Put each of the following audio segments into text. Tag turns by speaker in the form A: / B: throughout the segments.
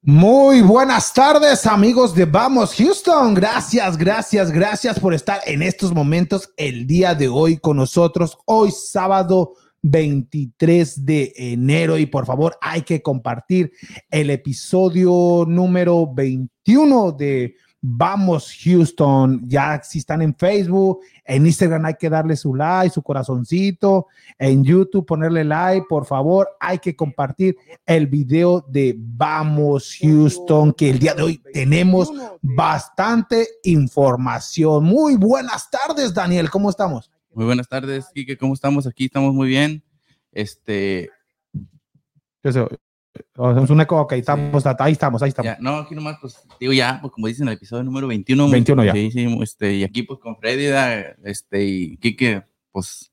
A: Muy buenas tardes amigos de Vamos Houston. Gracias, gracias, gracias por estar en estos momentos el día de hoy con nosotros. Hoy sábado 23 de enero y por favor hay que compartir el episodio número 21 de Vamos Houston. Ya si están en Facebook, en Instagram hay que darle su like, su corazoncito, en YouTube ponerle like, por favor, hay que compartir el video de Vamos Houston, que el día de hoy tenemos bastante información. Muy buenas tardes, Daniel, ¿cómo estamos?
B: Muy buenas tardes, Quique, ¿cómo estamos aquí? Estamos muy bien. Este,
A: Hacemos un eco, ok, estamos, ahí estamos, ahí estamos.
B: ya, no, aquí nomás, pues, digo ya, pues, como dicen en el episodio número 21.
A: 21 ya.
B: Sí, sí, este, y aquí, pues, con Freddy, da, este, y Quique, pues,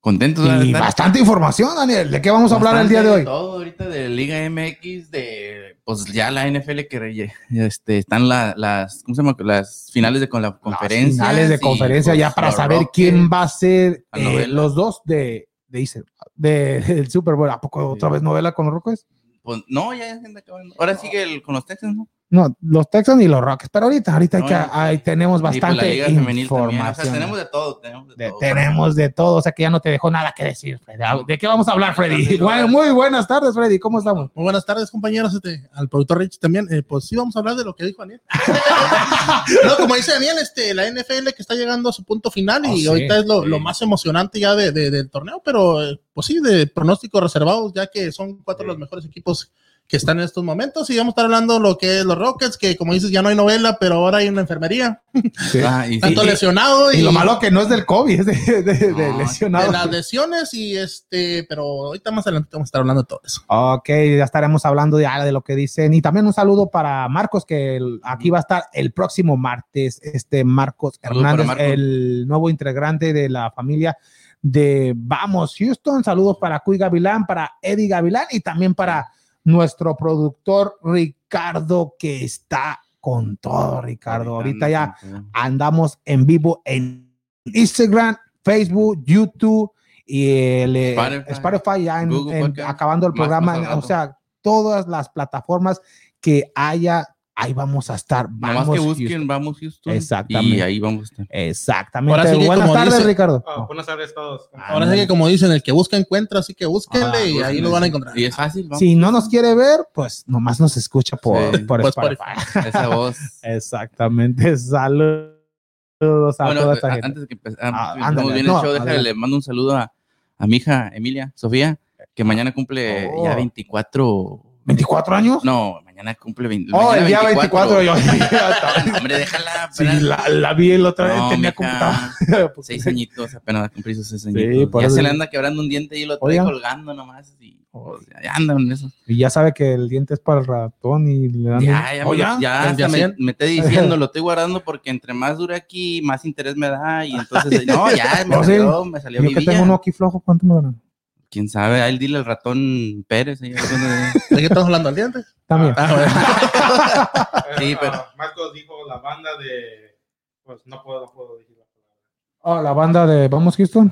B: contentos. de
A: Y
B: estar-
A: bastante información, Daniel, ¿de qué vamos a hablar el
B: bastante
A: día de
B: de
A: hoy?
B: Todo ahorita de Liga MX, de, pues, ya la NFL que, re- este, están la- las, ¿cómo se llama? Las finales de con la
A: Las
B: conferencia. pues,
A: finales de conferencia ya para saber quién va a ser
B: la
A: eh,
B: novela.
A: los dos de, de, Iser- de- del Super Bowl. ¿A poco otra vez novela con los Rockets?
B: pues, no, ya, ya se anda acabando. Ahora sigue el- con los Texans, ¿no?
A: No, los Texans y los Rockets, pero ahorita, ahorita hay
B: No,
A: que-
B: no.
A: ahí tenemos
B: Y, pues, la
A: bastante
B: Liga Femenil también. O sea,
A: información.
B: tenemos de todo, tenemos de,
A: De-
B: todo.
A: tenemos de todo, o sea que ya no te dejó nada que decir. Freddy. ¿De qué vamos a hablar, Freddy?
B: Sí,
A: Bueno,
B: no.
A: muy buenas tardes, Freddy. ¿Cómo estamos?
C: Muy buenas tardes, compañeros. este, al productor Rich también. Eh, pues sí, vamos a hablar de lo que dijo Daniel. no, como dice Daniel, este, la NFL que está llegando a su punto final
A: Oh,
C: y
A: sí,
C: ahorita es lo,
B: sí.
C: lo más emocionante ya de, de- del torneo, pero eh, pues sí, de pronósticos reservados, ya que son cuatro de los mejores equipos que están en estos momentos. Y vamos a estar hablando lo que es los Rockets, que como dices, ya no hay novela, pero ahora hay una enfermería.
B: Ah, y
C: Tanto
B: sí.
C: lesionado y,
A: Y lo malo que no es del COVID, es de, de- de
B: No,
A: lesionado.
C: de las lesiones y este, pero ahorita más adelante vamos a estar hablando de todo eso.
A: Ok, ya estaremos hablando ya de lo que dicen. Y también un saludo para Marcos, que el- aquí va a estar el próximo martes, este Marcos
B: Saludo para
A: Hernández,
B: Marcos.
A: el nuevo integrante de la familia de Vamos Houston. Saludos para Cuy Gavilán, para Eddie Gavilán y también para nuestro productor Ricardo, que está con todo, Ricardo. Ahorita ya andamos en vivo en Instagram, Facebook, YouTube y el, eh, Spotify,
B: Spotify.
A: ya en-
B: Google
A: en-
B: Podcast.
A: acabando el
B: Más
A: programa,
B: más
A: en-
B: al
A: o
B: rato.
A: sea, todas las plataformas que haya, ahí vamos a estar.
B: Nada más
A: Vamos
B: que busquen,
A: Houston.
B: vamos Houston.
A: Exactamente.
B: Y ahí vamos a estar.
A: Exactamente.
C: Ahora sí que
A: Buenas
C: como
A: tardes,
C: dice-
A: Ricardo.
D: Ah,
A: No.
D: buenas tardes a todos.
C: Ahora sí que como dicen, el que busca encuentra, así que búsquenle
A: Ah,
C: y ahí
B: Búsquenlo.
C: lo van a encontrar.
B: Y es fácil, vamos.
A: Si no nos quiere ver, pues nomás nos escucha por,
B: Sí. Pues
A: por
C: Por
A: Spotify.
B: Esa voz.
A: Exactamente. Saludos a
B: bueno,
A: toda
B: a-
A: esta gente.
B: antes de que empe-
A: Ah,
B: ah, empecemos
A: ándale,
B: bien
A: no,
B: el show, déjale,
A: adelante.
B: le mando un saludo a, a mi hija Emilia, Sofía, que mañana cumple
A: Oh.
B: ya 24.
A: ¿24 años?
B: No, mañana cumple 20,
A: oh,
B: mañana
A: el día 24. yo-
B: Hombre, déjala.
A: Sí,
B: espérate.
A: la, la vi el otro día,
B: No,
A: tenía
B: mija,
A: computadora. Pues,
B: Seis añitos, apenas va a cumplir sus seis
A: Sí,
B: añitos.
A: por
B: ya
A: eso-
B: se le anda quebrando un diente y lo trae
A: Oigan.
B: colgando nomás. Y, o sea, ya andan en eso.
A: Y ya sabe que el diente es para el ratón y le dan.
B: Ya, ya,
A: Oh,
B: me-
A: ya.
B: ya hasta
C: ¿Desde
B: me,
C: cien?
B: me estoy diciendo, lo estoy guardando porque entre más dura aquí, más interés me da. Y entonces, no, ya me
A: Oh, sí.
B: salió, me salió
A: Yo
B: mi
A: que
B: villa.
A: tengo uno aquí flojo, ¿cuánto me dan?
B: Quién sabe, ahí dile al ratón Pérez. ahí, ahí,
C: ¿De qué estamos hablando al diente?
A: También.
C: Ah, bueno.
B: Sí,
D: Sí,
B: pero-
D: Ah, eh, Marcos dijo la banda de. Pues no puedo, no puedo decir la palabra.
A: Oh, la banda de Vamos Houston.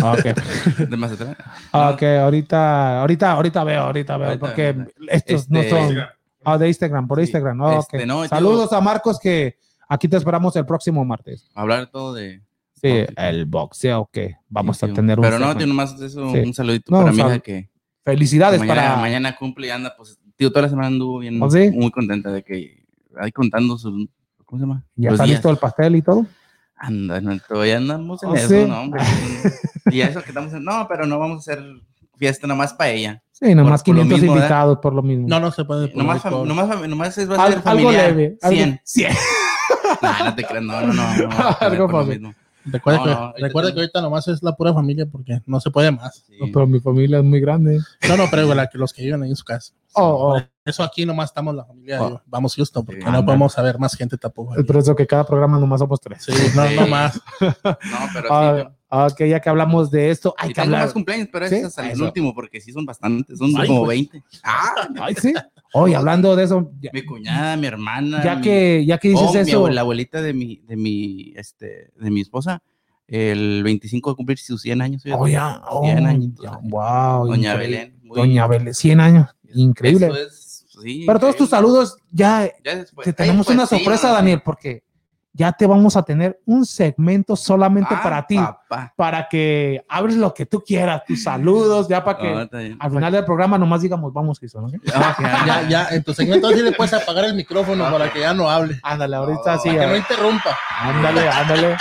A: Ah, Ok,
B: ahí, de Mazatlán.
A: Ah, ok, ahorita, ahorita, ahorita veo, ahorita veo,
B: Ahorita,
A: porque
B: ahorita.
A: estos no
B: Este,
A: son.
D: Siga.
A: Ah, de Instagram, por
B: Sí.
A: Instagram. Ah, ok.
B: Este, no, y te digo-
A: Saludos a Marcos, que aquí te esperamos el próximo martes.
B: Hablar todo de.
A: Sí,
B: Ok.
A: el boxeo, que vamos
B: sí,
A: a tener un.
B: Pero no,
A: segmento.
B: tío, nomás eso,
A: Sí.
B: un saludito
A: No, un
B: para mi hija
A: saludo.
B: que
A: Felicidades
B: mañana,
A: para.
B: mañana cumple y anda, pues, tío, toda la semana anduvo bien,
A: ¿Oh, sí?
B: muy contenta de que ahí contando sus. ¿Cómo se llama?
A: ¿Ya
B: Los
A: está
B: días.
A: listo el pastel y todo?
B: Anda, no, todavía andamos en
A: Oh,
B: eso,
A: sí.
B: ¿no? Hombre? y eso que estamos en, no, pero no vamos a hacer fiesta nomás para ella.
A: Sí, nomás
B: por lo
A: 500
B: mismo, ¿verdad?
A: invitados por lo mismo.
C: No, no se puede. poner
B: Nomás, fam-
C: alcohol.
B: nomás, fam- nomás es, va a
A: Al-
B: ser
A: algo
B: familiar.
A: leve. algo-
B: 100.
A: 100.
B: Nah, no te creas, no, no, no. no,
A: Algo
B: por lo
A: familiar.
B: mismo.
C: Recuerda,
B: No,
C: que,
B: no, ahorita
C: recuerda
B: tengo-
C: que ahorita nomás es la pura familia porque no se puede más.
B: Sí.
A: No, pero mi familia es muy grande.
C: No, no, pero la que los que viven ahí en su casa.
A: Oh, oh,
C: Eso aquí nomás estamos la familia.
A: Ah.
C: digo, Vamos Houston porque
B: Sí,
C: no
B: ándale.
C: podemos saber más gente tampoco. ahí.
A: es por eso que cada programa nomás somos tres.
C: Sí, no,
B: Sí.
C: no más.
B: No, pero
A: Ah,
B: sí. yo-
A: ah, ok, ya que hablamos de esto, hay
B: y
A: que
B: tengo
A: hablar.
B: más cumpleaños, pero
A: Sí,
B: ese es el
A: eso.
B: último porque sí son bastantes, son
C: Ay,
B: como
C: pues.
B: 20.
A: Ah, ay, sí. Hoy hablando de eso, ya,
B: Mi cuñada, mi hermana.
A: ya
B: mi-
A: que, ya que
B: oh,
A: dices
B: mi
A: eso,
B: abuela- la abuelita de mi, de mi, este, de mi esposa, el 25 va a cumplir sus 100 años. fíjate.
A: oh, ya, oh,
B: 100 añitos.
A: ya, wow,
B: Doña
A: increíble.
B: Belén. muy-
A: Doña Belén, 100 años, increíble.
B: Eso es, sí.
A: Pero todos
B: increíble.
A: tus saludos, ya eh,
B: Ya después.
A: te
B: Ay,
A: tenemos
B: pues
A: una
B: sí,
A: sorpresa,
B: no,
A: Daniel, porque ya te vamos a tener un segmento solamente
B: Ah,
A: para ti,
B: papá.
A: para que abres lo que tú quieras, tus saludos, ya para que
B: No, está bien.
A: al final del programa nomás digamos, vamos, Cristo, ¿no?
B: Ah, ya,
C: Ya, ya, en tu segmento así le puedes apagar el micrófono para que ya no hable.
A: Ándale, ahorita
B: No,
A: sí,
C: Que no
A: eh,
C: interrumpa.
A: ándale, ándale.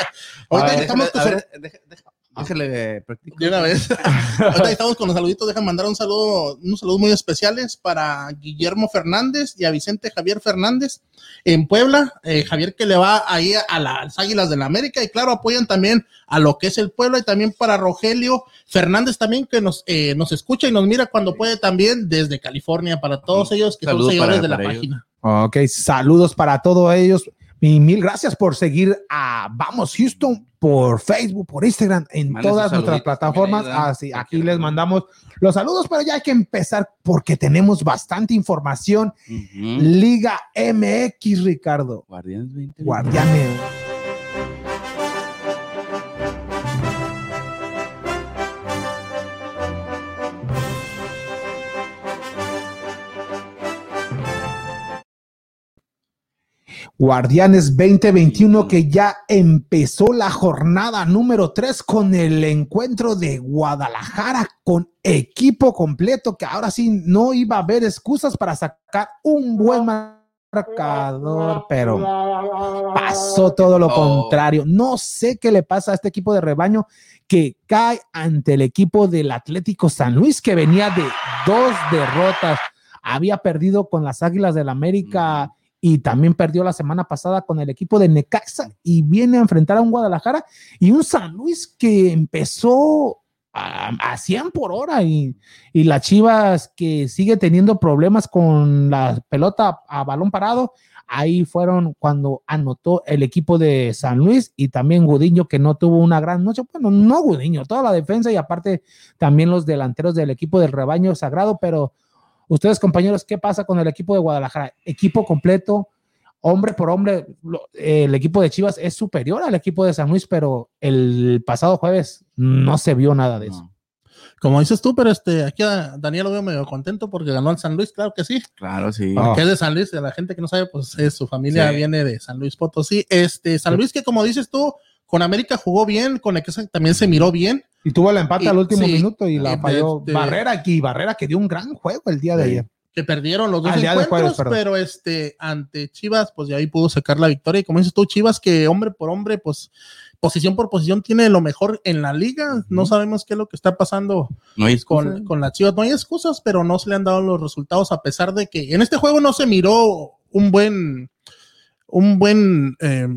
C: Ahorita
A: A ver,
C: estamos con-
B: a ver, deja- deja- déjale, eh, practico.
C: De una vez. Ahorita estamos con los saluditos. Deja mandar un saludo, unos saludos muy especiales para Guillermo Fernández y a Vicente Javier Fernández en Puebla. Eh, Javier que le va ahí a las Águilas del América y claro, apoyan también a lo que es el Puebla y también para Rogelio Fernández también que nos, eh, nos escucha y nos mira cuando puede también desde California para todos
B: Sí.
C: ellos que
B: Saludos
C: son seguidores
B: para-
C: de la
B: para ellos.
C: página.
A: Ok, saludos para todos ellos. Y mil gracias por seguir a Vamos Houston por Facebook, por Instagram, en
B: Manden
A: todas
B: sus
A: nuestras
B: saluditos
A: plataformas.
B: también ahí, ¿verdad?
A: Así, aquí
B: Cualquier
A: les
B: cosa.
A: mandamos los saludos, pero ya hay que empezar porque tenemos bastante información.
B: Ujú.
A: Liga MX, Ricardo.
B: Guardianes 20.
A: Guardianes. Guardianes 2021 que ya empezó la jornada número 3 con el encuentro de Guadalajara con equipo completo que ahora sí no iba a haber excusas para sacar un buen marcador, pero pasó todo lo
B: Oh.
A: contrario. No sé qué le pasa a este equipo de rebaño que cae ante el equipo del Atlético San Luis que venía de dos derrotas. Había perdido con las Águilas del América y también perdió la semana pasada con el equipo de Necaxa y viene a enfrentar a un Guadalajara y un San Luis que empezó a, a 100 por hora y, y las Chivas que sigue teniendo problemas con la pelota a balón parado. Ahí fueron cuando anotó el equipo de San Luis y también Gudiño que no tuvo una gran noche. Bueno, no Gudiño, toda la defensa y aparte también los delanteros del equipo del rebaño sagrado, pero Ustedes, compañeros, ¿qué pasa con el equipo de Guadalajara? Equipo completo, hombre por hombre, lo- eh, el equipo de Chivas es superior al equipo de San Luis, pero el pasado jueves no se vio nada de eso.
B: No,
C: Como dices tú, pero este, aquí a Daniel lo veo medio contento porque ganó al San Luis, claro que sí.
B: claro, sí.
A: Ah.
C: que es de San Luis, de la gente que no sabe, pues es, su familia
B: Sí.
C: viene de San Luis Potosí. Este, San Luis que como dices tú, con América jugó bien, con Necaxa también se miró bien.
A: Y tuvo el empate
C: Y-
A: al último
C: sí,
A: minuto y la
C: y de- este
A: falló
C: de-
A: Barrera aquí, Barrera que dio un gran juego el día de
B: Sí.
A: ayer.
C: que perdieron los dos
A: Ah, el día de
C: encuentros,
A: jueves, perdón.
C: pero este ante Chivas, pues de ahí pudo sacar la victoria. Y como dices tú, Chivas, que hombre por hombre, pues posición por posición tiene lo mejor en la liga. No sabemos qué es lo que está pasando
B: No hay excusa.
C: con, con las Chivas. No hay excusas, pero no se le han dado los resultados, a pesar de que en este juego no se miró un buen, un buen, eh,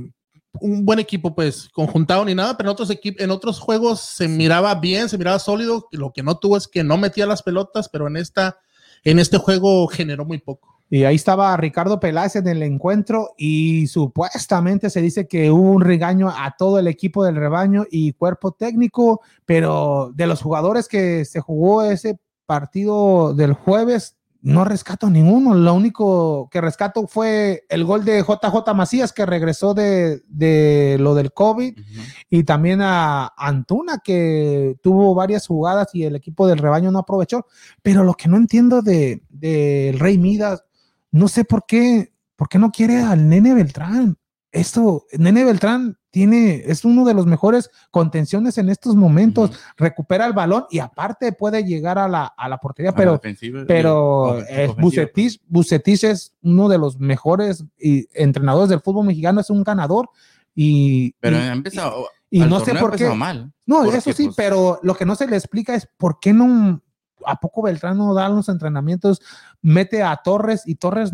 C: un buen equipo, pues, conjuntado ni nada, pero en otros equip- en otros juegos se miraba bien, se miraba sólido. Lo que no tuvo es que no metía las pelotas, pero en esta, en este juego generó muy poco.
A: Y ahí estaba Ricardo Peláez en el encuentro y supuestamente se dice que hubo un regaño a todo el equipo del rebaño y cuerpo técnico, pero de los jugadores que se jugó ese partido del jueves, no rescato ninguno. Lo único que rescato fue el gol de JJ Macías que regresó de, de lo del COVID
B: Ujú.
A: y también a Antuna que tuvo varias jugadas y el equipo del rebaño no aprovechó. Pero lo que no entiendo de del Rey Midas, no sé por qué, por qué no quiere al Nene Beltrán. Esto, Nene Beltrán tiene, es uno de los mejores contenciones en estos momentos,
B: Ujú.
A: recupera el balón y aparte puede llegar a la, a la portería,
B: A la
A: pero
B: defensiva,
A: pero
B: digo,
A: es
B: ofensiva, pues.
A: Bucetich, Bucetich es uno de los mejores y- entrenadores del fútbol mexicano, es un ganador y,
B: Pero
A: y-
B: ha empezado.
A: y
B: al
A: no sé
B: torneo pues, ha
A: por qué.
B: empezado mal.
A: no,
B: porque,
A: eso sí,
B: pues-
A: pero lo que no se le explica es por qué no, a poco Beltrán no da los entrenamientos, mete a Torres y Torres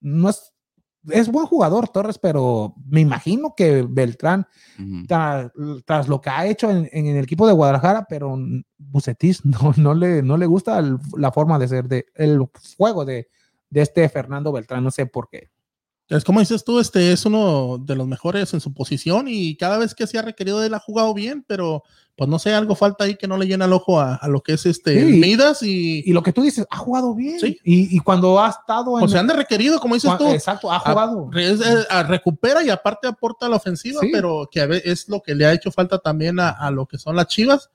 A: no es, es buen jugador Torres, pero me imagino que Beltrán
B: Ujú.
A: tra- tras, lo que ha hecho en, en el equipo de Guadalajara, pero Bucetich no, no, le, no le gusta el- la forma de ser, de, el juego de, de este Fernando Beltrán, no sé por qué.
C: Es como dices tú, este es uno de los mejores en su posición y cada vez que se ha requerido de él ha jugado bien, pero pues no sé, algo falta ahí que no le llena el ojo a, a lo que es este
A: Sí.
C: Midas y,
A: Y lo que tú dices, ha jugado bien.
C: Sí.
A: Y, y cuando ha estado en...
C: pues se han de requerido, como dices
A: cua-
C: tú.
A: exacto, ha jugado.
C: Re- es- eh, a- recupera y aparte aporta a la ofensiva,
A: Sí.
C: pero que a ve- es lo que le ha hecho falta también a, a lo que son las Chivas.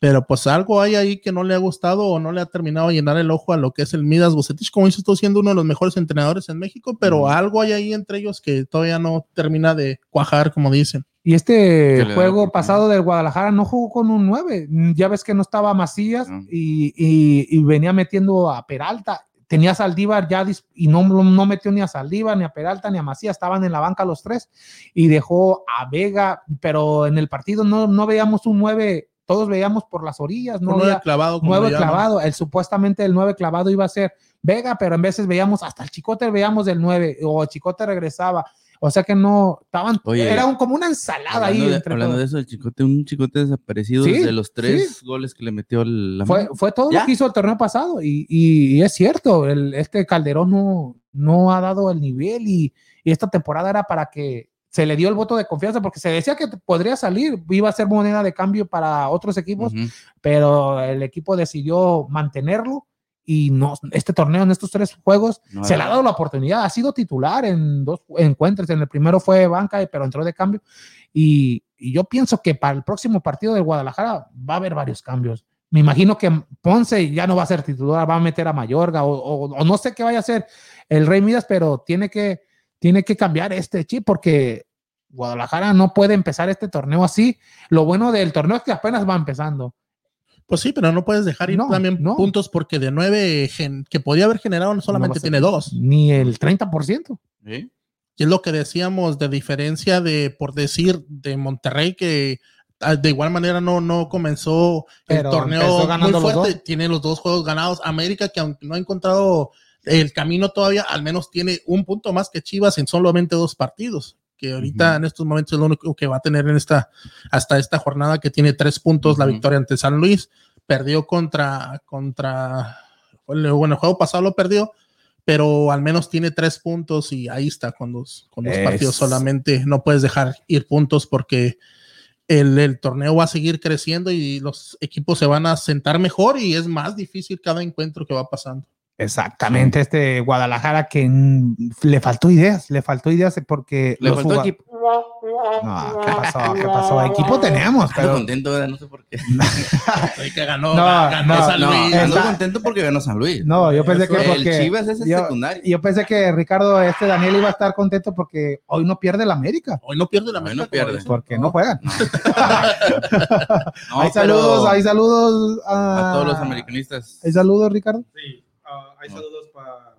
C: Pero pues algo hay ahí que no le ha gustado o no le ha terminado de llenar el ojo a lo que es el Midas Bucetich, como dices tú, siendo uno de los mejores entrenadores en México, pero algo hay ahí entre ellos que todavía no termina de cuajar, como dicen.
A: Y
B: le
A: este
B: da la
A: juego
B: oportunidad.
A: pasado del Guadalajara no jugó con un 9. Ya ves que no estaba Macías
B: No.
A: y, y- y venía metiendo a Peralta. Tenía a Saldívar ya dis- y no, no metió ni a Saldívar, ni a Peralta, ni a Macías. Estaban en la banca los tres y dejó a Vega, pero en el partido no, no veíamos un 9. Todos veíamos por las orillas, no
C: Un nueve
A: había-
C: clavado, como
A: nueve
C: le llaman.
A: clavado, el supuestamente el nueve clavado iba a ser Vega, pero en veces veíamos hasta el Chicote veíamos del nueve o el Chicote regresaba, o sea que no estaban,
B: Oye,
A: era un- como una ensalada ahí.
B: Hablando, de,
A: entre
B: hablando
A: todos.
B: de eso, el chicote, un chicote desaparecido
A: Sí,
B: de los tres goles que le metió la
A: fue, fue todo
B: Ya.
A: lo que hizo el torneo pasado y, y- y es cierto, el, este Calderón no, no ha dado el nivel y, y esta temporada era para que se le dio el voto de confianza porque se decía que podría salir, iba a ser moneda de cambio para otros equipos,
B: Ujú.
A: pero el equipo decidió mantenerlo y no, este torneo en estos tres juegos
B: No,
A: se le ha dado la oportunidad, ha sido titular en dos encuentros, en el primero fue banca, pero entró de cambio y, y yo pienso que para el próximo partido del Guadalajara va a haber varios cambios. Me imagino que Ponce ya no va a ser titular, va a meter a Mayorga o, o- o no sé qué vaya a ser el Rey Midas, pero tiene que, tiene que cambiar este chip porque Guadalajara no puede empezar este torneo así. Lo bueno del torneo es que apenas va empezando.
C: Pues sí, pero no puedes dejar ir
A: No,
C: también
A: no.
C: puntos porque de nueve gen- que podía haber generado
A: No va
C: solamente
A: a ser.
C: tiene dos.
A: ni el 30%.
B: ¿Sí?
C: Y es lo que decíamos de diferencia de, por decir, de Monterrey, que ah, de igual manera no, no comenzó
A: Pero
C: el
A: empezó
C: torneo muy
A: ganando los
C: fuerte. tiene los dos juegos ganados. América, que aunque no ha encontrado el camino todavía, al menos tiene un punto más que Chivas en solamente dos partidos. Que ahorita
B: Ujú.
C: en estos momentos es lo único que va a tener en esta, hasta esta jornada, que tiene tres puntos la
B: Ujú.
C: victoria ante San Luis. Perdió contra, contra, bueno, el juego pasado lo perdió, pero al menos tiene tres puntos y ahí está con dos, con dos
B: Es-
C: partidos solamente. No puedes dejar ir puntos porque el, el torneo va a seguir creciendo y los equipos se van a sentar mejor y es más difícil cada encuentro que va pasando.
A: Exactamente, este Guadalajara que mm, le faltó ideas, le faltó ideas porque
B: Le
A: los
B: faltó
A: jugad-
B: equipo.
A: No, ¿qué pasó? ¿Qué pasó? Equipo teníamos,
B: Ando
A: pero
B: contento, ¿verdad? no sé por qué.
C: Ay, que ganó,
A: No,
C: ganó
A: no,
C: San
B: no,
C: Luis.
B: ando
A: Está-
B: contento porque ganó San Luis.
A: no, yo pensé que
B: el
A: porque
B: Chivas es el
A: yo-
B: secundario.
A: yo pensé que Ricardo, este Daniel iba a estar contento porque hoy no pierde la América,
C: Hoy no pierde la
B: Hoy
C: América,
B: no pierde.
C: como dicen.
A: porque no juegan.
B: No. No,
A: hay
B: pero
A: saludos, hay saludos a,
B: a todos los americanistas.
A: Hay saludos, Ricardo.
D: Sí, ah, hay
B: No.
D: saludos para,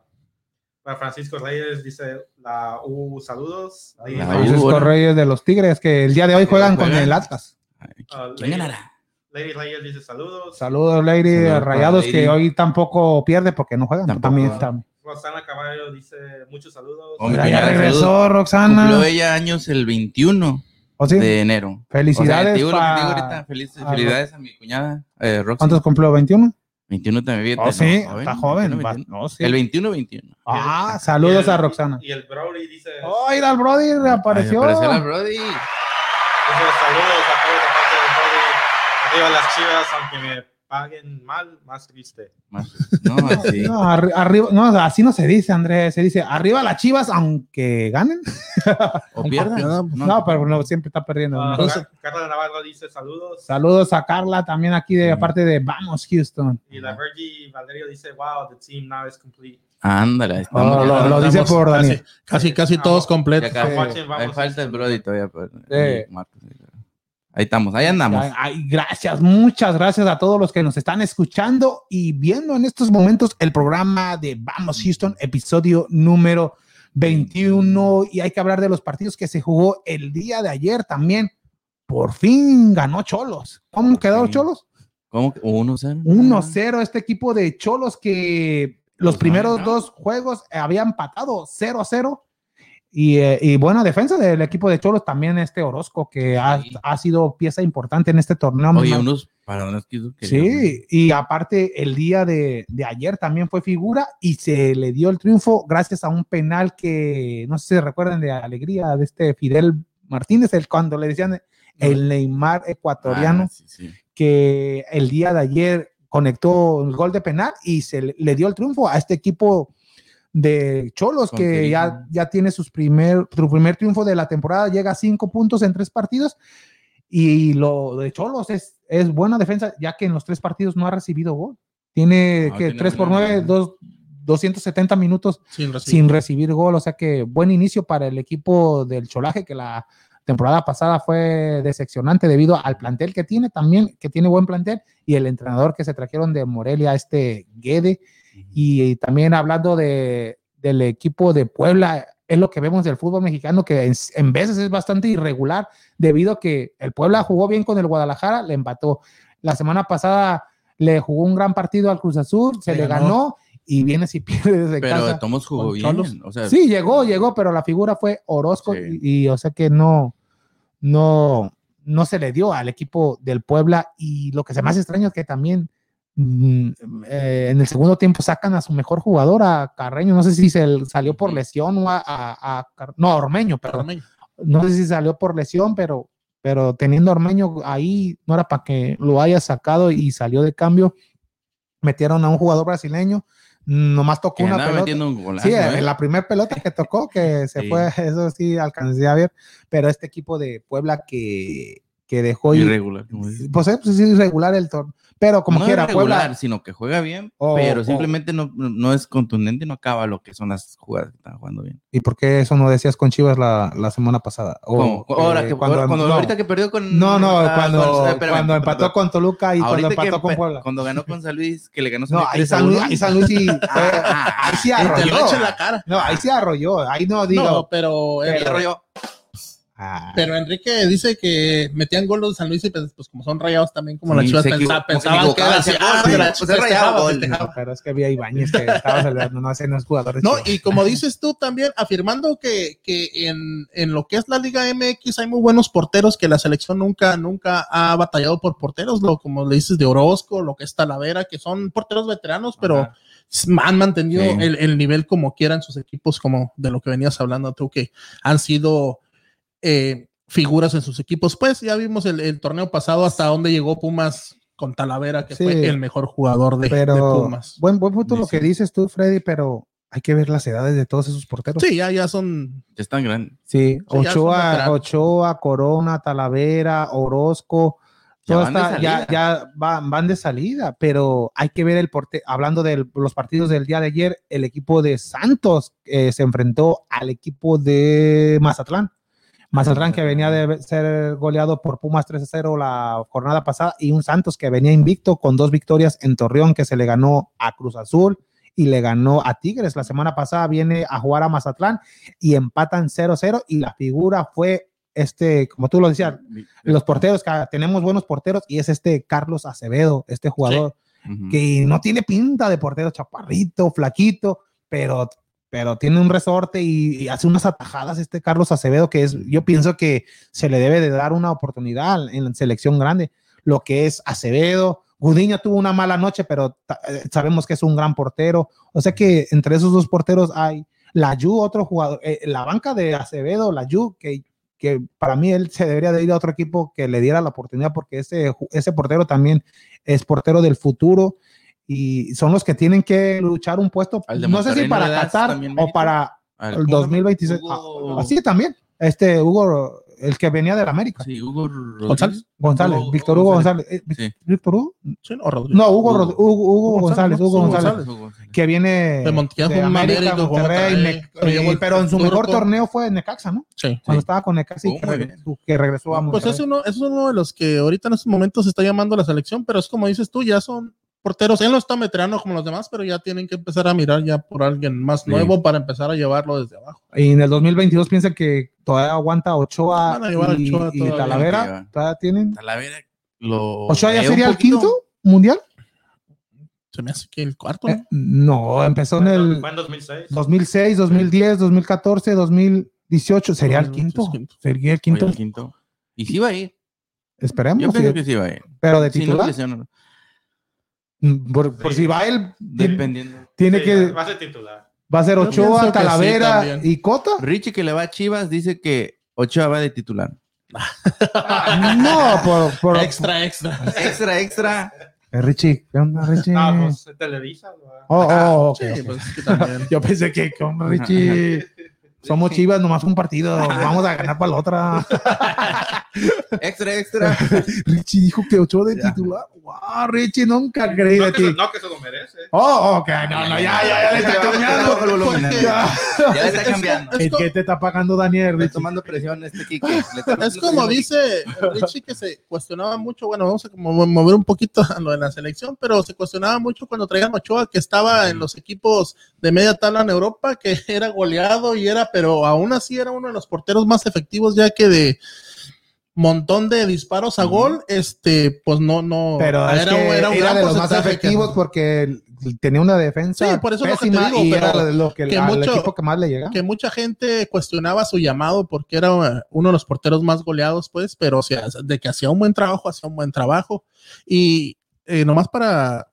D: para Francisco Reyes, dice la U, saludos. Ahí,
B: La
D: Lady-
B: U.
A: Francisco
B: bueno.
A: Reyes de los Tigres que el día de hoy juegan con
B: Juegan.
A: el Atlas.
B: Ay,
D: ah,
B: ¿Quién
D: Lady,
B: ganará?
D: Lady Reyes dice saludos.
A: Saludos, Lady
B: Saludos para
A: Rayados,
B: Lady.
A: que hoy tampoco pierde porque no juegan.
B: Tampoco.
A: También están.
D: Rosana Caballo dice muchos saludos.
B: Oh,
A: Mira,
B: Hombre,
A: ya
B: ya,
A: regresó
B: saludos. Cumplió
A: Roxana.
B: ella años el 21
A: ¿O sí?
B: de enero. O sea,
A: Felicidades.
B: te digo lo que
A: pa-
B: te digo ahorita, feliz-
A: a
B: felicidades a mi cuñada, eh, Roxy.
A: ¿Cuántos cumplió? ¿21?
B: 21 también.
A: Oh,
B: pues, ¿no?
A: sí, está joven.
B: 21,
A: va-
B: 21.
A: no, sí.
B: El 21, 21.
A: Ah,
D: Y el-
A: saludos a Roxana.
D: Y el Brody dice,
A: Oh, mira, el Brody reapareció.
B: Ay, apareció la Brody.
D: dice saludos a todos de parte del Brody. Arriba las chivas, aunque me paguen mal, más triste.
B: Más- No, así.
A: No, arri- arriba, no, así no se dice, Andrés. Se dice arriba las chivas, aunque ganen. Ah,
B: O pierdan. pues
C: No,
A: No, pero no, siempre está perdiendo.
D: Ah,
A: Entonces,
D: Car- Carla Navarro dice saludos.
A: saludos a Carla también aquí de
B: Mm.
A: parte de Vamos Houston.
D: Y la Virgie Valerio dice, wow, the team now is complete.
B: Ándale.
A: Oh, lo-
B: ya
A: lo
B: andamos.
A: dice por
C: casi-
A: Daniel.
C: Casi, casi
D: Ah,
C: todos
D: no.
B: Ya
C: completos.
B: acá.
A: Sí.
D: Watching, vamos.
B: Ahí falta el Brody todavía. pero- eh,
A: Sí.
B: Marcos. Ahí estamos, ahí andamos.
A: Ay, ay, gracias, muchas gracias a todos los que nos están escuchando y viendo en estos momentos el programa de Vamos Houston, episodio número 21. Y hay que hablar de los partidos que se jugó el día de ayer también. Por fin ganó Cholos. ¿Cómo
B: Por
A: quedaron
B: fin.
A: Cholos?
B: ¿Cómo que Ah. 1-0?
A: 1-0 este equipo de Cholos que los
B: Pues no,
A: primeros
B: no.
A: dos juegos había empatado 0-0. Y, eh, y buena defensa del equipo de Cholos también este Orozco que ha,
B: Sí.
A: ha sido pieza importante en este torneo.
B: Oye,
A: Me-
B: unos paradones que hizo que-
A: Sí, y aparte el día de, de ayer también fue figura y se le dio el triunfo gracias a un penal que no sé si recuerdan de alegría de este Fidel Martínez, el cuando le decían el Neymar ecuatoriano
B: Ah, sí, sí.
A: que el día de ayer conectó el gol de penal y se le- le dio el triunfo a este equipo de Cholos que
B: Conquerido.
A: ya, ya tiene sus primer, su primer triunfo de la temporada, llega a cinco puntos en tres partidos y lo de Cholos es es buena defensa, ya que en los tres partidos no ha recibido gol. Tiene
B: Ah,
A: que
B: tiene
A: 3 por
B: buena-
A: 9, 2, 270 minutos
C: Sin recibir.
A: sin recibir gol. O sea que buen inicio para el equipo del Cholaje, que la temporada pasada fue decepcionante debido al plantel que tiene también, que tiene buen plantel, y el entrenador que se trajeron de Morelia, este Guede. Y, también hablando de, del equipo de Puebla, es lo que vemos del fútbol mexicano, que en, en veces es bastante irregular debido a que el Puebla jugó bien con el Guadalajara, le empató. La semana pasada le jugó un gran partido al Cruz Azul, se
C: Le
A: le ganó,
C: ganó.
A: y viene si pierde desde
B: Pero
A: casa.
B: de Tomos jugó
A: con
B: bien.
A: Cholos.
B: O sea,
A: Sí, llegó, llegó, pero la figura fue Orozco
B: Sí.
A: y, y, o sea que no, no, no se le dio al equipo del Puebla y lo que se me hace extraño es que también mm, eh, en el segundo tiempo sacan a su mejor jugador, a Carreño, no sé si se salió por lesión o a, a- a Car- no, a Ormeño, perdón,
C: Ormeño.
A: no sé si salió por lesión, pero, pero teniendo a Ormeño ahí no era para que lo haya sacado y salió de cambio, metieron a un jugador brasileño, nomás tocó
B: que
A: una
B: andaba
A: pelota.
B: metiendo un golazo.
A: Sí,
B: ¿eh?
A: en la primera pelota que tocó, que se
B: Sí.
A: fue, eso sí alcancé a ver, pero este equipo de Puebla que, que dejó ir,
B: Irregular. como dices.
A: pues es pues, es irregular el torneo, pero como
B: no
A: quiera,
B: irregular,
A: Puebla, Oh,
B: sino que juega bien,
A: O-
B: pero
A: o-
B: simplemente no, no es contundente y no acaba lo que son las jugadas que están jugando bien.
A: ¿y por qué eso no decías con Chivas la, la semana pasada? O,
B: Como- ahora
A: eh,
B: que cuando,
A: no,
B: ahorita que perdió con
A: no, no,
B: ah,
A: cuando,
B: con- eh, espérame,
A: cuando empató
B: perdón.
A: con Toluca y cuando
B: Ahorita que
A: empató con
B: empe-
A: Puebla.
B: Cuando ganó con San Luis, que le ganó San
A: No, ahí
B: tres a
A: San Luis,
B: uno.
A: ahí San Luis sí, eh, ahí sí
C: Te
A: arrolló.
C: lo echa en la cara.
A: No, ahí sí arrolló, ahí no digo.
C: No, pero,
B: Y el rollo,
A: ah,
C: pero Enrique dice que metían gol los de San Luis y pues, pues como son rayados también, como la
B: Sí,
C: Chivas
B: se
C: pensa-
B: equivo-
C: pensaban
B: como
C: que
B: que
C: era
B: equivocaba, hacía
C: así. Ah,
B: gol,
C: la
B: pues, es
C: Chivas
B: rayado,
C: festejaba,
B: gol.
C: festejaba.
A: pero es que había Ibáñez que estaba celebrando, no sé, no es jugador de
C: No,
A: Chivas.
C: y como dices tú también, afirmando que, que en, en lo que es la Liga MX hay muy buenos porteros, que la selección nunca, nunca ha batallado por porteros, lo, como le dices de Orozco, lo que es Talavera, que son porteros veteranos, pero
B: Ajá.
C: s- han mantenido
B: Sí.
C: el, el nivel como quieran sus equipos, como de lo que venías hablando tú, que han sido eh, figuras en sus equipos. Pues ya vimos el, el torneo pasado hasta dónde llegó Pumas con Talavera, que
A: Sí.
C: fue el mejor jugador de, de
A: pero
C: Pumas.
A: buen, buen punto lo
B: Dice.
A: que dices tú, Freddy, pero hay que ver las edades de todos esos porteros.
C: Sí, ya, ya son.
B: ya están grandes.
A: Sí,
C: ya es un
A: Ochoa,
C: veterano.
A: Ochoa, Corona, Talavera, Orozco,
B: Ya
A: toda
B: van de
A: esta- ya,
B: salida.
A: ya van, van de salida, pero hay que ver el porte. Hablando de los partidos del día de ayer, el equipo de Santos eh, se enfrentó al equipo de Mazatlán. Mazatlán que venía de ser goleado por Pumas 3 0 la jornada pasada y un Santos que venía invicto con dos victorias en Torreón que se le ganó a Cruz Azul y le ganó a Tigres. La semana pasada viene a jugar a Mazatlán y empatan 0-0 y la figura fue este, como tú lo decías, los porteros, ca- tenemos buenos porteros y es este Carlos Acevedo, este jugador
B: Ujú.
A: que no tiene pinta de portero chaparrito, flaquito, pero, pero tiene un resorte y, y hace unas atajadas este Carlos Acevedo que es, yo pienso que se le debe de dar una oportunidad en la selección grande, lo que es Acevedo. Gudiño tuvo una mala noche, pero ta- eh, sabemos que es un gran portero. O sea que entre esos dos porteros hay la Yu, otro jugador, eh, la banca de Acevedo, la Yu, que que para mí él se debería de ir a otro equipo que le diera la oportunidad porque ese, ju- ese portero también es portero del futuro y son los que tienen que luchar un puesto,
B: Al de
A: no sé si
B: Monterrey, ¿no le
A: para
B: das
A: Qatar
B: también
A: o
B: mérito?
A: para
B: Al-
A: el 2026.
D: Oh. Ah,
B: Hugo-
A: Así Ah, también, este Hugo, el que venía del América,
B: Sí, Hugo Rodríguez.
C: González.
A: González,
B: Hugo-
A: Víctor
B: Hugo
A: Hugo González. Eh, Vic-
B: Sí.
A: ¿Víctor Hugo?
C: ¿sí? ¿O Rodríguez?
A: No, Hugo,
B: Hugo.
A: Rod- Hugo, Hugo
C: Hugo
A: González,
C: González, ¿no?
A: Hugo
C: Hugo
A: González
B: Hugo González.
A: que viene
C: De Montiel,
A: de
C: jugó en
A: América,
C: Monterrey, jugó en
A: Monterrey,
C: Monterrey,
A: me-
C: pero llegó el
A: pero en su mejor
C: turco.
A: torneo fue en Necaxa, ¿no?
C: Sí. Oh,
A: Cuando estaba con Necaxa y
B: Jugó
A: que,
B: muy
A: regresó, que regresó a
C: Pues
A: Monterrey.
C: es uno, es uno de los que ahorita en estos momentos está llamando a la selección, pero es como dices tú, ya son porteros. Él no está veterano como los demás, pero ya tienen que empezar a mirar ya por alguien más
B: Sí.
C: nuevo para empezar a llevarlo desde abajo.
A: Y en el 2022 piensa que todavía aguanta Ochoa
C: Van a llevar a
A: y,
C: Ochoa
A: y
C: todavía.
A: Talavera. Todavía tienen.
B: Talavera lo.
A: ¿Ochoa ya
B: eh, un
A: sería el
B: poquito-
A: quinto mundial?
C: Se me hace que el cuarto.
A: Eh, no, empezó en el
D: Fue en 2006.
A: 2006, 2010, 2014, 2018. Sería el quinto. Sería el
B: Oye,
A: quinto.
B: el quinto. Y sí va a ir. Yo
A: Esperemos.
B: pienso
A: sí.
B: que sí va a ir.
A: Pero de
B: Si no
A: titular.
B: lesionan,
A: mm, Por, por si va él, tiene,
B: Dependiendo.
A: tiene
D: Sí,
A: que.
D: Va a ser titular.
A: Va a ser
C: Yo pienso que
A: Ochoa,
C: sí
A: Talavera
C: también.
A: y Cota.
B: Richie que le va a Chivas dice que Ochoa va de titular.
A: No, por. por
C: Extra, extra.
B: Extra, extra.
A: Eh, Richie, ¿qué onda, Richie?
D: Ah, pues Televisa. lo va.
A: Oh, oh, ok,
C: Sí,
A: ok.
C: pues es que también.
A: Yo pensé que con Richie somos chivas, nomás un partido, vamos a ganar para la otra.
B: Extra, extra.
A: Richie dijo que ocho de titular. ¡Wow, Richie! Nunca creí de
D: No que, se,
A: ti.
D: no que se lo merece.
A: Oh, ok, no, no, ya, ya, ya le está cambiando.
B: el volumen,
A: Porque-
B: ya. Ya le está cambiando.
A: ¿En qué te está pagando Daniel,
B: Está
A: Richie?
B: tomando presión este Kike. Le está-
C: Es como dice el Richie que se cuestionaba mucho, bueno, vamos a como mover un poquito a lo de la selección, pero se cuestionaba mucho cuando traían a Ochoa que estaba en los equipos de media tabla en Europa, que era goleado y era, pero aún así era uno de los porteros más efectivos ya que de montón de disparos a gol, este, pues no, no,
A: Pero es que era, de los más
C: porcentaje que-
A: efectivos porque tenía una defensa
C: Sí, por eso es lo que te
A: pésima
C: digo,
A: y era
C: pero
A: lo que,
C: que
A: al
C: mucho-
A: equipo que más le llega.
C: que mucha gente cuestionaba su llamado porque era eh, uno de los porteros más goleados, pues, pero o sea, de que hacía un buen trabajo, hacía un buen trabajo. Y eh, nomás para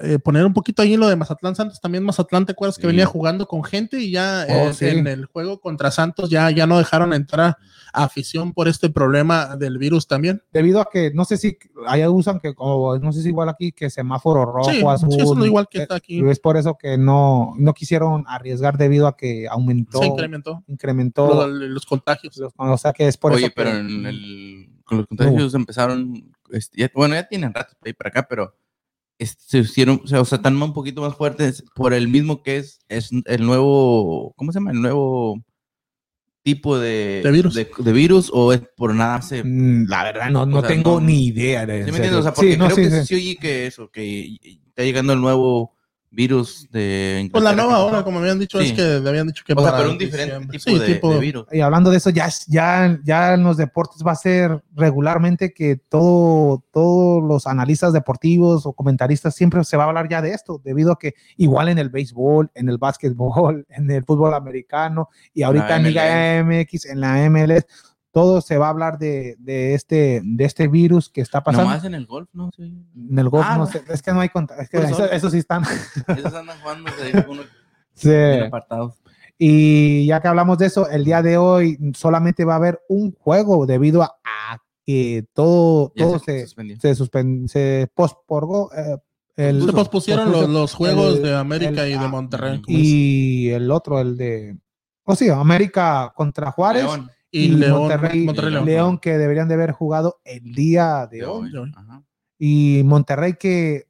C: eh, poner un poquito ahí lo de Mazatlán Santos, también Mazatlán, ¿te acuerdas
B: Sí.
C: que venía jugando con gente y ya
A: Oh,
C: eh,
A: sí.
C: en el juego contra Santos ya, ya no dejaron entrar a afición por este problema del virus también?
A: Debido a que, no sé si allá usan que, o no sé si igual aquí, que semáforo rojo,
C: sí,
A: azul.
C: sí, eso no igual que
A: eh,
C: está aquí,
A: y es por eso que no, no quisieron arriesgar debido a que aumentó,
C: se incrementó
A: incrementó.
C: lo- los contagios.
A: los- o sea que es por
B: Oye,
A: eso. que-
B: pero en el, con los contagios empezaron, este, ya- bueno, ya tienen rato para ir para acá, pero este, se hicieron, o sea, o sea, están un poquito más fuertes por el mismo que es, es el nuevo, ¿cómo se llama? El nuevo tipo de,
C: De virus.
B: de, de virus o es por nada se... ¿Sí
A: Mm, La verdad, no, no
B: sea,
A: tengo
B: no-
A: ni idea. de- en
B: me
A: serio.
B: entiendes? O sea, porque
A: Sí, no,
B: creo
A: sí,
B: que
A: sí.
B: sí se oye que eso, que está llegando el nuevo virus de...
C: Pues la
B: Inglaterra.
C: nueva ola, como habían dicho,
B: Sí.
C: es que le habían dicho que
B: O sea,
C: para
B: pero un diferente
C: diciembre.
B: tipo,
C: Sí,
B: de,
C: tipo-
B: de virus.
A: Y hablando de eso, ya, es- ya, ya en los deportes va a ser regularmente que todo, todos los analistas deportivos o comentaristas siempre se va a hablar ya de esto, debido a que igual en el béisbol, en el básquetbol, en el fútbol americano y ahorita en Liga MX, en la MLS, todo se va a hablar de, de este, de este virus que está pasando.
B: Nomás en el golf, ¿no? Sí.
A: En el golf,
B: Ah, pues,
A: no
B: no.
A: sé, es que no hay contacto, es que
B: Por eso-
A: eso, eso sí están.
B: Esos andan jugando de uno
A: Sí.
B: bien apartados.
A: Y ya que hablamos de eso, el día de hoy solamente va a haber un juego debido a, a que todo,
B: Ya
A: todo
B: se
A: se,
B: suspendió.
A: se, suspen- se posporgó. eh, el,
C: Se pospusieron
A: pospuso
C: los, Pues, los juegos
A: el-
C: de América
A: el-
C: y de
A: ah,
C: Monterrey. como es.
A: y el otro, el de. O sí, América contra Juárez
B: León.
A: y,
C: Y León,
A: Monterrey,
C: Monterrey
A: León.
C: León.
A: que deberían de haber jugado el día de hoy.
B: León,
C: León.
B: ajá.
A: Y Monterrey que,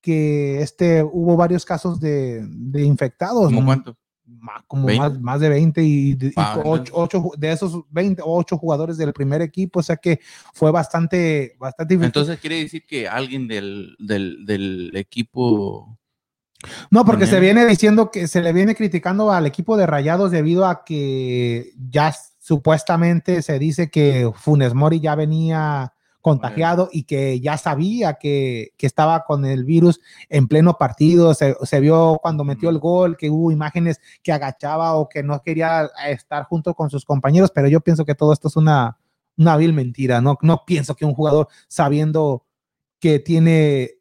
A: que este, hubo varios casos de, de infectados.
B: ¿Cómo cuánto?
A: ma- como
B: 20.
A: más, más de 20 y, de- y
B: Ah,
A: con
B: no.
A: ocho, ocho ju- de esos 20 o 8 jugadores del primer equipo, o sea que fue bastante bastante difícil.
B: Entonces quiere decir que alguien del, del, del equipo.
A: no, porque se
B: también.
A: viene diciendo que se le viene criticando al equipo de Rayados debido a que ya s- supuestamente se dice que Funes Mori ya venía contagiado y que ya sabía que, que estaba con el virus en pleno partido, se, se vio cuando metió el gol, que hubo imágenes que agachaba o que no quería estar junto con sus compañeros, pero yo pienso que todo esto es una, una vil mentira, ¿no? No pienso que un jugador sabiendo que tiene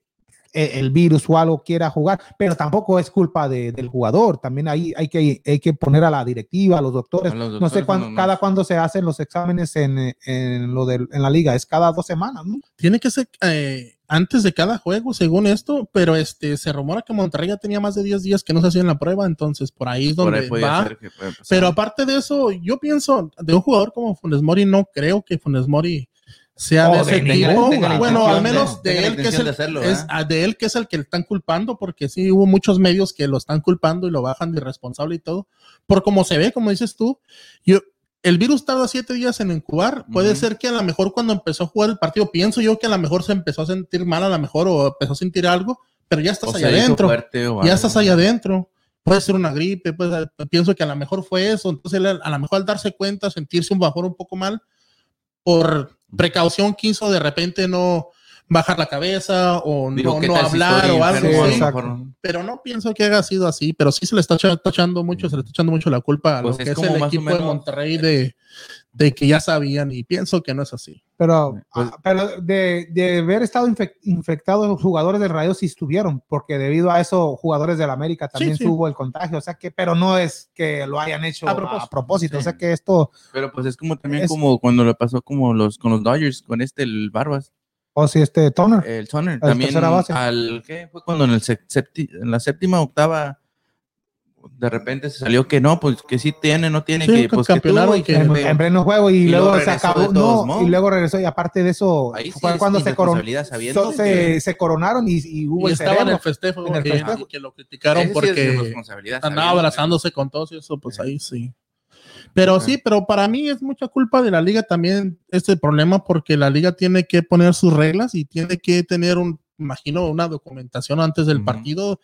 A: e- el virus o algo quiera jugar, pero tampoco es culpa de- del jugador, también ahí hay que, hay que poner a la directiva, a los doctores,
B: A los
A: Pues, no sé
B: doctores,
A: cuándo,
B: no, no.
A: cada cuándo se hacen los exámenes en, eh, en lo del- en la liga, es cada dos semanas, ¿no?
C: Tiene que ser eh, antes de cada juego, según esto, pero este se rumora que Monterrey ya tenía más de 10 días que no se hacían la prueba, entonces por ahí es
B: Por
C: donde
B: ahí podía
C: va.
B: ser que pues, pueda pasar.
C: Pero aparte de eso, yo pienso, de un jugador como Funes Mori, no creo que Funes Mori sea
A: O
B: Oh,
C: de
A: de
C: ese
A: tenga-
C: tipo.
A: tenga la
C: bueno,
A: intención
C: al menos
B: de-
C: de,
B: tenga la
C: él que es
B: intención
C: el
B: de hacerlo,
C: es-
B: ¿eh?
C: a- de él que es el que le están culpando, porque sí hubo muchos medios que lo están culpando y lo bajan de irresponsable y todo. Por como se ve, como dices tú, yo el virus tarda siete días en incubar. Puede
B: Ujú.
C: ser que a lo mejor cuando empezó a jugar el partido, pienso yo que a lo mejor se empezó a sentir mal, a lo mejor, o empezó a sentir algo, pero ya estás
B: O
C: allá
B: se hizo
C: adentro
B: fuerte o
C: ya
B: algo.
C: estás allá adentro. Puede ser una gripe, pues a- pienso que a lo mejor fue eso. Entonces, él al- a lo mejor al darse cuenta, sentirse un bajón un poco mal, por precaución quiso de repente no bajar la cabeza o
B: Digo,
C: no,
B: ¿qué
C: no
B: tal si
C: hablar
B: estoy
C: o algo
B: enfermo? A lo
C: así.
A: exacto.
B: mejor-
C: Pero no pienso que haya sido así, pero sí se le está echa- echando mucho, se le está echando mucho la culpa a
B: Pues
C: lo que
B: es
C: es,
B: como
C: el
B: más o
C: equipo de
B: menos-
C: Monterrey de, de que ya sabían y pienso que no es así.
A: Pero,
B: Pues-
A: ah, pero de, de haber estado infec- infectados los jugadores del Rayo sí estuvieron, porque debido a eso jugadores del América también
C: sí.
A: tuvo el contagio, o sea que, pero no es que lo hayan hecho a
C: A
A: propósito,
C: propósito,
A: o
B: sí.
A: sea que esto,
B: Pero pues es como también
A: Es-
B: como cuando le pasó como los con los Dodgers, con este el Barbas,
A: o si este Toner,
B: el Sonner, también
A: tercera base.
B: al ¿qué? fue cuando en el sec- septi- en la séptima octava de repente se salió que no, pues que sí tiene, no tiene,
C: Sí,
B: que
C: que
B: pues que
C: campeonaron,
B: tuvo y
C: que-
B: que
A: en,
B: fue-
A: en pleno juego y,
B: Y luego
A: luego se
B: regresó de
A: acabó.
B: todos
A: No,
B: modos.
A: y luego regresó y aparte de eso,
B: ahí sí
A: fue
B: es
A: cuando se, coronó,
B: irresponsabilidad sabiendo
A: so-
B: que-
A: se, se coronaron y, y hubo el
C: Y estaba en el
A: cerebro.
C: festejo
A: en el
C: que,
A: festejo.
C: que lo
B: Ese sí
C: criticaron
B: es
C: porque
B: irresponsabilidad,
C: andaba
B: sabiendo Eh. que-
C: abrazándose con todos y eso, pues ahí sí. Pero sí, pero para mí es mucha culpa de la liga también este problema porque la liga tiene que poner sus reglas y tiene que tener un, imagino, una documentación antes del
B: Ujú.
C: partido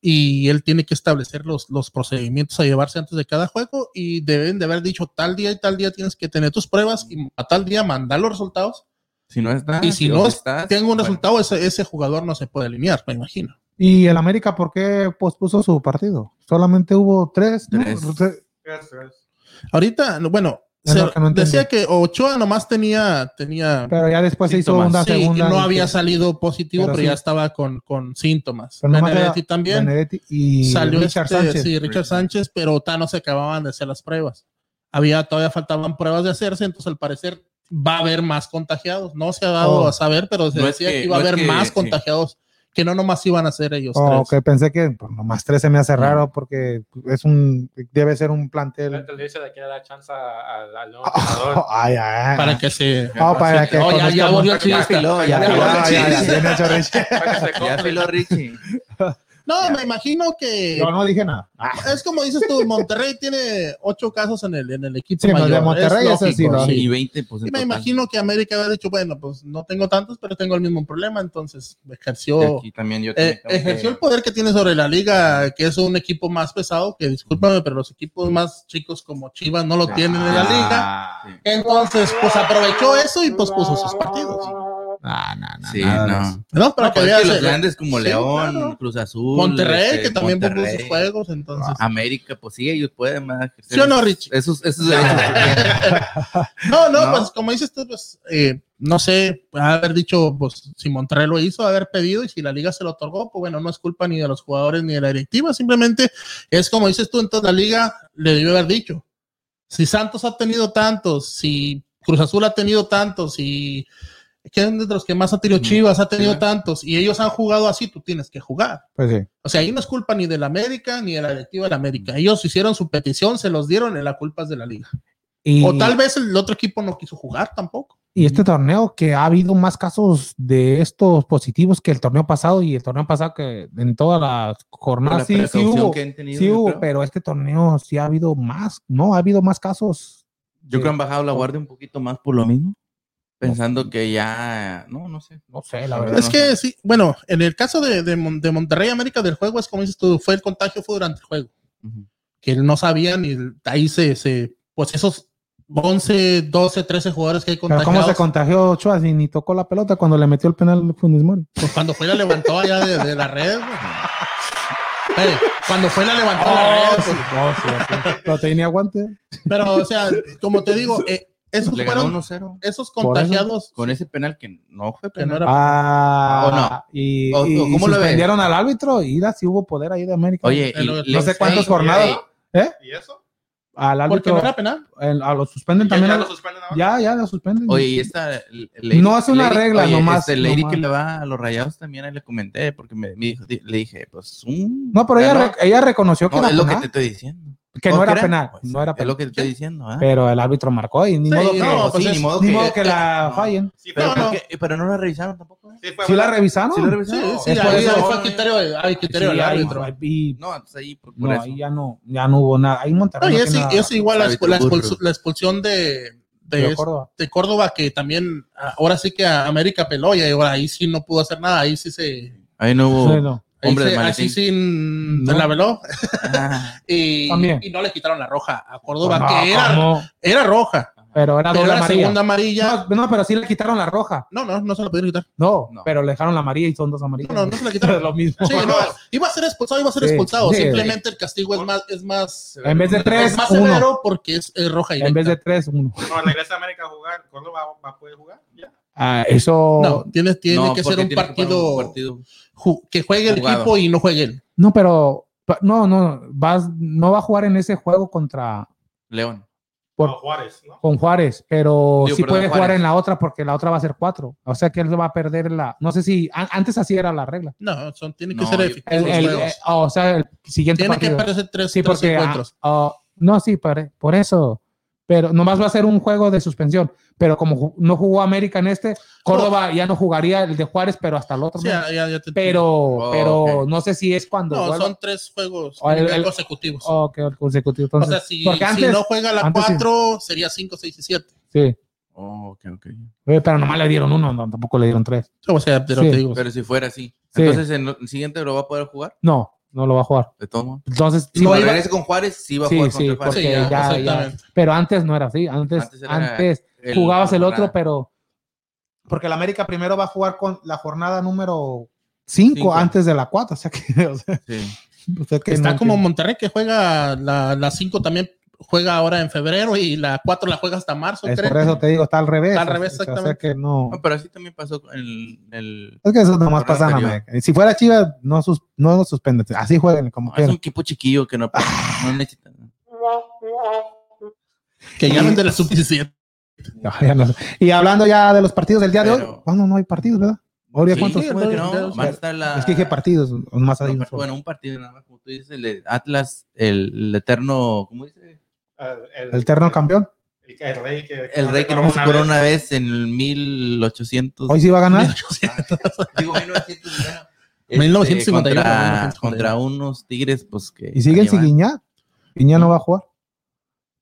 C: y él tiene que establecer los, los procedimientos a llevarse antes de cada juego y deben de haber dicho tal día y tal día tienes que tener tus pruebas y a tal día mandar los resultados.
B: Si no está,
C: y si
B: o
C: no
B: estás,
C: tengo un
B: Ah, bueno,
C: resultado, ese, ese jugador no se puede alinear, me imagino.
A: ¿Y el América por qué pospuso su partido? Solamente hubo tres. ¿no?
B: Tres.
A: Re-
D: Yes, yes.
C: Ahorita, no, bueno,
A: Es
C: se-
A: lo que no entendí.
C: decía que Ochoa nomás tenía, tenía
A: Pero ya después se hizo
B: Síntomas.
A: una
C: sí,
A: segunda.
C: no
A: y-
C: había salido positivo,
A: Pero
C: pero,
A: sí.
C: ya estaba con, con síntomas.
A: Pero nomás
C: Benedetti
A: era
C: también
A: Benedetti y
C: salió
A: Richard
C: este-
A: Sánchez.
C: sí, Richard Sánchez, pero ta, no se acababan de hacer las pruebas. Había, todavía faltaban pruebas de hacerse, entonces al parecer va a haber más contagiados. No se ha dado
A: Oh.
C: a saber, pero se
B: No es
C: decía
B: que-
C: que iba a
B: no es
C: haber
B: que-
C: más
B: sí.
C: contagiados, que no nomás iban a ser ellos
A: Oh,
C: tres.
A: ok, pensé que pues, nomás tres se me hace raro porque es un debe ser un plantel.
D: Ahorita le dice de que le da chance a- a- al nuevo entrenador.
A: Ay, ay, ay.
C: Para que se...
A: Oh, para que
C: Oh, ya,
A: conozca
C: ya
A: más-
C: volvió el
B: Ya
C: chiste.
B: filó,
A: Ya,
B: ya filó
A: ya,
B: Richie.
A: ya, ya, bien hecho, Richie.
D: Para que se
B: Ya
D: compre.
B: filó Richie.
C: No, me imagino que...
A: Yo no dije nada.
C: Es como dices tú, Monterrey tiene ocho casos en el, en el equipo
A: Sí, pues,
C: mayor.
A: de Monterrey
C: es
A: eso sí,
C: lógico,
A: ¿no?
C: sí.
B: Y 20, pues
C: Y
B: en
C: me
B: total.
C: imagino que América había dicho, bueno, pues no tengo tantos, pero tengo el mismo problema, entonces
B: Y
C: ejerció,
B: aquí también yo
C: eh,
B: también tengo
C: ejerció
B: que-
C: el poder que tiene sobre la liga, que es un equipo más pesado, que discúlpame, pero los equipos más chicos como Chivas no lo tienen en la liga.
B: Ah, sí.
C: Entonces, pues aprovechó eso y pues puso sus partidos.
A: Ah, no, no,
B: Sí,
A: nada de
B: no.
A: eso.
C: ¿No? Para
B: No,
C: que
B: pues es
C: veas
B: que los
C: eh,
B: grandes como
C: sí,
B: León,
C: claro.
B: Cruz Azul,
C: Monterrey,
B: este,
C: que también puso
B: Monterrey,
C: sus juegos, entonces.
B: América, pues sí, ellos pueden más ejercer
C: ¿Sí o no,
B: esos-
C: Richie?
B: Esos, esos derechos que tienen.
C: No, no,
B: ¿No?
C: pues como dices tú, pues eh, no sé, haber dicho, pues si Monterrey lo hizo, haber pedido y si la liga se lo otorgó, pues bueno, no es culpa ni de los jugadores ni de la directiva, simplemente es como dices tú, entonces la liga le debió haber dicho. Si Santos ha tenido tantos, si Cruz Azul ha tenido tantos, si ¿quién de los que más ha tenido
B: Mm,
C: Chivas ha tenido
B: Chivas.
C: tantos y ellos han jugado así, tú tienes que jugar.
A: Pues sí.
C: O sea, ahí no es culpa ni de la América ni de la directiva de la
B: Mm.
C: América. Ellos hicieron su petición, se los dieron, en la culpa es de la liga.
A: Y,
C: O tal vez el otro equipo no quiso jugar tampoco.
A: y este torneo que ha habido más casos de estos positivos que el torneo pasado y el torneo pasado que en todas las
B: Por la
A: jornadas sí, sí
B: precaución
A: hubo,
B: que han tenido,
A: sí
B: yo
A: hubo,
B: creo.
A: pero este torneo sí ha habido más, no, ha habido más casos.
B: Yo creo que
A: que-
B: han bajado la guardia un poquito más por lo mismo, pensando que ya, no, no sé.
A: No sé, la
B: Es
A: verdad.
C: Es que sí, bueno, en el caso de, de, Mon- de Monterrey América del juego es como dices tú, fue el contagio, fue durante el juego,
B: Ujú.
C: que él no sabía ni ahí se, se, pues esos 11, 12, 13 jugadores que hay
A: Pero cómo se
C: contagiados,
A: contagió Ochoa si ni tocó la pelota cuando le metió el penal Funes Mori.
C: pues cuando fue la levantó allá de, de la red. güey. Eh, cuando fue la levantó a la
A: Oh,
B: Oh,
C: red. pues.
A: No tenía guante.
C: pero o sea, como te digo, eh, esos
B: Le ganó
C: fueron
B: 1-0
C: esos
A: eso.
C: contagiados.
B: con ese penal que no fue
C: Que no
B: penal.
C: era-
A: Ah,
B: ¿O no?
A: Y,
B: ¿O- o
A: y- y
B: cómo lo ves?
A: suspendieron al árbitro y mira si hubo poder ahí de América.
B: Oye, y-
C: No
B: le-
A: sé cuántas
B: ey,
A: jornadas.
D: ¿Y eso?
A: al
C: Porque
A: árbitro.
C: no era penal.
A: el- a lo suspenden
D: ¿Ya,
A: también.
D: ya
A: al-
D: lo suspenden ahora?
A: Ya, ya lo suspenden.
B: Oye, y este esta. l-
A: No es una regla, nomás-
B: Este lady
A: nomás.
B: que le va a los rayados también ahí le comenté, porque me, me dijo- di- le dije, pues un.
A: no, pero ella,
B: ganó.
A: re- ella reconoció que,
B: No,
A: era
B: es lo que
A: penal,
B: te estoy diciendo.
A: que no
B: ¿O
A: era
B: qué
A: penal.
B: Pues,
A: no era
B: Es lo
A: penal.
B: que te estoy diciendo. ¿ah?
A: Pero el árbitro marcó y ni
C: Sí,
A: modo que,
C: no, pues
B: sí,
C: es-
B: ni modo
A: ni
B: que.
A: modo que la
B: no.
A: fallen.
D: Sí, fue
B: Pero,
C: No,
D: una-
C: no.
B: creo que- pero no la revisaron tampoco. ¿eh?
D: sí fue
A: ¿Sí la
D: una-
A: revisaron?
B: ¿Sí la revisaron?
C: Sí, sí,
A: Es por
C: ahí
A: eso.
C: fue a criterio, a criterio del
A: Sí, ahí-
C: árbitro.
A: y-
B: No, pues ahí por, por
A: no,
B: eso.
A: ahí ya no, ya no hubo nada. Ahí en
C: No,
A: Monterrey.
C: y
A: no
C: es,
A: tiene
C: y
A: nada.
C: es igual la,
B: Árbitro
C: expu- la
B: burro.
C: expulsión, la expulsión de,
A: Pero
C: de,
A: Córdoba.
C: de Córdoba, que también ah, ahora sí que a América peló y ahora ahí sí no pudo hacer nada, ahí sí se.
B: Ahí no hubo.
A: Sí, no.
C: ahí
B: Hombre
C: se-
B: de maletín.
C: así sí mm,
A: No.
C: se la veló
B: Ah,
C: y,
A: También.
C: y no le quitaron la roja a Córdoba,
A: No,
C: que era,
A: ¿cómo?
C: era roja,
A: Pero era
C: pero
A: doble
C: era
A: amarilla.
C: segunda amarilla.
A: No, no, pero sí le quitaron la roja.
C: No, no, no se la pudieron quitar.
A: No,
B: No.
A: pero le dejaron la amarilla y son dos amarillas.
C: No, no, no se la quitaron.
A: lo mismo.
C: Sí, no, iba a ser expulsado, iba a ser
A: Sí,
C: expulsado.
A: sí.
C: Simplemente el castigo es más, es más,
A: En vez de tres,
C: es más
A: uno.
C: severo porque es eh, roja y
A: En vez de tres, uno.
D: No, regresa a América a jugar. ¿Cuándo va, va a poder jugar? Ya.
A: Ah, eso.
C: no, tiene, tiene
B: no,
C: que
B: porque
C: ser
B: tiene
C: un
B: que jugar
C: partido,
B: un partido.
C: ju- que juegue el
B: Jugado.
C: equipo y no juegue él.
A: No, pero. pa- No, no. Vas, no va a jugar en ese juego contra.
B: León.
D: Por
A: Por-
D: Juárez, ¿no?
A: con Juárez, pero
B: Digo,
A: sí
B: perdón,
A: puede jugar
B: Juárez.
A: en la otra porque la otra va a ser cuatro. O sea que él va a perder la. No sé si an- antes así era la regla.
C: No, son, tiene que
B: No,
C: ser
B: yo-
C: efectivos.
A: El-
C: los
A: el-
C: juegos.
A: eh, o sea, el siguiente
C: tiene que
A: partido.
C: perderse tres,
A: sí,
C: tres
A: porque. ah,
C: encuentros.
A: ah, no, sí, por, por eso. Pero nomás va a ser un juego de suspensión. Pero como ju- no jugó América en este, Córdoba ya no jugaría el de Juárez, pero hasta el otro.
C: Oh. Sí, ah,
A: mes.
C: ya- ya- ya te-
A: pero
B: Oh,
A: pero
B: ok.
A: no sé si es cuando.
C: no,
A: vuelva-
C: son tres juegos
A: O el- el-
C: consecutivos.
A: Oh, que el consecutivo.
C: o
A: Entonces,
C: sea, si,
A: porque
C: si
A: antes.
C: no juega la
A: antes sí.
C: 4, sería 5, 6 y 7.
A: sí,
B: Oh, ok, ok.
A: eh, pero nomás le dieron uno, no, tampoco le dieron tres.
C: O sea, pero
A: Sí.
C: te digo,
B: Pero si fuera así.
A: Sí.
B: Entonces, en lo- el siguiente lo va a poder jugar,
A: No, no lo va a jugar.
B: de todo modo.
A: Entonces,
B: Si
A: sí,
B: lo
A: iba-
B: regresa con Juárez, sí va a
A: Sí,
B: jugar
A: sí,
B: contra Juárez.
A: porque
C: Sí,
A: ya,
C: ya,
A: ya.
C: exactamente.
A: pero antes no era así. Antes,
B: Antes
A: antes,
B: era El-
A: jugabas el otro,
B: nada.
A: pero. Porque el América primero va a jugar con la jornada número 5
B: Cinco.
A: antes de la 4. O sea que. o sea,
B: Sí.
A: usted que
C: está
A: no
C: como
A: entiende.
C: Monterrey que juega la, la 5 también juega ahora en febrero y la 4 la juega hasta marzo,
A: Es
C: creo.
A: por eso te digo, está al revés.
C: Está al revés,
A: o sea,
C: exactamente.
A: que no.
B: No, pero así también pasó en el... el-
A: Es que eso nomás
B: Por
A: pasa en
B: anterior.
A: América. Si fuera Chivas, no, sus, no nos suspenden. Así jueguen como
B: es
A: quieran.
B: un equipo chiquillo que no, pues, no necesita...
C: Que ya vende la sub-17.
A: No, ya no. Y hablando ya de los partidos del día de
B: Pero-
A: hoy, ¿cuándo no hay partidos, verdad? Ahora ya
B: Sí,
A: cuántos.
B: ¿cómo de que no?
C: Pero-
B: Van a estar la-
A: Es que dije partidos, más ahí.
B: No, pero bueno, un partido nada más, como tú dices, el de Atlas, el, el eterno, ¿cómo dice?
D: Ah, El,
A: El terno campeón.
D: el- el rey que,
B: El rey que no
D: coronó
B: se coronó
D: Ah, vez.
B: una vez en el 1800.
A: Hoy sí va a ganar.
B: Digo, 1900, bueno, este,
C: 1951,
B: contra,
C: 1951.
B: contra unos tigres, pues que.
A: Y siguen sin
B: llevan-
A: Guiñá. Guiñá no va a jugar.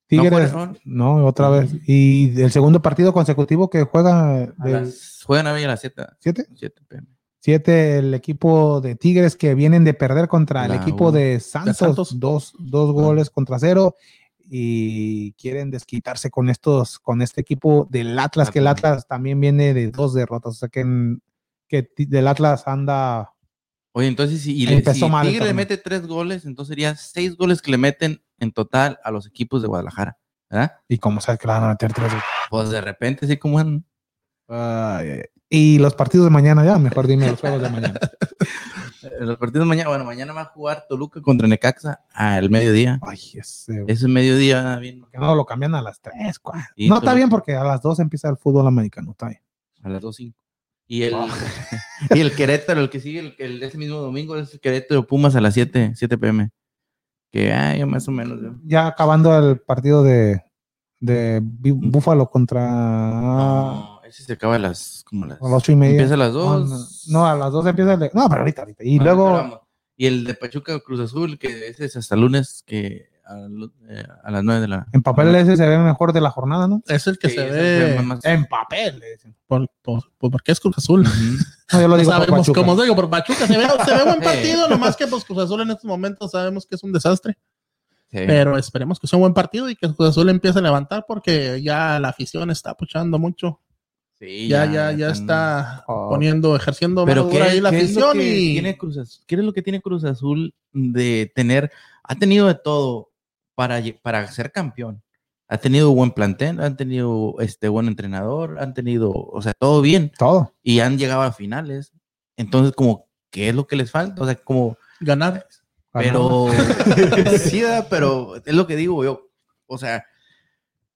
A: Tigres.
B: juega, ¿no?
A: No, otra vez. Y el segundo partido consecutivo que juega
B: A
A: del
B: las- Juegan a mí a las 7.
A: 7.
B: 7 pm.
A: 7 el equipo de Tigres que vienen de perder contra el
B: La
A: equipo
B: U. Ah.
A: de Santos.
C: Santos.
A: Dos, dos goles contra cero. Y quieren desquitarse con estos, con este equipo del Atlas, que el
B: Atlas.
A: Atlas también viene de dos derrotas. O sea que, en- que ti- del Atlas anda
B: Oye, entonces si, y le-
A: Empezó
B: si
A: mal el
B: Tigres le
A: torneo.
B: mete 3 goles, entonces serían 6 goles que le meten en total a los equipos de Guadalajara. ¿Verdad?
A: y como sabes que la van a meter tres.
B: Pues de repente, así como en.
A: Ay, y los partidos de mañana ya, mejor dime los juegos de mañana.
B: en Los partidos de mañana, bueno, mañana va a jugar Toluca contra Necaxa al mediodía.
A: Ay, ese, güey.
B: Ese mediodía bien.
A: que no lo cambian a las 3, 4.
B: Y
A: no,
B: todo.
A: está bien porque a las 2 empieza el fútbol americano, está bien.
B: A las 2.05. Y el, y el Querétaro, el que sigue el, el- ese mismo domingo es el Querétaro Pumas a las 7, 7 pm. Que ay, más o menos. ¿no?
A: Ya acabando el partido de, de Bí- Búfalo contra
B: No, ese se acaba a las. Como a las
A: Ah. a las 8 y media. Ah,
B: Empieza a las 2.
A: No, no, a las 2 empieza el de- No, pero ahorita, ahorita.
C: Ah,
A: Y luego,
B: Y el de Pachuca Cruz Azul, que ese es hasta lunes, que a, lo- eh, a las 9 de la.
A: en papel ese se ve mejor de la jornada, ¿no?
C: Es el que
B: Sí,
C: se
B: ese se ve
C: ve
B: más-
A: En papel. le dicen.
C: por, por, por- porque es Cruz Azul.
B: Ujú.
A: No, yo lo
C: No
A: digo por
C: sabemos
A: Pachuca.
C: cómo digo, por Pachuca se ve, se ve buen
B: Sí.
C: partido, nomás que pues Cruz Azul en estos momentos sabemos que es un desastre.
B: Sí.
C: Pero esperemos que sea un buen partido y que Cruz Azul empiece a levantar porque ya la afición está apuchando mucho.
B: Sí,
C: Ya, ya, ya
B: están-
C: está
A: Oh.
C: poniendo, ejerciendo mano
B: Pero ¿qué,
C: dura ahí la
B: qué es lo
C: afición
B: que
C: y
B: tiene Cruz Azul? ¿Qué es lo que tiene Cruz Azul de tener? Ha tenido de todo para, lle- para ser campeón. Ha tenido buen plantel, han tenido este buen entrenador, han tenido, o sea, todo bien
A: Todo.
B: y han llegado a finales. Entonces, como, ¿qué es lo que les falta? O sea, como, Ah,
C: ganar.
A: Ah,
B: pero, sí, ¿verdad? pero es lo que digo yo. O sea,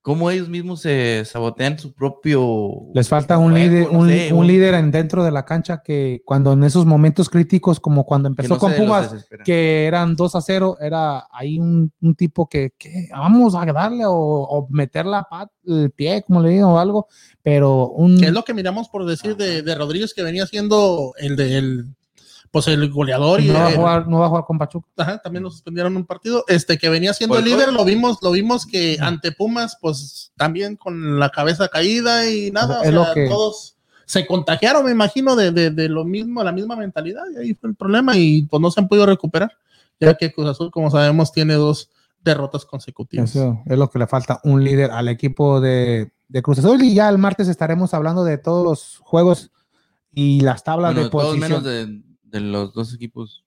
B: como ellos mismos se sabotean su propio.
A: Les falta un
B: juego,
A: líder,
B: no
A: un,
B: sé,
A: un líder en- dentro de la cancha que cuando en esos momentos críticos, como cuando
B: que
A: empezó
B: no
A: con
B: se los
A: Pumas,
B: desespera.
A: que eran 2 a 0, era ahí un, un tipo que, que vamos a darle o, o meter la pat- el pie, como le digo, o algo, pero un...
C: Que es lo que miramos por decir
B: Ah.
C: de, de Rodríguez que venía siendo el de el, pues el goleador y
A: no, va a
C: el-
A: jugar, no va a jugar con Pachuca.
C: ajá, también lo suspendieron un partido. Este que venía siendo
B: Por
C: el
B: el
C: líder,
B: juego.
C: lo vimos, lo vimos que ante Pumas, pues también con la cabeza caída y nada, o
A: Es lo
C: sea,
A: que-
C: todos se contagiaron, me imagino, de, de, de lo mismo, la misma mentalidad, y ahí fue el problema, y pues no se han podido recuperar, ya que Cruz Azul, como sabemos, tiene dos derrotas consecutivas.
A: Eso es lo que le falta, un líder al equipo de, de Cruz Azul y ya el martes estaremos hablando de todos los juegos y las tablas
B: Bueno,
A: de
B: todos menos
A: posición.
B: de, de los dos equipos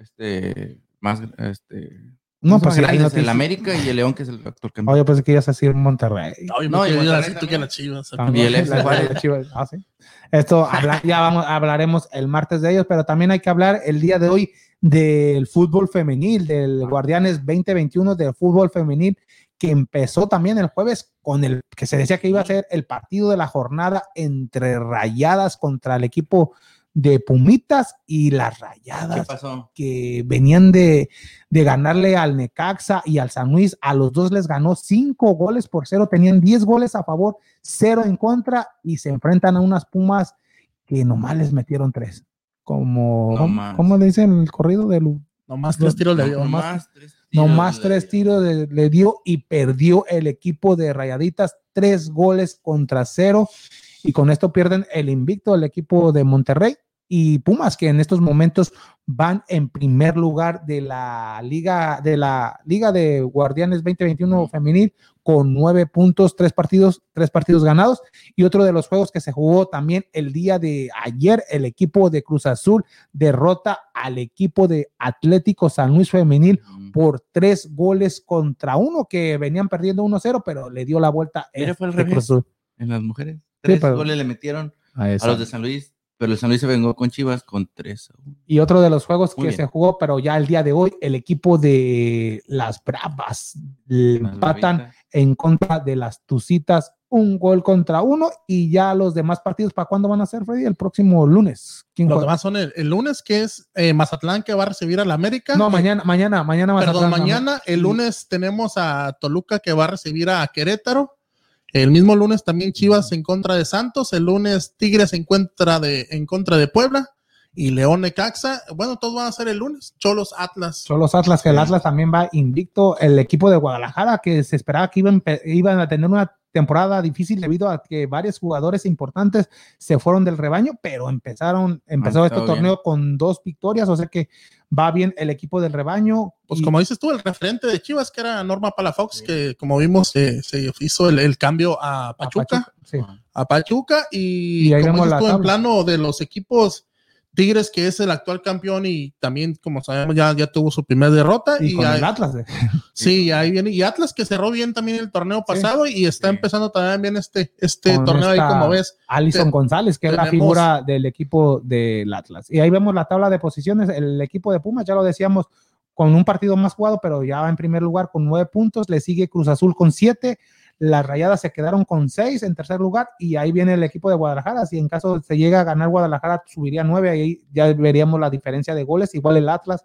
B: este, más este,
A: No,
B: más
A: pues ahí
B: grandes,
A: no te-
B: el América y el León, que es el factor
A: Oh,
B: campeón.
A: yo pensé que ibas a decir Monterrey.
C: No, yo
B: No,
C: me
B: y
C: quedé
B: Monterrey
C: así, tú
B: también.
C: que la chivas.
A: También,
B: Y el FC
A: la- la-
B: Juárez.
A: la Chivas. Ah, sí. Esto habla- ya vamos, hablaremos el martes de ellos, pero también hay que hablar el día de
B: Ah.
A: hoy del fútbol femenil, del Guardianes 2021 del fútbol femenil, que empezó también el jueves con el que se decía que iba a ser el partido de la jornada entre rayadas contra el equipo de Pumitas y las
B: ¿Qué
A: rayadas
B: pasó?
A: que venían de, de ganarle al Necaxa y al San Luis. A los dos les ganó cinco goles por cero, tenían 10 goles a favor, cero en contra y se enfrentan a unas Pumas que nomás les metieron tres. Como,
B: No
A: ¿cómo,
B: más.
A: ¿cómo le dicen el corrido de Lu?
C: Nomás tres tiros le dio.
B: Nomás tres tiros
A: Nomás
B: le
A: tres
B: dio.
A: tiros de- le dio y perdió el equipo de Rayaditas, tres goles contra cero. Y con esto pierden el invicto del equipo de Monterrey y Pumas, que en estos momentos van en primer lugar de la Liga de la Liga de Guardianes 2021 femenil con nueve puntos, tres partidos, tres partidos ganados. Y otro de los juegos que se jugó también el día de ayer, el equipo de Cruz Azul derrota al equipo de Atlético San Luis Femenil
B: Ujú.
A: por tres goles contra uno que venían perdiendo 1-0, pero le dio la vuelta.
B: Mira, fue al
A: este
B: revés.
A: Cruz Azul.
B: En las mujeres. Tres
A: pero-
B: goles le metieron
E: A
B: a
E: eso.
B: los de San Luis, pero el San Luis se vengó con Chivas con tres. a uno.
A: Y otro de los juegos
B: Muy
A: que
B: bien.
A: se jugó, pero ya el día de hoy, el equipo de las Bravas le
B: Las
A: empatan
B: Bravitas.
A: en contra de las Tucitas, un gol contra uno. Y ya los demás partidos, ¿para cuándo van a ser, Freddy? El próximo lunes. ¿Quién
C: Los
A: juega?
C: demás son el, el lunes, que es eh, Mazatlán, que va a recibir al América.
A: No, mañana, mañana, mañana.
C: Perdón,
A: Mazatlán,
C: mañana, el lunes tenemos a Toluca que va a recibir a Querétaro. El mismo lunes también Chivas en contra de Santos. El lunes Tigres en contra de, en contra de Puebla. Y León Necaxa. Bueno, todos van a ser el lunes. Cholos Atlas.
A: Son los Atlas, que el Atlas también va invicto. El equipo de Guadalajara, que se esperaba que iban, pe- iban a tener una temporada difícil debido a que varios jugadores importantes se fueron del rebaño, pero empezaron, empezó
B: Ah,
A: este
B: estaba bien.
A: torneo con dos victorias, o sea que va bien el equipo del rebaño.
C: Pues
A: y-
C: como dices tú, el referente de Chivas, que era Norma Palafox, que como vimos eh, se hizo el, el cambio a
A: a
C: Pachuca.
A: sí.
C: a Pachuca y,
A: Y ahí
C: como
A: vemos
C: dices
A: la
C: tú, en
A: tabla.
C: plano de los equipos Tigres que es el actual campeón y también como sabemos ya, ya tuvo su primera derrota
A: Y,
C: y,
A: con
C: ahí-
A: el Atlas. eh.
C: sí, y ahí viene y Atlas que cerró bien también el torneo pasado y está
B: Sí.
C: empezando también bien este este
A: Con
C: torneo
A: esta-
C: ahí como ves
A: Alison
C: Te-
A: González, que es la
C: tenemos-
A: figura del equipo del Atlas. Y ahí vemos la tabla de posiciones. El equipo de Pumas, ya lo decíamos, con un partido más jugado, pero ya va en primer lugar con nueve puntos. Le sigue Cruz Azul con siete. Las rayadas se quedaron con seis en tercer lugar. Y ahí viene el equipo de Guadalajara. Si en caso se llega a ganar Guadalajara, subiría a nueve. Ahí ya veríamos la diferencia de goles. Igual el Atlas.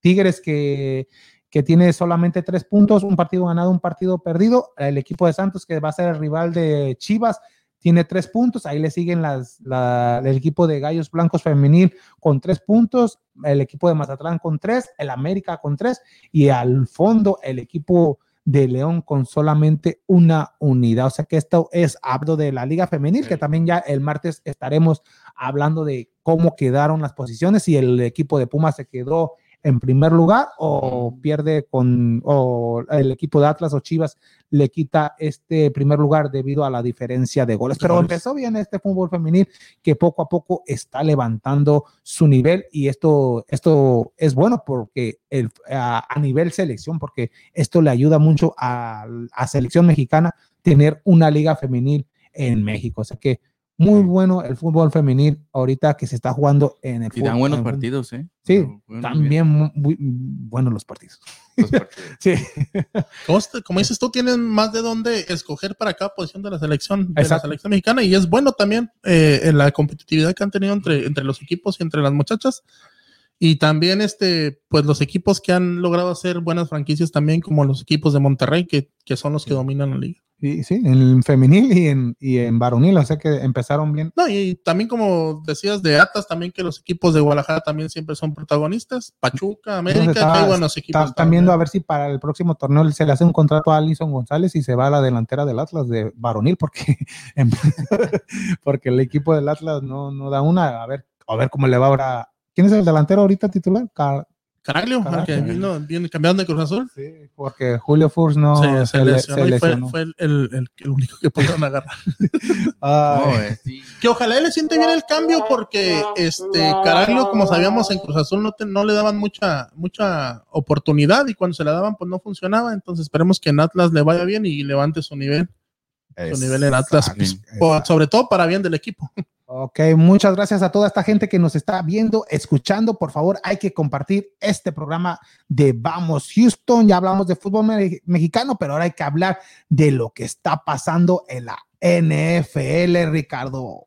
A: Tigres que que tiene solamente tres puntos, un partido ganado, un partido perdido. El equipo de Santos, que va a ser el rival de Chivas, tiene tres puntos. Ahí le siguen las, la- el equipo de Gallos Blancos Femenil con tres puntos, el equipo de Mazatlán con tres, el América con tres y al fondo el equipo de León con solamente una unidad. O sea que esto es hablo de la Liga Femenil, que también ya el martes estaremos hablando de cómo quedaron las posiciones y el equipo de Puma se quedó en primer lugar o pierde con o el equipo de Atlas o Chivas le quita este primer lugar debido a la diferencia de goles. Pero empezó bien este fútbol femenil que poco a poco está levantando su nivel y esto, esto es bueno porque el, a, a nivel selección, porque esto le ayuda mucho a, a selección mexicana tener una liga femenil en México. O sea que muy bueno el fútbol femenil ahorita que se está jugando en el
B: Y
A: fútbol.
B: dan buenos
A: en el fútbol.
B: partidos, ¿eh?
A: Sí,
B: Pero juegan muy bien
A: También muy, muy buenos los partidos.
B: los partidos.
A: Sí,
C: Costa- como dices tú tienen más de dónde escoger para cada posición de la selección de la
A: Exacto.
C: selección mexicana y es bueno también eh, en la competitividad que han tenido entre, entre los equipos y entre las muchachas y también este pues los equipos que han logrado hacer buenas franquicias también como los equipos de Monterrey que, que son los que dominan la liga
A: y, sí en femenil y en, y en varonil, o sea que empezaron bien
C: no, y también como decías de Atlas también que los equipos de Guadalajara también siempre son protagonistas Pachuca América
A: Entonces,
C: que hay
A: está-
C: buenos
A: Ta-
C: equipos
A: están viendo a
C: también.
A: ver si para el próximo torneo se le hace un contrato a Alison González y se va a la delantera del Atlas de varonil porque, en- porque el equipo del Atlas no, no da una. A ver, a ver cómo le va ahora. ¿Quién es el delantero ahorita titular? Ca-
C: Caraglio,
A: Caraglio.
C: que vino, viene campeón de Cruz Azul
A: porque Julio Furs no
C: se,
A: se,
C: se
A: le-
C: lesionó
A: se
C: y fue-
A: lesionó.
C: fue, el, el- el- el único que pudieron agarrar.
A: Ay,
B: No, eh, sí.
C: Que ojalá él le siente bien el cambio porque este Caraglio, como sabíamos en Cruz Azul no, te- no le daban mucha mucha oportunidad y cuando se la daban pues no funcionaba, entonces esperemos que en Atlas le vaya bien y levante su nivel, su nivel en Atlas, pues, por- sobre todo para bien del equipo.
A: Ok, muchas gracias a toda esta gente que nos está viendo, escuchando. Por favor, hay que compartir este programa de Vamos Houston. Ya hablamos de fútbol me- mexicano, pero ahora hay que hablar de lo que está pasando en la NFL, Ricardo,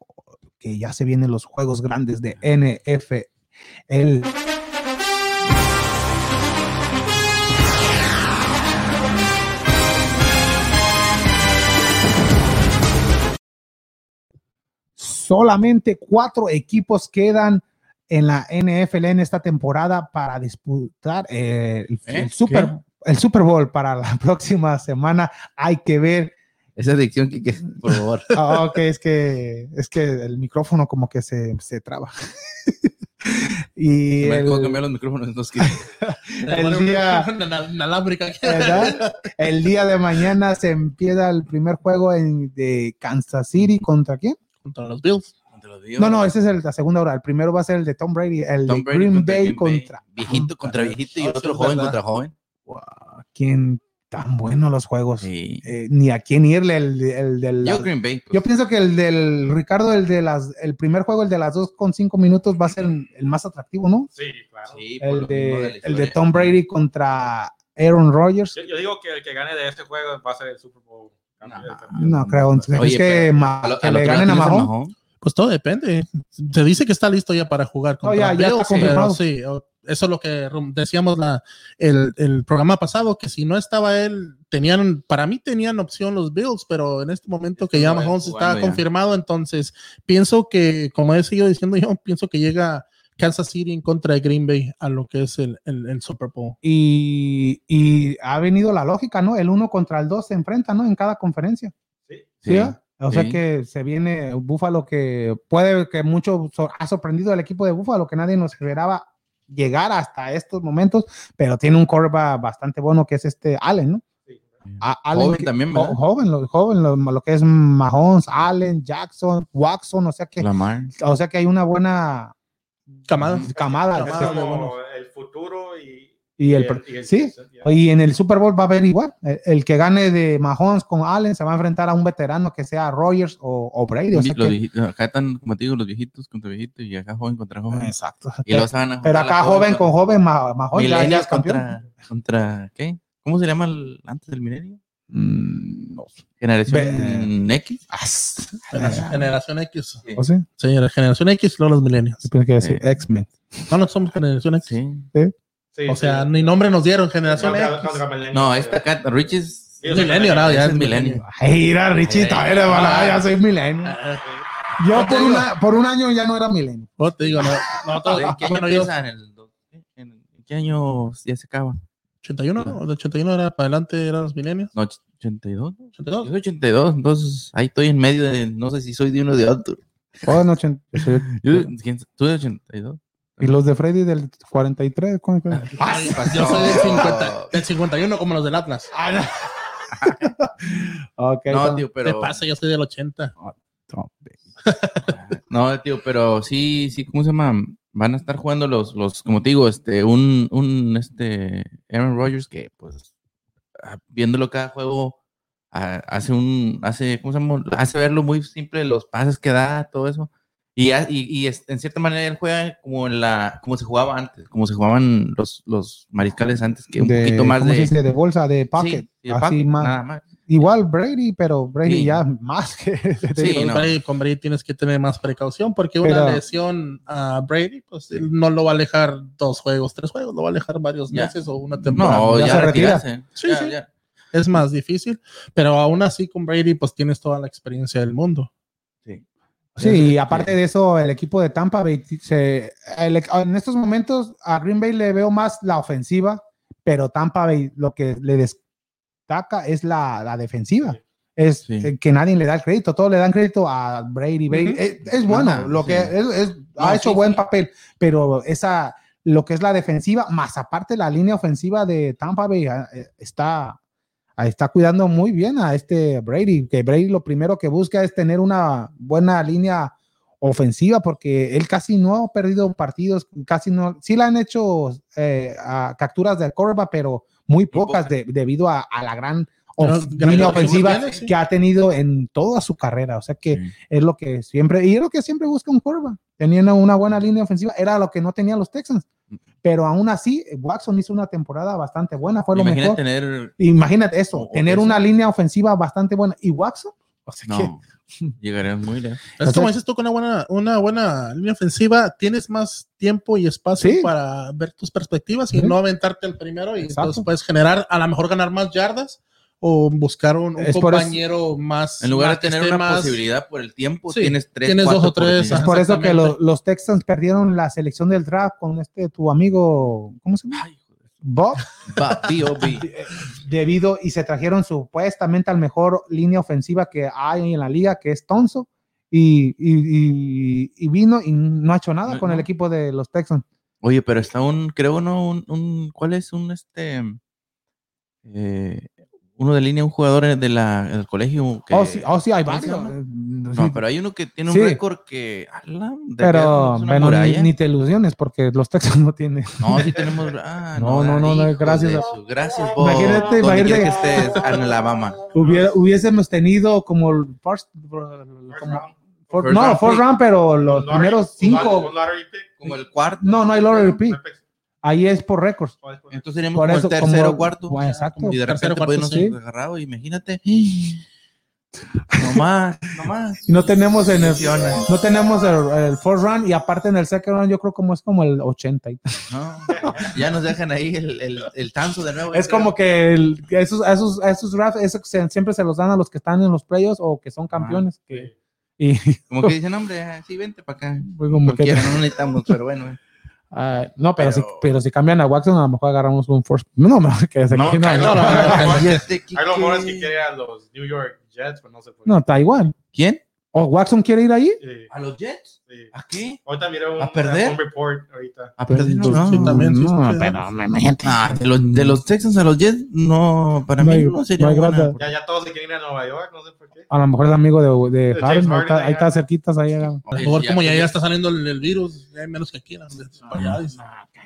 A: que ya se vienen los juegos grandes de NFL. Solamente cuatro equipos quedan en la NFL en esta temporada para disputar eh, el,
B: ¿Eh?
A: el Super, el Super Bowl para la próxima semana. Hay que ver.
B: Esa adicción, Kike, por favor.
A: Ah, ok, es que, es que el micrófono como que se, se traba. y
B: Me acabo de
A: el,
B: cambiar los micrófonos, entonces, Kike.
A: el día,
C: Inalámbrica.
A: ¿verdad? el día de mañana se empieza el primer juego en- de Kansas City contra quién?
C: Contra los Bills.
B: Te lo digo.
A: No, no, esa es el- la segunda hora. El primero va a ser el de Tom Brady, el
B: Tom
A: de
B: Brady
A: Green Bay contra.
B: Viejito contra viejito y
C: Ah, sí,
B: otro
C: es
B: joven
C: verdad.
B: contra joven.
A: Guau, ¿Quién tan buenos los juegos?
B: Sí.
A: Eh, ni a quién irle el, el del.
B: Yo Green Bay. pues.
A: Yo pienso que el del Ricardo, el de las, el primer juego, el de las dos con cinco minutos, va a ser el más atractivo, ¿no?
D: Sí, claro.
B: Sí, por
A: El
B: lo mismo la
A: de, el de
B: historia.
A: Tom Brady contra Aaron Rodgers.
D: Yo, yo digo que el que gane de este juego va a ser el Super Bowl. campeón.
A: No creo. Entonces,
B: Oye,
A: es que,
B: pero
A: Ma-
B: a lo-
A: que
B: a lo
A: le
B: que no
A: ganen a
B: tienes
A: Mahomes.
C: Pues todo depende. Se dice que está listo ya para jugar
A: No,
C: contra
A: Oh, ya- ya está
C: Bills,
A: confirmado.
C: pero sí, o- eso es lo que rum- decíamos la, el, el programa pasado, que si no estaba él, tenían, para mí tenían opción los Bills, pero en este momento que ya
B: Estaba
C: Mahomes
B: jugando
C: está
B: ya.
C: confirmado, entonces pienso que, como he seguido diciendo yo, pienso que llega Kansas City en contra de Green Bay a lo que es el, el- el Super Bowl.
A: Y, y ha venido la lógica, ¿no? El uno contra el dos se enfrenta, ¿no? En cada conferencia.
D: Sí.
A: ¿Sí? ah? O sea
B: sí.
A: que se viene Búfalo que puede que mucho so- ha sorprendido al equipo de Búfalo que nadie nos esperaba llegar hasta estos momentos, pero tiene un corva bastante bueno que es este Allen, ¿no?
D: sí.
A: A- Allen
B: Joven
A: que-
B: también,
A: jo-
B: ¿verdad?
A: joven, lo, joven, lo, lo que es Mahomes, Allen, Jackson, Watson, o sea que,
B: Lamar.
A: o sea que hay una buena
C: Camada.
A: camada.
D: Es
C: Camada de
D: como
C: buenos.
D: el futuro y,
A: y, el,
D: y el-
A: sí, y en el Super Bowl va a haber igual. El, el que gane de Mahomes con Allen se va a enfrentar a un veterano que sea Rogers o, o Brady. o sea
B: Los
A: que-
B: viejitos, acá están, como te digo, los viejitos contra viejitos y acá joven contra joven.
A: exacto.
B: Y los van a juntar
A: Pero
B: la
A: acá joven con joven, Ma- Mahomes ya, ya
B: millennials
A: es campeón.
B: contra, contra ¿qué? ¿Cómo se llama el- antes del milenio?
A: Mm, no.
B: Generación X.
A: As-
C: Generación X.
A: ¿O ¿Oh, sí?
C: Sí, la generación X, no los millennials.
A: Yo pensé que iba a decir X-Men.
C: No, no somos generación X.
B: Sí.
D: Sí,
C: O
D: sí.
C: sea, ni nombre nos dieron, generación
D: Contra-
C: X.
D: contra Millennium. eh,
B: No, esta acá, Rich es
D: Sí, o sea,
C: Milenio, no,
B: Ese
C: ya es
B: es
C: milenio.
B: milenio.
A: Ay, mira, Richita, eres balada, ya soy milenio. Ah. Yo por, una- por un año ya no era milenio.
C: Vos te digo, no, no, todo-
B: ¿En qué año
C: bueno, yo-
B: empieza? En el do- en- en qué año ya se acaba?
C: 81, ¿no? El 81 era para adelante, eran los milenios.
B: No, 82. ¿no?
C: 82.
B: Yo soy 82, entonces ahí estoy en medio de, no sé si soy de uno o de otro.
A: Oh, no, ochenta-
B: Yo, ¿quién- ¿Tú de 82?
A: y los de Freddy del 43. ¿cómo es que?
B: Ay,
C: Yo
B: pasó.
C: soy del, 50, del 51 como los del Atlas.
A: Ok,
B: No,
A: son-
B: tío,
C: Te
B: pero...
C: pasa, yo soy del 80.
B: No, tío, pero sí, sí, ¿cómo se llama? Van a estar jugando los, los, como te digo, este, un, un, este, Aaron Rodgers que, pues, ah, viéndolo cada juego, ah, hace un, hace, ¿cómo se llama? Hace verlo muy simple, los pases que da, todo eso. Y, ha- y, y es- en cierta manera él juega como en la, como se jugaba antes, como se jugaban los, los mariscales antes, que un
A: de-
B: poquito más
A: ¿cómo
B: de...
A: se dice? de bolsa, de pocket.
B: Sí, de
A: así
B: pocket,
A: más.
B: nada más.
A: Igual Brady, pero Brady
B: Sí.
A: ya más que.
B: Sí,
C: con,
B: no.
C: Brady, con Brady tienes que tener más precaución porque una
A: Pero-
C: lesión a Brady, pues él no lo va a alejar dos juegos, tres juegos, lo va a alejar varios
B: Ya.
C: meses o una temporada.
B: No,
A: Ya
B: ya,
A: se retira.
B: retirarse.
C: Sí,
B: Ya,
C: sí.
B: ya.
C: Es más difícil, pero aún así con Brady, pues tienes toda la experiencia del mundo.
A: Sí, y aparte de eso, el equipo de Tampa Bay, se- el- e-, en estos momentos a Green Bay le veo más la ofensiva, pero Tampa Bay lo que le destaca es la, la defensiva. Es
B: Sí.
A: eh, que nadie le da el crédito, todos le dan crédito a Brady. Brady. es, es bueno,
B: Ajá,
A: lo que
B: sí.
A: es- es- ha
B: No,
A: hecho
B: sí,
A: buen
B: sí.
A: papel, pero esa, lo que es la defensiva, más aparte la línea ofensiva de Tampa Bay eh, está Ah, está cuidando muy bien a este Brady, que Brady lo primero que busca es tener una buena línea ofensiva porque él casi no ha perdido partidos, casi no, sí le han hecho eh, a- capturas de corva, pero muy pocas
B: pocas.
A: de- debido a, a la gran of-
C: Gran-
A: línea
C: gran-
A: ofensiva
C: tiene, sí.
A: que ha tenido en toda su carrera. O sea que
B: Sí.
A: es lo que siempre, y es lo que siempre busca un corva. Teniendo una buena línea ofensiva, era lo que no tenían los Texans. Pero aún así, Watson hizo una temporada bastante buena, fue lo
B: Imagina
A: mejor.
B: tener.
A: Imagínate eso,
B: O- o
A: tener
B: eso.
A: una línea ofensiva bastante buena. ¿Y Watson? O sea que-
B: No, llegaríamos muy lejos.
C: Es
A: O sea-
C: como dices tú, con una buena, una buena línea ofensiva tienes más tiempo y espacio
A: Sí.
C: para ver tus perspectivas y
A: Ujú.
C: no aventarte el primero y
A: Exacto.
C: entonces puedes generar, a lo mejor ganar más yardas o buscar un, un
A: Es por eso-
C: compañero más.
B: En lugar de
C: más que
B: tener
C: esté
B: una
C: más-
B: posibilidad por el tiempo,
C: Sí,
B: tienes tres.
C: tienes dos
B: cuatro
C: o tres,
A: es
B: oportunidades.
A: por eso que lo-
C: exactamente.
A: los Texans perdieron la selección del draft con este tu amigo, ¿cómo se llama?
B: Ay,
A: Bob.
B: va, B.O.B..
A: debido y se trajeron supuestamente al mejor línea ofensiva que hay en la liga, que es Tonso, y, y- y- y vino y no ha hecho nada
B: No,
A: con el
B: no.
A: equipo de los Texans.
B: Oye, pero está un, creo, ¿no? Un, un- ¿Cuál es un este? eh, uno de línea, un jugador de la, del colegio. Que,
A: Oh, sí, oh, sí, hay
B: ¿cómo se
A: varios.
B: llama?
A: Eh, sí,
B: No, pero hay uno que tiene un
A: Sí.
B: récord que. ala, de verdad,
A: pero,
B: es una
A: bueno, ni,
B: muralla.
A: ni te ilusiones porque los Texans no tienen.
B: No, sí tenemos. Ah,
A: No, no, no, no,
B: hijo
A: gracias
B: de
A: a-
B: su- Gracias, Bob.
A: Imagínate,
B: Donde
A: imagínate.
B: quiera que estés, en Alabama.
A: Hubiera, hubiésemos tenido como el first, como-
D: round.
A: for-
B: First
A: no,
B: round
A: first
B: pick.
A: round, pero los
D: Un lottery-
A: primeros
D: un lot-
A: cinco,
D: un lottery pick,
B: Como el cuarto.
A: no, no hay lottery pick,
D: perfecto.
A: ahí es por récords.
D: ¿Cuál es?
B: Entonces seríamos
A: Por
B: como
A: eso,
B: el tercero
A: como-
B: cuarto.
A: Bueno, exacto.
B: y de
C: tercero,
B: repente pues,
C: cuarto,
B: podemos
A: sí.
B: haber agarrado, imagínate. No más, no más.
A: No tenemos en el, no tenemos el, el first round y aparte en el second round yo creo como es como el 80. y-
B: No, ya nos dejan ahí el, el, el tanzo de nuevo.
A: Es como que el- que esos, a esos, a esos drafts eso se- siempre se los dan a los que están en los playoffs o que
B: Ah,
A: son campeones. que- y
B: Como que dicen, hombre, ah, sí, vente para acá.
A: fue como que-
B: Cualquiera, no necesitamos, pero bueno.
A: ah, no, pero, si,
B: Pero-
A: pero si cambian a Watson a lo mejor agarramos un first. No, no, que se-
D: No,
A: no,
D: no,
A: no,
D: no.
A: no,
B: Este,
D: Hay rumores que quiere a los New York Jets, pero no se puede.
A: no, está igual.
B: ¿Quién?
A: ¿O Watson quiere ir ahí?
D: Sí,
B: ¿A los Jets?
D: sí.
B: ¿A qué?
D: Ahorita miré un,
B: ¿A perder?
D: un report ahorita.
A: Pues,
B: ¿A perder? No,
C: Sí,
B: no.
C: también, sí,
A: no,
C: sí,
A: pero me- me-
B: Ah, de, los, de los Texans a los Jets, no, para
A: No
B: mí
A: hay-
B: no sería
A: no hay
B: buena.
A: gracia.
D: Ya, ya todos se quieren ir a Nueva York, no sé por qué.
A: A lo mejor es amigo de, de
D: James
A: Harden, ahí
D: Harden,
A: está, ahí
D: ahí
A: está
D: anda.
A: cerquitas, ahí llegamos.
C: A lo mejor
B: Ya Ah,
C: como ya,
B: que-
C: ya está saliendo el, el virus, ya hay menos que aquí. las- las-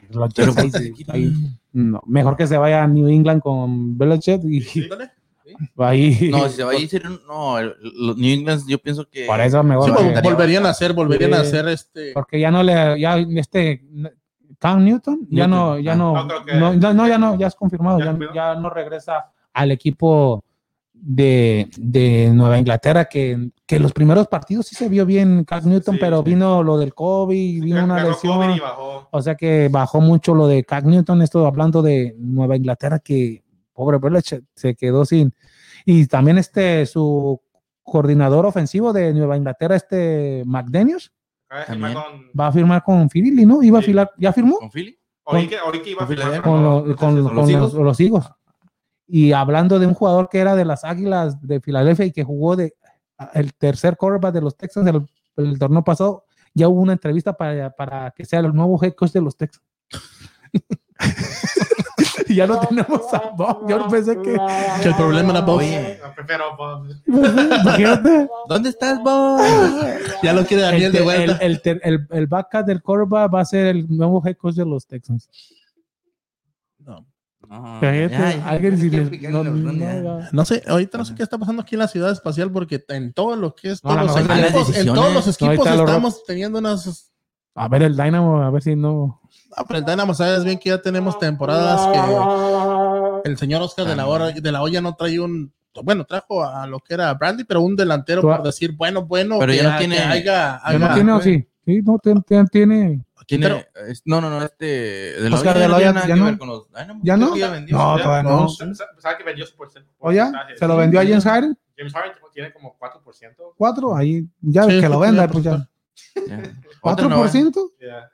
A: Los
B: Pero
A: Jets ahí
B: pues,
A: sí,
B: aquí-
A: ahí- no, mejor que se vaya a New England con Belichick y
C: Ándale.
A: ahí.
B: No, si se va a ir, sería un- no, el- los New England yo pienso que...
A: Por eso mejor.
C: Sí,
B: Ahora,
A: que-
C: vol-
B: estaría
C: volverían a hacer, volverían a
A: Sí.
C: hacer este.
A: porque ya no le. Ya este. Cam Newton ya no, ya no,
D: No creo que-
A: no, no, no, ya no, ya es confirmado,
D: ¿Ya
A: ya,
D: confirmado?
A: ya no regresa al equipo de, de Nueva Inglaterra, que, que los primeros partidos sí se vio bien Cam Newton,
D: Sí,
A: pero
D: sí.
A: vino lo del COVID, vino una
D: Ganó
A: lesión.
D: COVID y bajó.
A: O sea que bajó mucho lo de Cac Newton, esto hablando de Nueva Inglaterra, que pobre Belichick se quedó sin. Y también este, su coordinador ofensivo de Nueva Inglaterra, este McDaniels,
D: Acaba de
B: También.
D: firmar con-
A: va a firmar con Philly, ¿no? Iba a
D: Sí.
A: filar, ¿ya firmó?
B: ¿Con Philly?
D: Oí que, oí que iba a
B: con
D: firmar
A: Con, lo- con-
D: los-
A: con
B: los
A: los,
B: Eagles.
A: los Eagles. Y hablando de un jugador que era de las Águilas de Filadelfia y que jugó de el tercer quarterback de los Texans el, el torneo pasado, ya hubo una entrevista para, para que sea el nuevo head coach de los Texans. Y ya no tenemos a Bob. Yo no pensé que.
C: Que el problema era Bob.
B: Oye.
D: Prefiero pues, Bob.
A: Imagínate.
B: ¿Dónde estás, Bob?
C: Ya lo quiere
A: El,
C: Daniel de
A: ter- Este, el,
C: vuelta.
A: el ter- el- el backup del quarterback va a ser el nuevo head coach de los Texans.
C: No.
B: No,
A: Cállate,
B: ya, ya,
A: alguien
B: ya,
A: si
B: ya,
A: le-
B: ya,
A: no-
B: ya,
A: no,
B: ya.
A: ya.
C: No sé, ahorita no sé
B: Ajá.
C: qué está pasando aquí en la ciudad espacial porque en todo lo que es
A: No, a lo
C: todos los
A: mejor
B: malas
C: equipos, en
B: decisiones.
C: todos los equipos
A: Ahorita los
C: estamos teniendo unas
A: A ver el Dynamo, a ver si no.
C: Ah, pero el Dynamo, sabes bien que ya tenemos temporadas que el señor Oscar de la, hora, de la olla no trae un. Bueno, trajo a lo que era Brandy, pero un delantero,
A: Tú-
C: por decir, bueno, bueno,
B: Pero
C: que,
B: ya no
C: ha-
B: tiene-
C: que haya-
A: ¿Ya no
C: haga-
A: tiene o sí? Sí, no, tiene, tiene, tiene-
B: Tiene-
C: Pero-
B: es- no, no, no, este. De la
A: Oscar
B: Hoya
A: de la
B: tiene
A: Hoya,
B: nada
A: ¿ya
B: que
A: no?
B: ver con los Dynamo.
A: ¿Ya no?
B: Creo que ya vendió.
A: No, todavía no.
D: ¿Sabes que vendió su porcentaje?
A: Oye, Oh,
D: Ah,
A: se lo vendió a James Harden,
D: James Harden tiene como 4%.
A: cuatro, ahí, ya
C: Sí,
A: que lo
C: sí,
A: venda,
C: sí,
A: pues
C: sí.
A: ya.
B: Ya. Otro no, ¿eh?
A: 4%.
D: Yeah.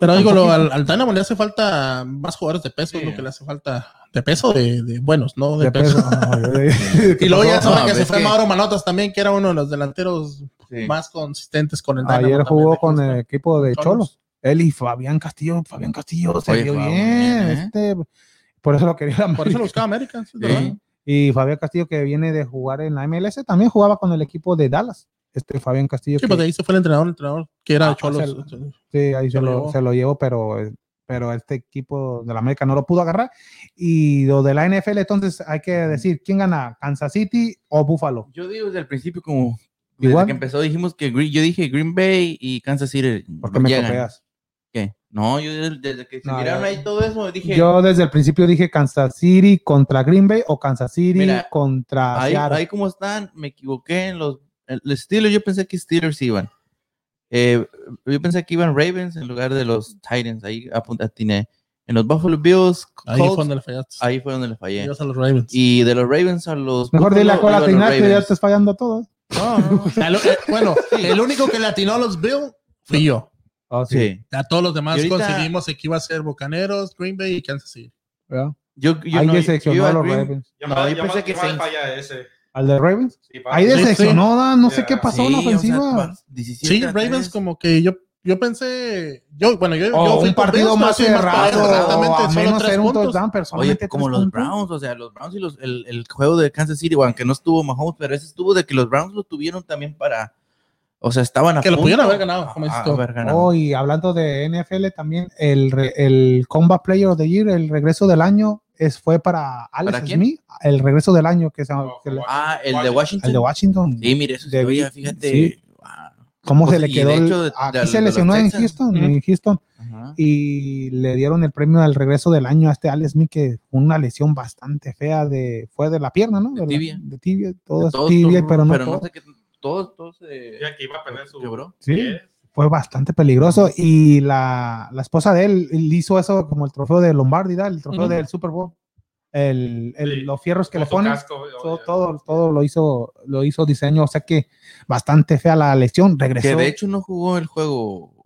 C: Pero digo,
A: tampoco-
C: lo- al, al Dynamo le hace falta más jugadores de peso,
B: Sí.
C: lo que le hace falta de peso, de, de buenos, ¿no? De,
A: De
C: peso.
A: peso.
C: Y luego ya
B: pasó?
C: saben
B: Ah,
C: que se
B: ves
C: fue
B: que-
C: Mauro Manotas también, que era uno de los delanteros
B: Sí.
C: más consistentes con el Dynamo.
A: Ayer
C: también,
A: jugó
C: de
A: con
C: Houston.
A: el equipo de Cholos.
C: Cholos.
A: Él y Fabián Castillo. Fabián Castillo se
B: Oye,
A: vio
B: Fabián,
A: bien.
B: ¿eh?
A: este, por eso lo quería la
C: Por eso
A: América.
C: lo buscaba América. sí, es
B: Sí.
C: verdad.
A: Y Fabián Castillo, que viene de jugar en la MLS, también jugaba con el equipo de Dallas. Este Fabián Castillo.
C: Sí,
A: que-
C: pues de ahí se fue el entrenador, el entrenador que
A: Ah,
C: era
A: o sea,
C: Cholos.
A: sí, ahí se
C: lo
A: lo,
C: llevó.
A: se lo llevo, pero eh, pero este equipo de la América no lo pudo agarrar. Y lo de la NFL, entonces hay que decir, ¿quién gana? ¿Kansas City o Buffalo?
B: Yo digo desde el principio, como desde
A: Igual.
B: que empezó, dijimos que Green- yo dije Green Bay y Kansas City.
A: Porque me
B: llegan.
A: copias.
B: ¿Qué? No, yo desde- desde que se
A: No,
B: miraron
A: ya.
B: ahí todo eso, dije.
A: Yo desde el principio dije Kansas City contra Green Bay o Kansas City
B: Mira,
A: contra
B: ahí,
A: Seattle.
B: ahí como están, me equivoqué en los, en los Steelers. Yo pensé que Steelers iban. Eh, yo pensé que iban Ravens en lugar de los Titans. Ahí apunté, atiné. En los Buffalo Bills,
C: Ahí
B: Colts,
C: fue donde le fallaste.
B: ahí fue donde le fallé.
C: Ibas a los Ravens.
B: Y de los Ravens a los.
A: Mejor dile a
B: Buffalo,
A: cola
B: iba a los
A: que ya
B: Ravens.
A: estás fallando todo. ¿eh?
C: No, no. El- eh, bueno, el único que le atinó a los Bills fui yo.
A: Oh,
B: Sí.
C: A todos los demás
B: Y ahorita-
C: conseguimos que iba a ser Bucaneros, Green Bay y Kansas City.
A: ¿verdad?
B: Yo, yo
A: ahí
B: no, yo-
A: decepcionó
B: yo
A: a
B: iba
A: los
B: Green-
A: Ravens.
D: Yo
B: No,
D: mal-
B: yo
D: yo
B: pensé
D: mal-
B: que
D: yo mal
B: Saints.
D: falla ese.
A: ¿Al de Ravens?
D: Sí,
A: Ahí
C: Sí,
A: decepcionó, ¿verdad? no sé
D: Yeah.
A: qué pasó en la
B: Sí, o sea,
A: ofensiva.
B: diecisiete
C: Sí,
B: a
C: Ravens
B: tres.
C: como que yo, yo pensé, yo, bueno,
A: O
C: yo, yo fui
A: Oh, un
C: por
A: partido
C: Bills,
A: más
C: pero fui para
A: cerrado,
C: Bills,
A: o a
C: solo
A: menos
C: tres
A: ser un
C: puntos.
A: touchdown, pero
B: Oye,
A: solamente
B: como
A: tres
B: los
A: puntos.
B: Browns, o sea, los Browns y los, el, el juego de Kansas City, aunque no estuvo Mahomes, pero ese estuvo de que los Browns lo tuvieron también para, o sea, estaban a
C: Que lo
B: punto.
C: pudieron haber ganado, como dices
B: Ah,
C: tú.
B: haber ganado.
A: Oh, y hablando de NFL también, el, re- el Combat Player of the Year, el regreso del año, es, fue para Alex
B: ¿Para quién?
A: Smith, el regreso del año, que, se-
D: No,
A: que le-
B: ah, el de Washington.
A: el de Washington.
B: Sí, mire, eso
A: De-
B: se veía, fíjate.
A: sí.
B: wow.
A: ¿Cómo
B: Pues,
A: se le
B: y
A: quedó?
B: de
A: el-
B: hecho, de-
A: aquí
B: de-
A: se
B: de los
A: lesionó en
B: Texans.
A: Houston,
C: Ujú.
A: en Houston,
B: Ajá.
A: y le dieron el premio al regreso del año a este Alex Smith, que fue una lesión bastante fea, de fue de la pierna, ¿no?
B: De
A: la-
B: tibia.
A: de tibia, todo es
B: Todos
A: tibia,
B: tuvieron-
A: pero no.
B: pero
A: todo.
B: no sé qué, todos, todos se
D: Ya que iba a perder su.
B: quebró.
A: Sí.
D: pie.
A: fue bastante peligroso y la, la esposa de él, él hizo eso como el trofeo de Lombardi, ¿da? el trofeo
C: Ujú.
A: del Super Bowl, el, el-
D: Sí.
A: los fierros que
D: Con
A: le
D: su
A: ponen,
D: casco, obvio.
A: todo, todo, todo lo hizo lo hizo diseño, o sea que bastante fea la lesión, regresó
B: Que de hecho no jugó el juego.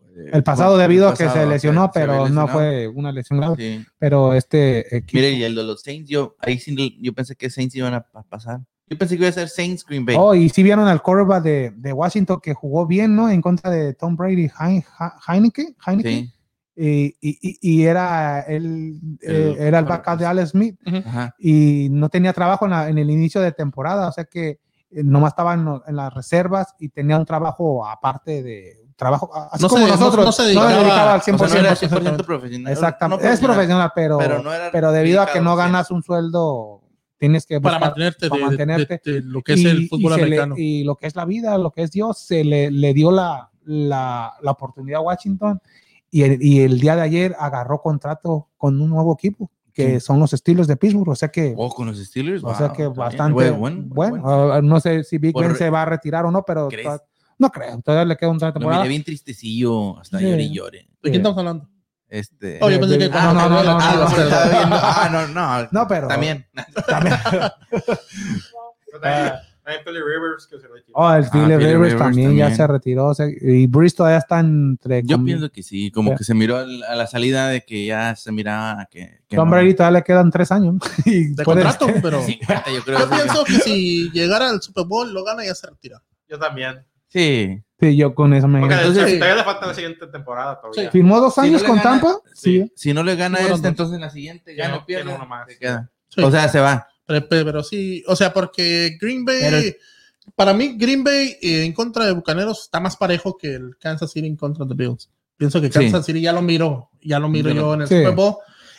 B: eh,
A: el pasado
B: el
A: debido a que
B: pasado,
A: se lesionó,
B: se había
A: pero no
B: lesionado.
A: fue una lesión grave,
B: Sí.
A: pero este equipo,
B: Mire, y el de los Saints, yo, ahí sí, yo pensé que Saints iban a pa- pasar. Yo pensé que iba a ser Saints Green Bay.
A: oh, y sí vieron al quarterback de, de Washington que jugó bien, ¿no? En contra de Tom Brady, Hein- Heineke, Heineke.
B: sí.
A: Y, y- y- y era el, eh,
B: El-
A: era el backup de Alex Smith
B: Ajá.
A: y no tenía trabajo en, la- en el inicio de temporada, o sea que eh, nomás estaba en, lo- en las reservas y tenía un trabajo aparte de trabajo, a- así
C: No
A: como
C: se- no-
A: nosotros,
C: no se
A: le
C: dedicaba-
A: dedicaba al
C: o sea,
B: O
A: 100%.
B: sea, no era
C: exactamente.
B: 100% profesional.
A: Exactamente,
B: No
A: es profesional, pero,
B: pero
A: pero,
B: no era
A: debido a que
B: dedicado
A: no
B: al cien.
A: ganas un sueldo, tienes que
C: Para
A: buscar-
C: mantenerte,
A: pues, para
C: de- de-
A: mantenerte.
C: de- de lo que es el fútbol
A: se le-
C: americano.
A: y lo que es la vida, lo que es Dios, se le, le dio la, la, la oportunidad a Washington y el, y el día de ayer agarró contrato con un nuevo equipo, que son los Steelers de Pittsburgh, o sea que...
B: Oh, con los Steelers.
A: O sea
B: wow,
A: que
B: está bien.
A: bastante
B: Bueno,
A: bueno.
B: bueno,
A: ah, no sé si Big
B: Por
A: Ben
B: re-
A: se va a retirar o no, pero
B: ¿Crees?
A: toda- no creo. Todavía le queda una
B: Lo
A: temporada.
B: miré bien tristecillo. Hasta
A: Sí.
B: lloré y lloré.
C: ¿De quién estamos hablando?
B: Este.
C: Oh, yo
A: Eh,
C: pensé
A: de-
C: que-
A: ah, no, no, no, no,
B: Ah,
A: no,
B: lo
A: no,
B: estaba viendo. Ah, no, no.
A: No, pero-
B: También.
A: también.
D: Pero también- también Philly Rivers que se retiró.
A: Ah. Oh, el Philly
B: Philly
A: Rivers,
B: Ah, Rivers
A: también, ya
B: también.
A: se retiró. o sea, y Breeze todavía está entre.
B: Yo
A: con-
B: pienso que sí. Como
A: Ya.
B: que se miró al- a la salida de que ya se miraba que. que
A: Tom
B: no.
A: Brady todavía le quedan tres años. y
C: De
A: puede-
C: contrato, pero
B: 50, yo creo.
C: yo
B: que-
C: pienso que si llegara al Super Bowl lo gana y ya se retira.
D: Yo también.
B: Sí.
A: Sí, yo con eso me.
D: Porque
B: Entonces-
D: entonces, todavía le falta la siguiente temporada todavía.
C: Sí.
A: ¿Firmó dos
B: Si no
A: años
B: le
A: con
B: gana-
A: Tampa?
B: sí.
A: Sí.
B: Si no le gana
C: Fueron
B: este,
C: dos.
B: entonces en la siguiente
D: Tiene-
B: gana o pierde.
D: tiene uno más.
B: se queda.
C: Sí.
B: O sea, se va.
C: Pero, pero sí, o sea, porque Green Bay,
B: Pero-
C: para mí, Green Bay eh, en contra de Bucaneros está más parejo que el Kansas City en contra de Bills. Pienso que
B: Sí.
C: Kansas City ya lo miro, ya lo miro
B: Yo
C: yo en el
A: sí.
C: Super Bowl.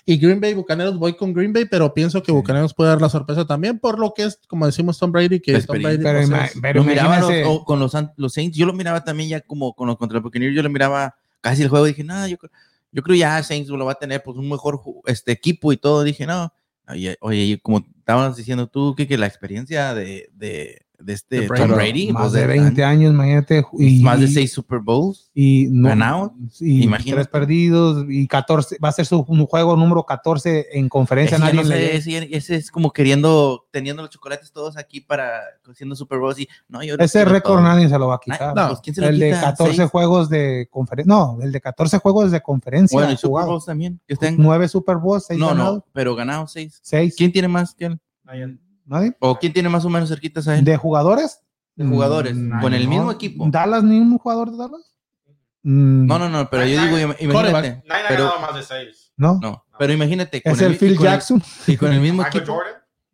C: Y Green Bay, Bucaneros, voy con Green Bay, pero pienso que
B: Sí.
C: Bucaneros puede dar la sorpresa también, por lo que es, como decimos, Tom Brady, que
B: La
C: Tom Brady
A: Pero,
B: experiencia.
C: pues,
A: ima-
C: es-
A: pero
B: lo miraba los-
A: imagínese.
B: o con los, San- los Saints, yo lo miraba también ya como con los contra Buccaneers, yo lo miraba casi el juego y dije, no, yo, cre- yo creo ya Saints lo va a tener pues un mejor ju- este equipo y todo, dije, no, oye, oye y como estabas diciendo tú, que, que la experiencia de, de, de este
C: De Brady.
B: Tom
A: pero
B: Brady,
A: más
B: pues,
A: de 20 años, imagínate. Y,
B: más de 6 Super Bowls,
A: y no-
B: ganado,
A: y
B: imagínate.
A: tres perdidos y 14. Va a ser su un juego número 14 en conferencia.
B: Ese, ya
A: nadie
B: no
A: le-
B: sé, ese, ya- ese es como queriendo, teniendo los chocolates todos aquí para, haciendo Super Bowls y, no, yo los
A: Ese
B: quiero
A: récord
B: todos.
A: nadie se lo va a
B: Na-
A: quitar.
B: no, pues, ¿quién se lo
A: el de
B: quita?
A: 14
B: Seis.
A: juegos de conferencia. No, el de 14 juegos de conferencia.
B: Bueno, y Super
A: jugado.
B: Bowls también, que estén-
A: 9 Super Bowls, 6
B: no,
A: ganados,
B: no, pero ganado 6.
A: 6.
B: ¿Quién tiene más que él?
D: Ahí-
A: ¿Nadie?
B: ¿O quién tiene más o menos cerquitas a él?
A: ¿De jugadores?
B: De jugadores,
A: Mm,
B: con el
A: no.
B: mismo equipo.
A: ¿Dallas, ni un jugador de Dallas? Mm,
B: No, no, no, pero yo digo, im- imagínate.
C: Quarterback.
D: Nadie ha
B: Pero-
D: ganado más de seis.
A: no.
B: No, pero imagínate.
A: ¿Es el
B: mi-
A: Phil
B: con
A: Jackson?
B: Y con el mismo
D: Michael
B: equipo.
D: Jordan.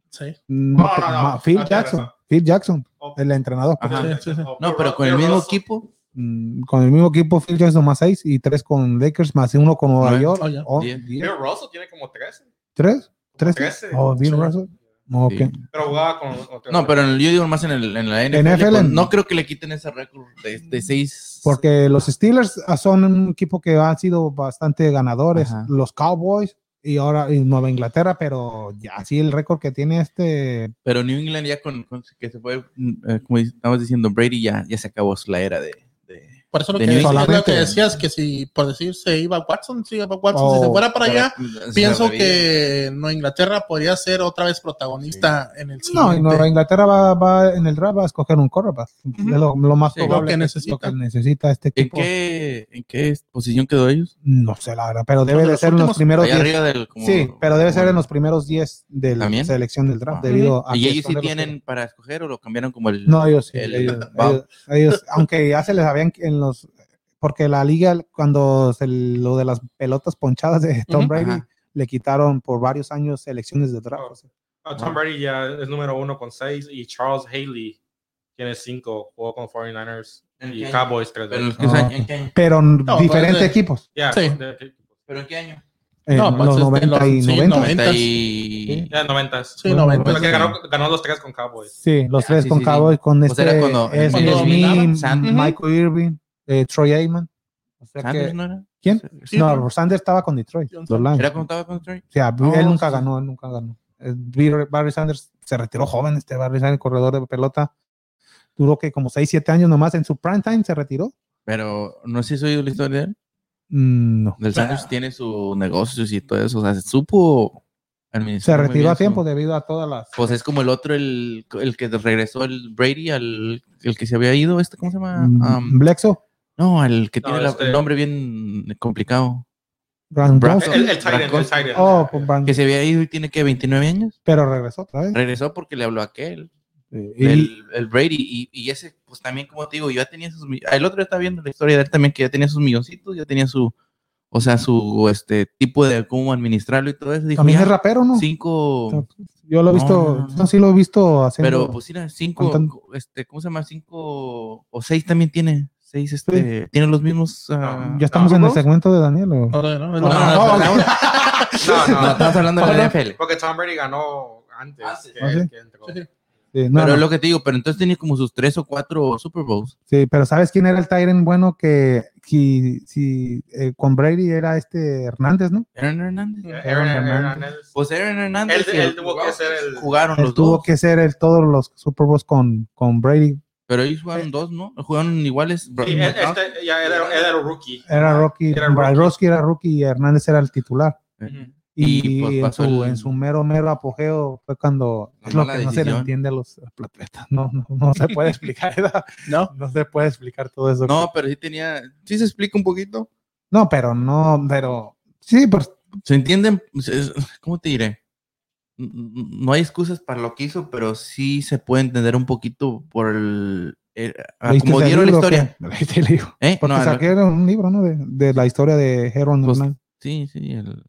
C: sí.
A: Mm,
D: No, no, no,
A: ma- Phil
D: no,
A: Jackson.
D: no. Ah.
A: Phil Jackson,
D: O-
A: el entrenador.
B: Ajá.
C: Sí, sí, sí.
D: o
B: No,
D: Bill
B: pero con el
D: Russell.
B: mismo equipo
A: mm, con el mismo equipo Phil Jackson más 6 y 3 con Lakers más uno con Nueva
B: Nueve.
A: York.
C: Oh, ya.
A: Oh,
B: Diez.
A: diez.
D: Bill Russell tiene como 13.
A: ¿Tres? ¿Tres?
D: Trece.
A: Oh, Bill
C: Sí.
A: Russell. No,
B: Sí.
A: ok.
D: Pero jugaba con otro.
B: No, pero en el- yo digo más en, el, en la NFL.
A: NFL.
B: pues, no creo que le quiten ese récord de, de seis.
A: Porque los Steelers ah, son un equipo que han sido bastante ganadores.
B: Ajá.
A: Los Cowboys y ahora y Nueva Inglaterra, pero ya así el récord que tiene este.
B: Pero New England ya con, con- que se fue, mm, eh, como estábamos diciendo, Brady ya, ya se acabó la era de... de-
C: Por eso lo
B: De
C: que,
B: New
C: es lo
A: Solamente.
C: que decías, que si por decir se iba Watson, se iba Watson,
A: Oh,
C: si se fuera para
B: de-
C: allá,
B: de- de-
C: pienso
B: de-
C: que no Inglaterra podría ser otra vez protagonista en el
A: No,
C: siguiente.
A: y Nueva Inglaterra va, va en el draft va a escoger un quarterback. Es lo, lo más
B: Sí.
A: probable
C: Lo que
A: que-
C: necesita.
A: lo que necesita este
B: ¿En
A: equipo.
B: qué, ¿En qué posición quedó ellos?
A: No sé, la verdad, pero debe
C: de
A: de
C: los
A: ser en los
C: últimos,
A: primeros
B: Allá
A: 10.
B: arriba del... como-
A: Sí, pero debe ser
B: como-
A: en los primeros 10 de la
B: ¿También?
A: selección del draft.
B: Ah.
A: Debido a
B: ¿Y
A: que
B: ellos
A: son de
B: sí
A: los que-
B: tienen para escoger o lo cambiaron como el...
A: No, ellos sí.
B: el-
A: ellos,
B: va.
A: ellos- ellos- aunque ya se les habían en los. Porque la liga, cuando se- lo de las pelotas ponchadas de Tom
C: Ujú.
A: Brady,
B: Ajá.
A: le quitaron por varios años selecciones de draft.
C: Oh.
A: o sea.
D: Ah, Tom Brady ya es número uno con 6 y Charles Haley tiene 5. Jugó con 49ers y
B: Ok.
D: Cowboys 3
B: ¿Pero en los
D: veces.
B: que-
A: Ah.
B: en qué año?
A: Pero diferentes
C: pues, eh,
A: equipos.
D: Ya,
C: Sí.
D: de-
B: ¿Pero en qué año?
A: En
C: No, pues,
A: los
C: este,
A: 90 y
C: los- sí,
A: 90.
C: 90.
B: Treinta y-
D: ya 90. Sí,
C: Sí, 90.
D: Porque ganó, ganó los 3 con
C: pues,
D: Cowboys.
A: Sí, los
B: Ah,
A: tres
B: sí,
A: con
B: sí, sí.
A: Cowboys, con
B: Pues
A: este,
B: era cuando-
A: Ed
C: cuando
A: Smith,
C: dominaban.
B: Sand-
A: Ujú. Michael Irving, eh, Troy Aikman. O sea
B: ¿Sanders
A: que-
B: no era?
A: ¿Quién?
C: Sí,
A: no,
C: no.
A: Sanders estaba con Detroit.
C: John
A: los
C: Sanders.
A: Lions.
B: ¿Era cuando estaba con Troy?
A: O sea,
B: Oh,
A: él nunca
B: sí.
A: ganó, él nunca ganó. Eh, Barry Barry Sanders se retiró joven, este Barry Sanders, corredor de pelota. Duró que como 6, 7 años nomás en su prime time se retiró.
B: Pero no sé si has oído la historia de él.
A: Mm, No.
B: Del Sanders tiene sus negocios y todo eso. O sea, se supo
A: Se
B: administrar. muy
A: retiró
B: bien
A: a
B: su-
A: tiempo debido a todas las.
B: Pues es como el otro, el, el que regresó el Brady, al el que se había ido, este, ¿cómo se llama?
A: Mm,
B: Am,
A: Blexo,
B: no, el que
D: No,
B: tiene la-
D: este-
B: el nombre bien complicado.
A: Grant
B: Bra-
A: Johnson.
D: El, el Titan, el
B: Broncos.
D: Titan.
A: Oh, pues, Bran-
B: Que se había ido y tiene que 29 años.
A: pero regresó otra vez.
B: Regresó porque le habló a aquel.
A: Y-
B: el, el Brady y, y ese, pues también, como te digo, ya tenía sus. mi- El otro está viendo la historia de él también, que ya tenía sus milloncitos, ya tenía su. O sea, su este tipo de cómo administrarlo y todo eso. Dijo,
A: también
B: ya,
A: es rapero, ¿no?
B: cinco.
A: Yo lo he
B: No,
A: visto,
B: no, no, no.
A: no, sí lo he visto haciendo.
B: Pero, pues, mira, cinco.
A: Contando.
B: Este, ¿Cómo se llama? Cinco o seis también tiene. Seis, este. Tiene los mismos. ah,
A: ya estamos
D: no,
A: en el
D: ¿no?
A: segmento de Daniel. ¿o?
B: Oh,
C: Ahora, ¿no? Es
B: No,
C: lo-
B: no, no, estamos-
D: No,
B: no,
D: no,
B: estamos hablando de la NFL.
D: Porque Tom Brady ganó antes,
B: Antes.
D: que,
A: ¿Ah, sí?
D: que entró.
C: Sí, sí.
A: Sí, no,
B: Pero
A: no.
B: es lo que te digo, pero entonces tiene como sus tres o cuatro Super Bowls.
A: Sí, pero ¿sabes quién era el Tyren bueno que si, si, eh, con Brady era este Hernández, ¿no?
B: Aaron Hernández.
D: Eh, Aaron
A: Aaron
D: Hernández.
B: Pues Aaron
D: Él,
B: Hernández. y
D: él
B: el-
D: tuvo que ser el.
B: Jugaron
A: Él
B: los
A: tuvo
B: dos.
A: que ser el, todos los Super Bowls con, con Brady.
B: Pero ellos jugaron dos, ¿no? Jugaron iguales.
D: Sí, él, este, ya, él, era, él era rookie.
B: Ah,
A: Era Rocky,
D: Era rookie.
A: Brailovsky era rookie y Hernández era el titular.
D: Ujú.
A: Y,
B: Y, pues,
A: en,
B: pasó
A: su,
B: el-
A: en su mero, mero apogeo fue cuando
B: La
A: es lo
B: mala
A: que no se le
B: decisión.
A: entiende a los atletas. No, no, no se puede explicar, ¿verdad?
C: No.
A: no se puede explicar todo eso.
B: No, pero sí tenía. Sí se explica un poquito.
A: No, pero no, pero sí, pues
B: Se entienden. Pues, es- ¿Cómo te diré? N- n- No hay excusas para lo que hizo, pero sí se puede entender un poquito por el. eh, a
A: ¿leíste
B: como
A: ese
B: dieron la
A: libro o qué?
B: historia.
A: Leíste el libro.
B: ¿Eh?
A: Porque
B: No, lo-
A: saqué un libro, ¿no? De, de la historia de Heron
B: Pues,
A: Hernández.
B: sí, sí. el-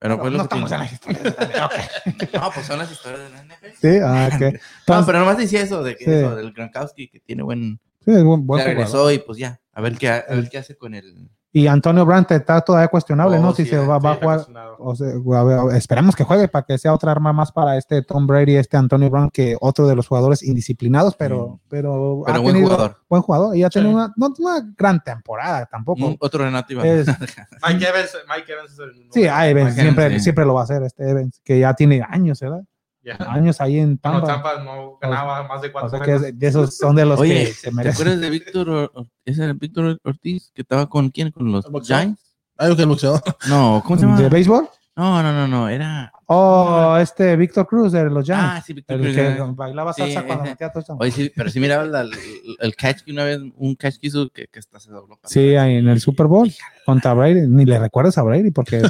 B: pero
A: No,
B: fue lo
A: no
B: que
A: estamos en
B: pues, tiene.
A: las historias.
B: No, pues son las historias de la NFL.
A: Sí, ah, ok.
B: No,
A: Entonces,
B: pero nomás decía eso, de que
A: Sí.
B: eso, del Gronkowski, que tiene buen.
A: sí, es buen- buen
B: ya
A: jugador.
B: regresó y pues ya. A ver qué, ha- a ver qué hace con el.
A: Y Antonio Brandt está todavía cuestionable,
B: Oh,
A: ¿no? Si
B: sí,
A: se va,
B: sí,
A: va a
D: Sí,
A: jugar.
D: lesionado.
A: O sea, a ver, esperemos que juegue para que sea otra arma más para este Tom Brady, este Antonio Brown, que otro de los jugadores indisciplinados, pero, pero,
B: Pero
A: ha
B: buen
A: tenido-
B: jugador.
A: buen jugador. Y ha tenido
C: Sí.
A: una, no una gran temporada tampoco.
B: Un- Mm, otro Renato Iván.
A: Es-
D: Mike Evans, Mike Evans es el. número
A: sí,
D: uno.
A: a Evans,
B: Imagínate.
A: siempre, siempre lo va a hacer este Evans, que ya tiene años, ¿verdad?
D: Ya.
B: Ah.
A: Años ahí en
D: Bueno,
A: Tampa.
D: Tampa no ganaba más de
A: O
D: cuatro
A: sea que
D: veces.
A: es- de esos son de los
B: Oye,
A: que se
B: ¿Te
A: merecen.
B: acuerdas de Víctor Or- Or- ese era Víctor Ortiz que estaba con quién? ¿Con los
C: ¿El boxeador?
B: Giants?
C: Algo que el boxeador.
B: No, ¿cómo se llama?
A: ¿De béisbol?
B: No, no, no, no, era
A: O este Víctor Cruz de los Giants.
B: Ah, sí, Víctor
A: el
B: Cruz.
A: que
B: era-
A: bailaba
B: Sí,
A: salsa cuando
B: ese.
A: metía touchdown.
B: Oye, sí, pero sí miraba la- el, el catch que una vez un catch que hizo que, que hasta se dobló. para
A: Sí,
B: atrás.
A: ahí en el Super Bowl contra Brady. Ni le recuerdas a Brady porque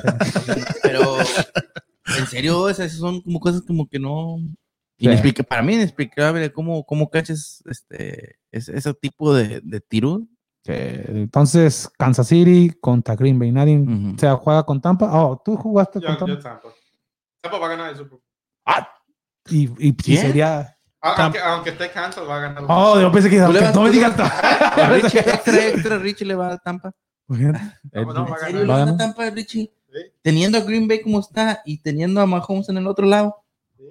B: Pero en serio, esas son como cosas como que no inexplica- para mí inexplicable cómo cómo catches este ese, ese tipo de, de tiro.
A: Eh, entonces Kansas City contra Green Bay. Nadie
B: Ujú.
A: se juega con Tampa. Oh, tú jugaste
D: Yo,
A: con Tampa.
D: yo Tampa. Tampa va a ganar el Super Bowl.
A: Y, y sí
B: ¿Quién?
A: sería
D: Ah, Aunque, aunque esté Kansas, va a ganar. los
A: Oh, yo pensé que
B: Tú le vas-
A: no me digas.
B: A Richie, extra, extra, Richie le va a Tampa.
D: No, no, va a
B: ¿En
D: ganar.
B: serio le va
E: Va a
B: a
E: ganar.
B: Tampa, Richie?
D: Sí.
B: Teniendo a Green Bay como está y teniendo a Mahomes en el otro lado,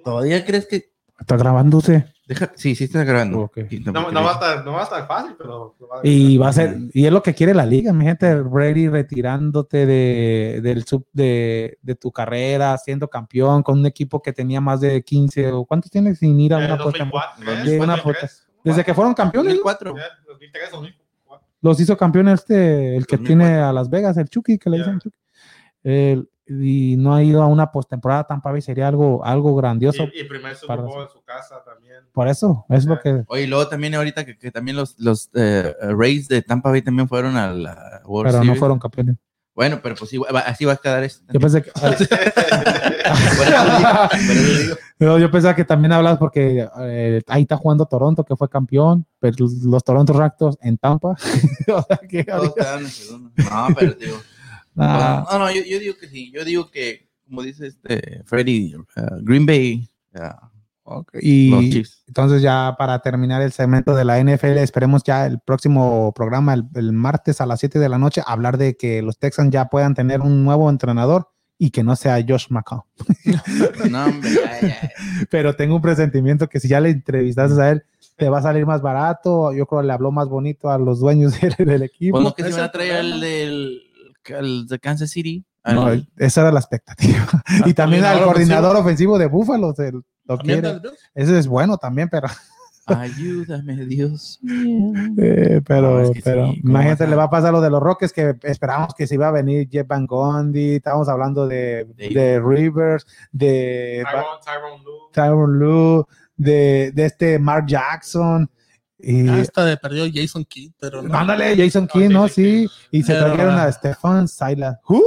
B: ¿todavía crees que.?
A: Está grabándose.
B: Deja... Sí, sí, está grabando.
A: Ok.
B: Sí,
D: No,
B: tampoco
D: no va a
B: crees.
D: estar, no va a estar fácil, pero lo va a ganar.
A: Y va a ser, y es lo que quiere la liga, mi gente. Brady retirándote de, del sub, de, de tu carrera, siendo campeón con un equipo que tenía más de 15 o cuántos tienes sin ir a
D: Eh,
A: una postemporada?
D: 2004, ¿eh?
A: De una
D: 2003,
A: Desde que fueron campeones, ¿no?
B: 2004.
D: Eh, 2003, 2004.
A: los hizo campeón este, el que
B: 2004.
A: tiene a Las Vegas, el Chucky, que le
D: Ya.
A: dicen Chucky. El- y no ha ido a una postemporada tan Bay, sería algo, algo grandioso.
D: Y, y primer Super
A: para-
D: Bowl en su casa también.
A: Por eso, es lo que.
B: Oye, y luego también ahorita que, que también los, los eh, Rays de Tampa Bay también fueron a la World
A: Pero no
B: Series.
A: fueron campeones.
B: Bueno, pero pues igual, va- así va a quedar esto.
A: Yo pensé que.
B: Por eso digo, por eso digo.
A: No, yo pensaba que también hablabas porque eh, ahí está jugando Toronto, que fue campeón, pero los Toronto Raptors en Tampa. O sea, que
B: Todos
A: ahorita-
B: quedaron en segundo. No, pero digo. pues,
A: Ah,
B: No, no, yo, yo digo que sí. Yo digo que, como dice este Freddy, eh, Green Bay, eh, los
A: y
B: Chiefs.
A: entonces ya para terminar el segmento de la NFL, esperemos ya el próximo programa, el, el martes a las 7 de la noche, hablar de que los Texans ya puedan tener un nuevo entrenador y que no sea Josh McCown.
B: No, hombre, ya, ya.
A: Pero tengo un presentimiento que si ya le entrevistaste a él, te va a salir más barato. Yo creo que le habló más bonito a los dueños del, del equipo.
B: Pues no, que se
C: ese
B: van a
C: es el
B: traer al del al de Kansas City. al-
A: No, esa era la expectativa. y también al coordinador ofensivo de Búfalo, se lo
C: También
A: quiere.
C: del Bills.
A: Ese es bueno también, pero,
B: Ayúdame, Dios mío.
A: eh, pero,
B: No, es que sí,
A: pero
B: ¿cómo
A: imagínate,
B: vas a-
A: le va a pasar lo de los Rockets que esperábamos que se iba a venir Jeff Van Gondi, estábamos hablando de,
B: De-
A: de Rivers, de
D: Tyrone, Tyrone Lue.
A: Tyron Lue, de, de este Mark Jackson. Y,
C: Ah, Hasta de perdió Jason Kidd, pero no.
A: Ándale, Jason King, ¿no? Sí. Y se
C: Pero-
A: trajeron a Stefan Silas. ¿Who?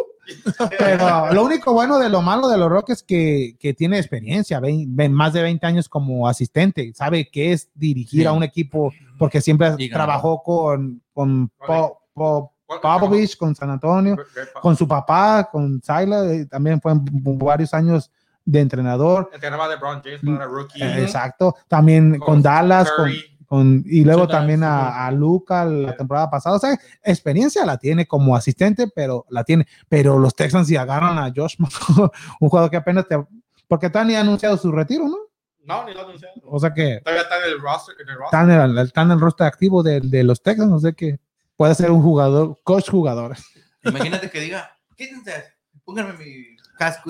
A: Pero lo único bueno de lo malo de los Rockets es que, que tiene experiencia, vein- vein- más de 20 años como asistente, sabe qué es dirigir
B: Sí.
A: a un equipo, porque siempre
B: Y ganó.
A: trabajó con, con Po- Po- Popovich, con San Antonio, con su papá, con Silas, eh, también fue varios años de entrenador.
D: Entrenaba a LeBron James cuando era rookie.
A: eh, Exacto, también
D: Con
A: con Dallas, con,
D: Curry.
A: con- y luego
C: Sí, la-
A: también
C: sí,
A: a,
C: la-
A: a Luca la
D: Sí.
A: temporada pasada. O sea, experiencia la tiene como asistente, pero la tiene. Pero los Texans si agarran a Josh, McCown, un jugador que apenas te. Porque todavía ni ha anunciado su retiro, ¿no?
D: No, ni lo anunciaron.
A: O sea que
D: Todavía está en el roster. En el roster.
A: están en el, está en el roster activo de, de los Texans, o sea que puede ser un jugador, coach jugador.
B: Imagínate que diga, quítense, pónganme mi casco.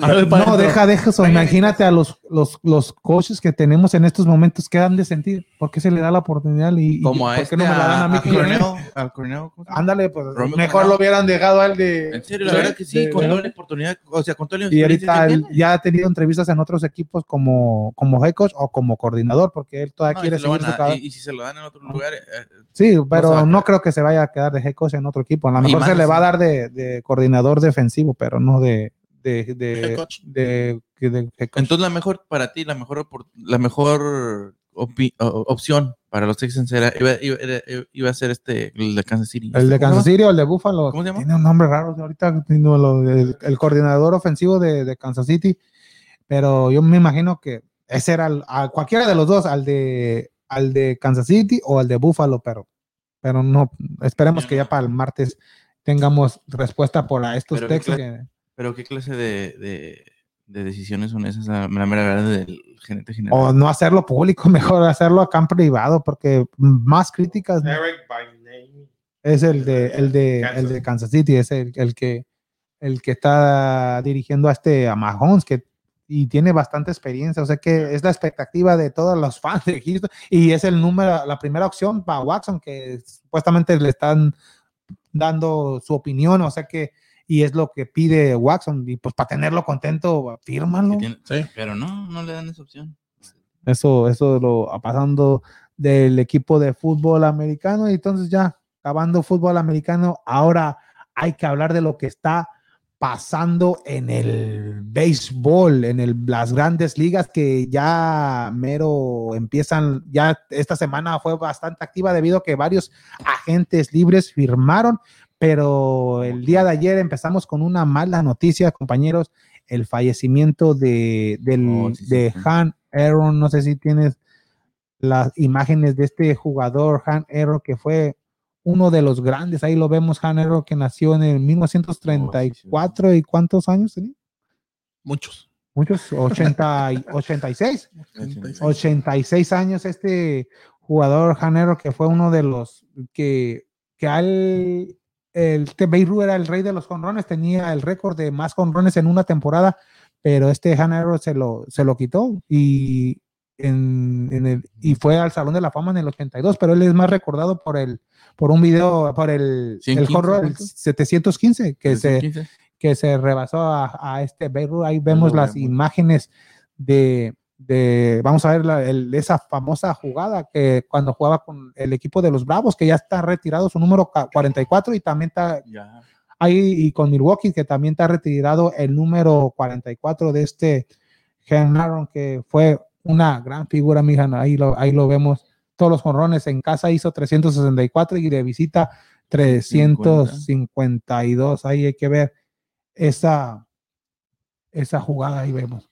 B: y-
C: A ver, para
A: No,
C: adentro.
A: deja, deja eso.
B: Ahí viene.
A: Imagínate a los, los, los coaches que tenemos en estos momentos, ¿qué han de sentir? ¿Por qué se le da la oportunidad y, y
B: como a
A: por
B: este,
A: qué no me la dan a mí?
B: a Corneo, al Corneo, ¿cómo se llama?
A: Ándale, pues
B: Romeo
A: mejor
B: Cornell.
A: lo hubieran dejado al de.
B: En serio, la
A: de-
B: verdad que sí,
A: de-
B: con
A: de-
B: toda la oportunidad, o sea, con toda la
A: y
B: experiencia
A: ahorita
B: que
A: él
B: tiene.
A: ya ha tenido entrevistas en otros equipos como, como head coach o como coordinador, porque él todavía
B: No, y
A: quiere
B: se lo van
A: seguir su
B: a-
A: carrera.
B: y, y si se lo dan en otro lugar, eh, eh,
A: Sí,
B: se va
A: pero
B: a
A: no,
B: quedar.
A: creo que se vaya a quedar de head coach en otro equipo. A lo
B: Y
A: mejor
B: más
A: se le
B: así.
A: va a dar de, de coordinador defensivo, pero no de, de, de-
C: Head coach.
A: de- que de head coach.
B: entonces la mejor para ti, la mejor, opor- la mejor opi- o- opción para los Texans era, iba, iba- era- iba a ser este, el de Kansas City.
A: el de Kansas City o el de Buffalo.
B: ¿Cómo se llama?
A: Tiene un nombre raro. Ahorita no lo- el, el coordinador ofensivo de, de Kansas City. Pero yo me imagino que ese era el- a cualquiera de los dos, al de, al de Kansas City o al de Buffalo. Pero, pero no, esperemos que ya para el martes tengamos respuesta por a estos
B: Pero qué
A: textos.
B: cla-
A: que-
B: Pero qué clase de, de, de decisiones son esas, la, la mera verdad del gerente general.
A: o no hacerlo público, mejor hacerlo acá en privado, porque más críticas
B: Eh,
D: Eric by name.
A: es el de, el de, el de Kansas City, es el, el que, el que está dirigiendo a este a Mahomes, que y tiene bastante experiencia, o sea que es la expectativa de todos los fans de Houston y es el número, la primera opción para Watson que supuestamente le están dando su opinión, o sea que y es lo que pide Watson y pues para tenerlo contento,
B: Que
A: fírmalo.
B: tiene-
C: Sí.
B: Pero no, no le dan esa opción.
A: Eso, eso lo pasando del equipo de fútbol americano. Y entonces ya, acabando fútbol americano, ahora hay que hablar de lo que está pasando en el béisbol, en el- las grandes ligas que ya mero empiezan, ya esta semana fue bastante activa debido a que varios agentes libres firmaron, pero el día de ayer empezamos con una mala noticia, compañeros, el fallecimiento de, del,
B: Oh, sí, sí,
A: de
B: sí.
A: Han Aaron, no sé si tienes las imágenes de este jugador, Han Erro, que fue uno de los grandes. Ahí lo vemos, Han Erro, que nació en el 1934 y cuántos años tenía?
C: Muchos.
A: Muchos, 80, y- 86. 86 años este jugador janero que fue uno de los que, que al el Tebeiru era el rey de los jonrones, tenía el récord de más jonrones en una temporada, pero este janero se lo, se lo quitó y, en, en el, y fue al Salón de la Fama en el 82, pero él es más recordado por el por un video, por el, el
B: 115,
A: jonrón, el 715, que se,
B: 15.
A: que se rebasó a, a este Beirut. Ahí vemos las
B: vemos.
A: imágenes de, de- vamos a ver la- el- esa famosa jugada que cuando jugaba con el equipo de los Bravos, que ya está retirado su número ca- 44 y también está
B: Ya.
A: ahí y con Milwaukee, que también está retirado el número 44 de este Hernaron, que fue una gran figura, mija. Ahí lo, ahí lo vemos. Todos los jonrones en casa hizo 364 y de visita 352. Ahí hay que ver esa, esa jugada. Ahí vemos.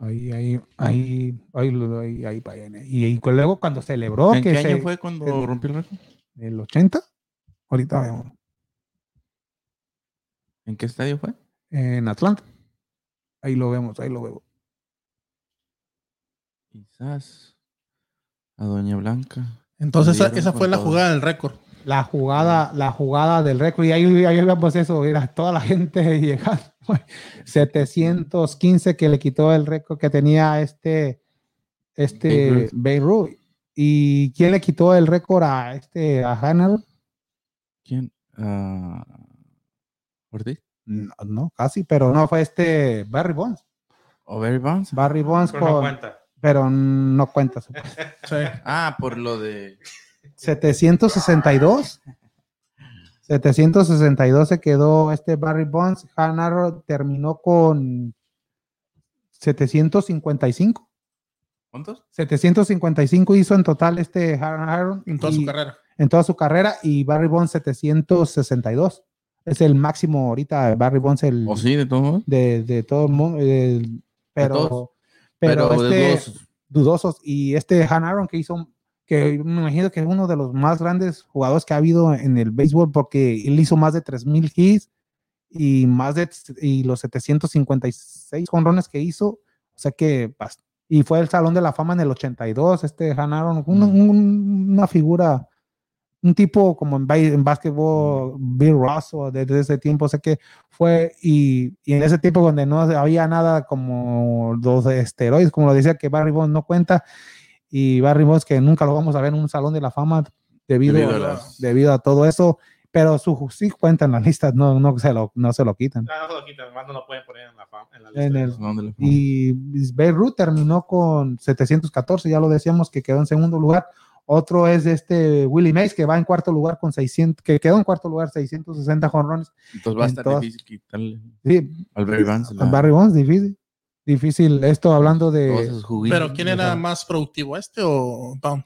A: Ahí, ahí, ahí, ahí, lo- ahí, ahí, para allá. Y, y luego cuando celebró,
B: ¿En
A: Oh, que
B: qué año
A: se-
B: fue cuando
A: que-
B: rompió el récord?
A: el 80, ahorita vemos,
B: ¿En qué estadio fue?
A: en Atlanta. Ahí lo vemos, ahí lo vemos.
B: Quizás. A Doña Blanca.
C: Entonces, esa,
B: Dieron
C: esa
B: con
C: fue la
B: todo.
C: jugada del récord.
A: La jugada, la jugada del récord. Y ahí, ahí vemos eso, mira, toda la gente llegando. 715 que le quitó el récord que tenía este, este
B: Babe
A: Beirut. ¿Y quién le quitó el récord a este, a Hanner?
B: ¿Quién? Ah, ¿Ortiz?
A: No, no, casi, pero no, fue este Barry Bonds.
B: ¿O Barry Bonds?
A: Barry Bonds,
D: Pero no
A: con-
D: cuenta.
A: pero no cuenta. su-
B: Ah, por lo de.
A: 762. 762 se quedó este Barry Bonds. Hanaro terminó con 755.
B: ¿Cuántos?
A: 755 hizo en total este Hanaro
C: En toda su
A: y-
C: carrera.
A: en toda su carrera y Barry Bonds 762. Es el máximo ahorita. Barry Bonds el
B: ¿O sí, de todos modos?
A: de, de todo el mundo. el-
B: todos.
A: pero, pero,
B: de
A: este,
B: dos,
A: dudosos. Y este Han Aaron que hizo, que me imagino que es uno de los más grandes jugadores que ha habido en el béisbol porque él hizo más de 3.000 hits y más de y los 756 jonrones que hizo. O sea que, bas- y fue el Salón de la Fama en el 82, este Han Aaron, un- un- una figura, un tipo como en, ba- en básquetbol, Bill Russell, desde ese tiempo, o sea que fue y, y en ese tiempo donde no había nada como los esteroides, como lo decía que Barry Bonds no cuenta y Barry Bonds que nunca lo vamos a ver en un salón de la fama debido,
B: Debido a
A: a,
B: las-
A: debido a todo eso, pero su sí cuentan las listas, no, no se lo no se lo quitan.
D: Ah, no se lo quitan, más no lo pueden poner en la, fam- en la lista.
A: En
D: de
A: el-
D: los-
B: pues, ¿no? ¿Dónde le fue?
A: Y pues, Beirut terminó con 714, ya lo decíamos que quedó en segundo lugar. Otro es este Willie Mays que va en cuarto lugar con 600, que quedó en cuarto lugar 660 jonrones.
B: Entonces va a estar
A: entonces-
B: difícil quitarle
A: Sí,
B: al Barry Bonds. la-
A: Barry Bonds, difícil. Difícil esto hablando
B: todos
A: de
B: esos juguitos.
C: Pero ¿quién era más productivo, este o Bound?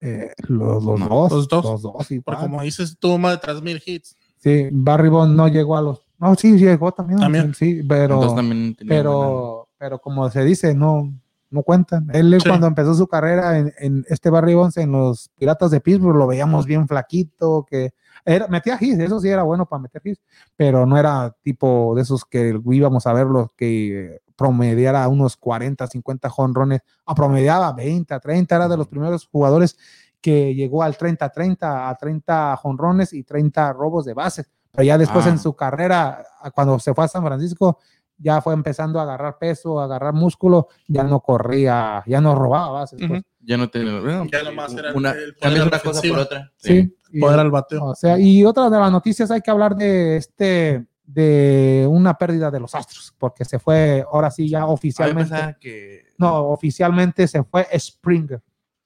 A: eh, los, los
B: No,
A: dos.
C: los dos.
A: Los dos igual.
C: Porque como dices, tuvo más de 3.000 hits.
A: Sí, Barry Bonds no llegó a los. No, sí, llegó también.
C: También.
A: Sí, pero.
B: Entonces también tenía buena-
A: pero, pero como se dice, no, no cuentan. Él
C: Sí.
A: cuando empezó su carrera en, en este Barry Bonds, en los Piratas de Pittsburgh, lo veíamos bien flaquito, que era, metía hits, eso sí era bueno para meter hits, pero no era tipo de esos que íbamos a ver los que promediara unos 40, 50 jonrones, o promediaba 20, 30, era de los primeros jugadores que llegó al 30, 30, a 30 jonrones y 30 robos de bases. Pero ya después
B: Ah.
A: en su carrera, a- cuando se fue a San Francisco, ya fue empezando a agarrar peso, a agarrar músculo, ya no corría, ya no robaba bases. pues.
C: Ujú.
B: Ya no tenía. bueno,
C: Ya nomás era el-
B: una,
C: el poder
B: cambias
C: a la
B: una cosa
C: ofensiva.
B: por otra.
A: Sí. y-
C: Poder al bateo.
A: o sea, y otra de las noticias hay que hablar de este de una pérdida de los Astros, porque se fue ahora sí ya
B: A mí me
A: oficialmente.
B: pensaba que.
C: pues, ah,
A: No, oficialmente se fue Springer.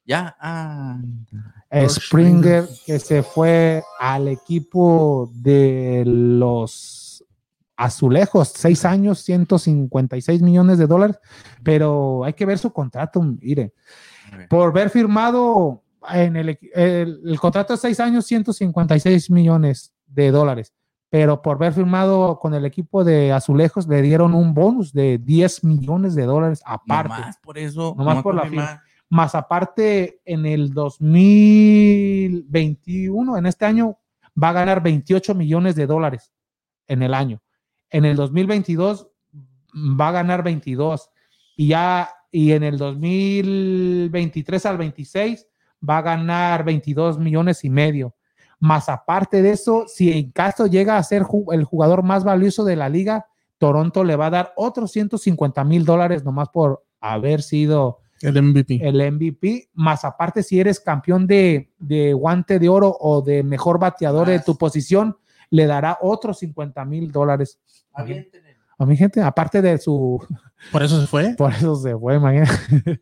B: Ya. Ah.
C: Oh,
A: Springer que se fue al equipo de los azulejos, seis años, 156 millones de dólares, pero hay que ver su contrato, mire, por haber firmado en el, equi- el, el contrato de seis años, 156 millones de dólares, pero por haber firmado con el equipo de Azulejos le dieron un bonus de 10 millones de dólares aparte.
B: Nomás por eso.
A: Nomás por la
B: firma.
A: Más aparte, en el 2021, en este año, va a ganar 28 millones de dólares en el año. En el 2022 va a ganar 22 y ya y en el 2023 al 26 va a ganar 22 millones y medio. Más aparte de eso, si en caso llega a ser ju- el jugador más valioso de la liga, Toronto le va a dar otros 150 mil dólares nomás por haber sido
C: El MVP.
A: el MVP, más aparte si eres campeón de, de guante de oro o de mejor bateador de
B: Más.
A: tu posición, le dará otros 50 mil dólares.
B: Ah, bien, tener.
A: A mi gente, aparte de su,
C: Por eso se fue.
A: por eso se fue, imagina,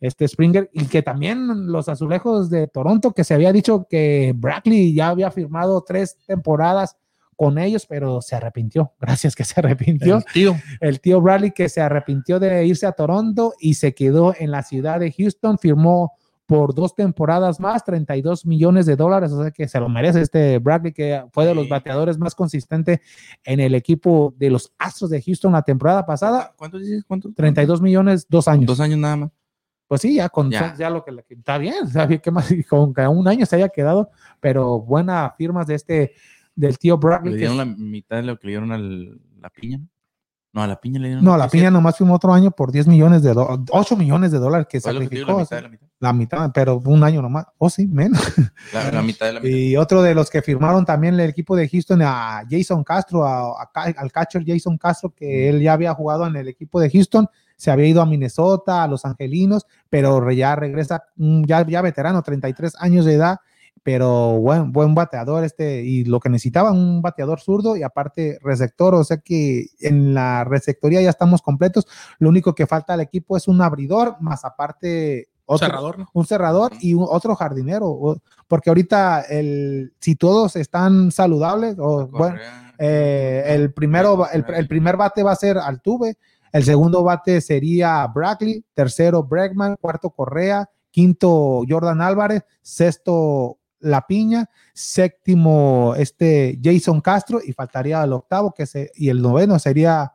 A: este Springer, y que también los azulejos de Toronto, que se había dicho que Brackley ya había firmado tres temporadas con ellos, pero se arrepintió, gracias que se arrepintió
C: El tío.
A: el tío Bradley que se arrepintió de irse a Toronto y se quedó en la ciudad de Houston, firmó por dos temporadas más, 32 millones de dólares, o sea que se lo merece este Bradley, que fue de los
B: Sí.
A: bateadores más consistentes en el equipo de los Astros de Houston la temporada pasada,
B: ¿Cuántos dices? ¿Cuántos?
A: 32 millones, dos años.
B: Dos años nada más.
A: Pues sí, ya con
B: Ya.
A: ya, lo que le está bien, está bien que más, con que un año se haya quedado, pero buena firmas de este, del tío
B: Le
A: Bradley. que-
B: dieron la mitad de lo que le dieron a la piña. ¿no? No, a la piña le dieron.
A: no, la piña nomás firmó otro año por 10 millones de dólares, 8 millones de dólares que
B: Fue lo que te digo,
A: sacrificó. o
B: la mitad
A: sea.
B: de la mitad.
A: La mitad, pero un año nomás. Oh, sí, menos.
B: La, la mitad de la mitad.
A: Y otro de los que firmaron también el equipo de Houston a Jason Castro, a- a ca- al catcher Jason Castro, que él ya había jugado en el equipo de Houston, se había ido a Minnesota, a Los Angelinos, pero re- ya regresa, mm, ya, ya veterano, 33 años de edad, pero buen, buen bateador este, y lo que necesitaba, un bateador zurdo y aparte receptor, o sea que en la receptoría ya estamos completos, lo único que falta al equipo es un abridor, más aparte... otro-
C: Cerrador, ¿no?
A: un cerrador y un- otro jardinero, o- porque ahorita el, si todos están saludables, o bueno,
B: Correa.
A: eh, el primero, va- el, el primer bate va a ser Altuve, el segundo bate sería Brackley, tercero Bregman, cuarto Correa, quinto Jordan Álvarez, sexto La Piña, séptimo este Jason Castro y faltaría el octavo que se, y el noveno sería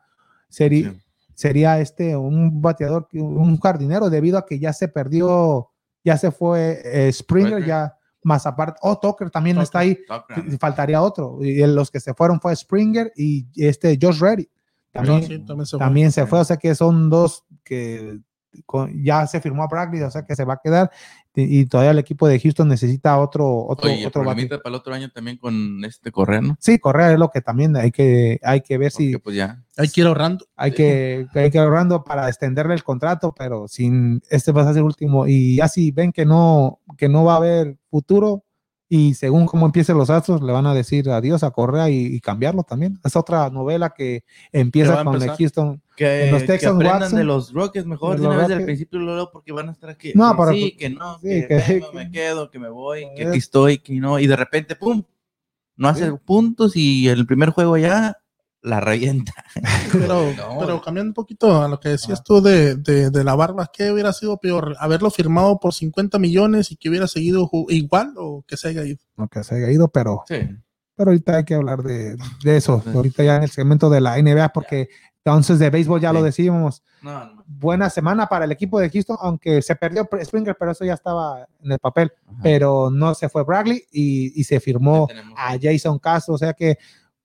A: sería
B: Sí.
A: sería este un bateador, que- un jardinero, debido a que ya se perdió, ya se fue eh, Springer,
B: Tucker.
A: ya más aparte, oh, Tucker también está
C: Tucker.
A: ahí,
B: Tucker,
A: y faltaría otro. Y en los que se fueron fue Springer y este Josh Reddy. También,
C: Sí, también se fue.
A: también se fue, o sea que son dos que con- ya se firmó a Bradley, o sea que se va a quedar. Y, y todavía el equipo de Houston necesita otro, otro,
B: Oye, y el
A: otro bate.
B: problemita para el otro año también con este Correa, ¿no?
A: Sí, Correa es lo que también hay que, hay que ver si
B: Porque, pues ya.
C: Hay que ir ahorrando.
A: hay que, que hay que ir ahorrando para extenderle el contrato, pero sin este va a ser el último. Y ya si ven que no, que no va a haber futuro, y según cómo empiecen los astros, le van a decir adiós a Correa y, y cambiarlo también. Es otra novela que
C: Que va
A: empieza
C: a
A: con el
C: empezar.
A: Houston.
B: Que,
A: En los Texas
B: que aprendan
A: Watson.
B: de los Rockets mejor,
A: De
B: de una
A: los
B: vez del
A: Rockets.
B: principio luego porque van a estar aquí.
A: No,
B: que
A: para-
B: sí, que no,
A: sí,
B: que,
A: que-
B: vengo,
A: que-
B: me quedo, que me voy, que
A: Eh.
B: aquí estoy, que no, y de repente, pum, no hace puntos y el primer juego ya la revienta.
C: Pero,
B: No.
C: pero cambiando un poquito a lo que decías tú de, de, de la barba, ¿qué hubiera sido peor? ¿Haberlo firmado por 50 millones y que hubiera seguido ju- igual o que se haya ido?
A: No que se haya ido, pero,
B: Sí.
A: pero ahorita hay que hablar de, de eso.
B: Sí.
A: Ahorita ya en el segmento de la NBA, porque entonces de béisbol ya lo
B: Sí.
A: decíamos.
B: No, no.
A: Buena semana para el equipo de Houston, aunque se perdió Springer, pero eso ya estaba en el papel.
B: Ajá.
A: pero no se fue Bradley y, y se
B: Ya
A: firmó
B: tenemos.
A: a Jason Castro. O sea que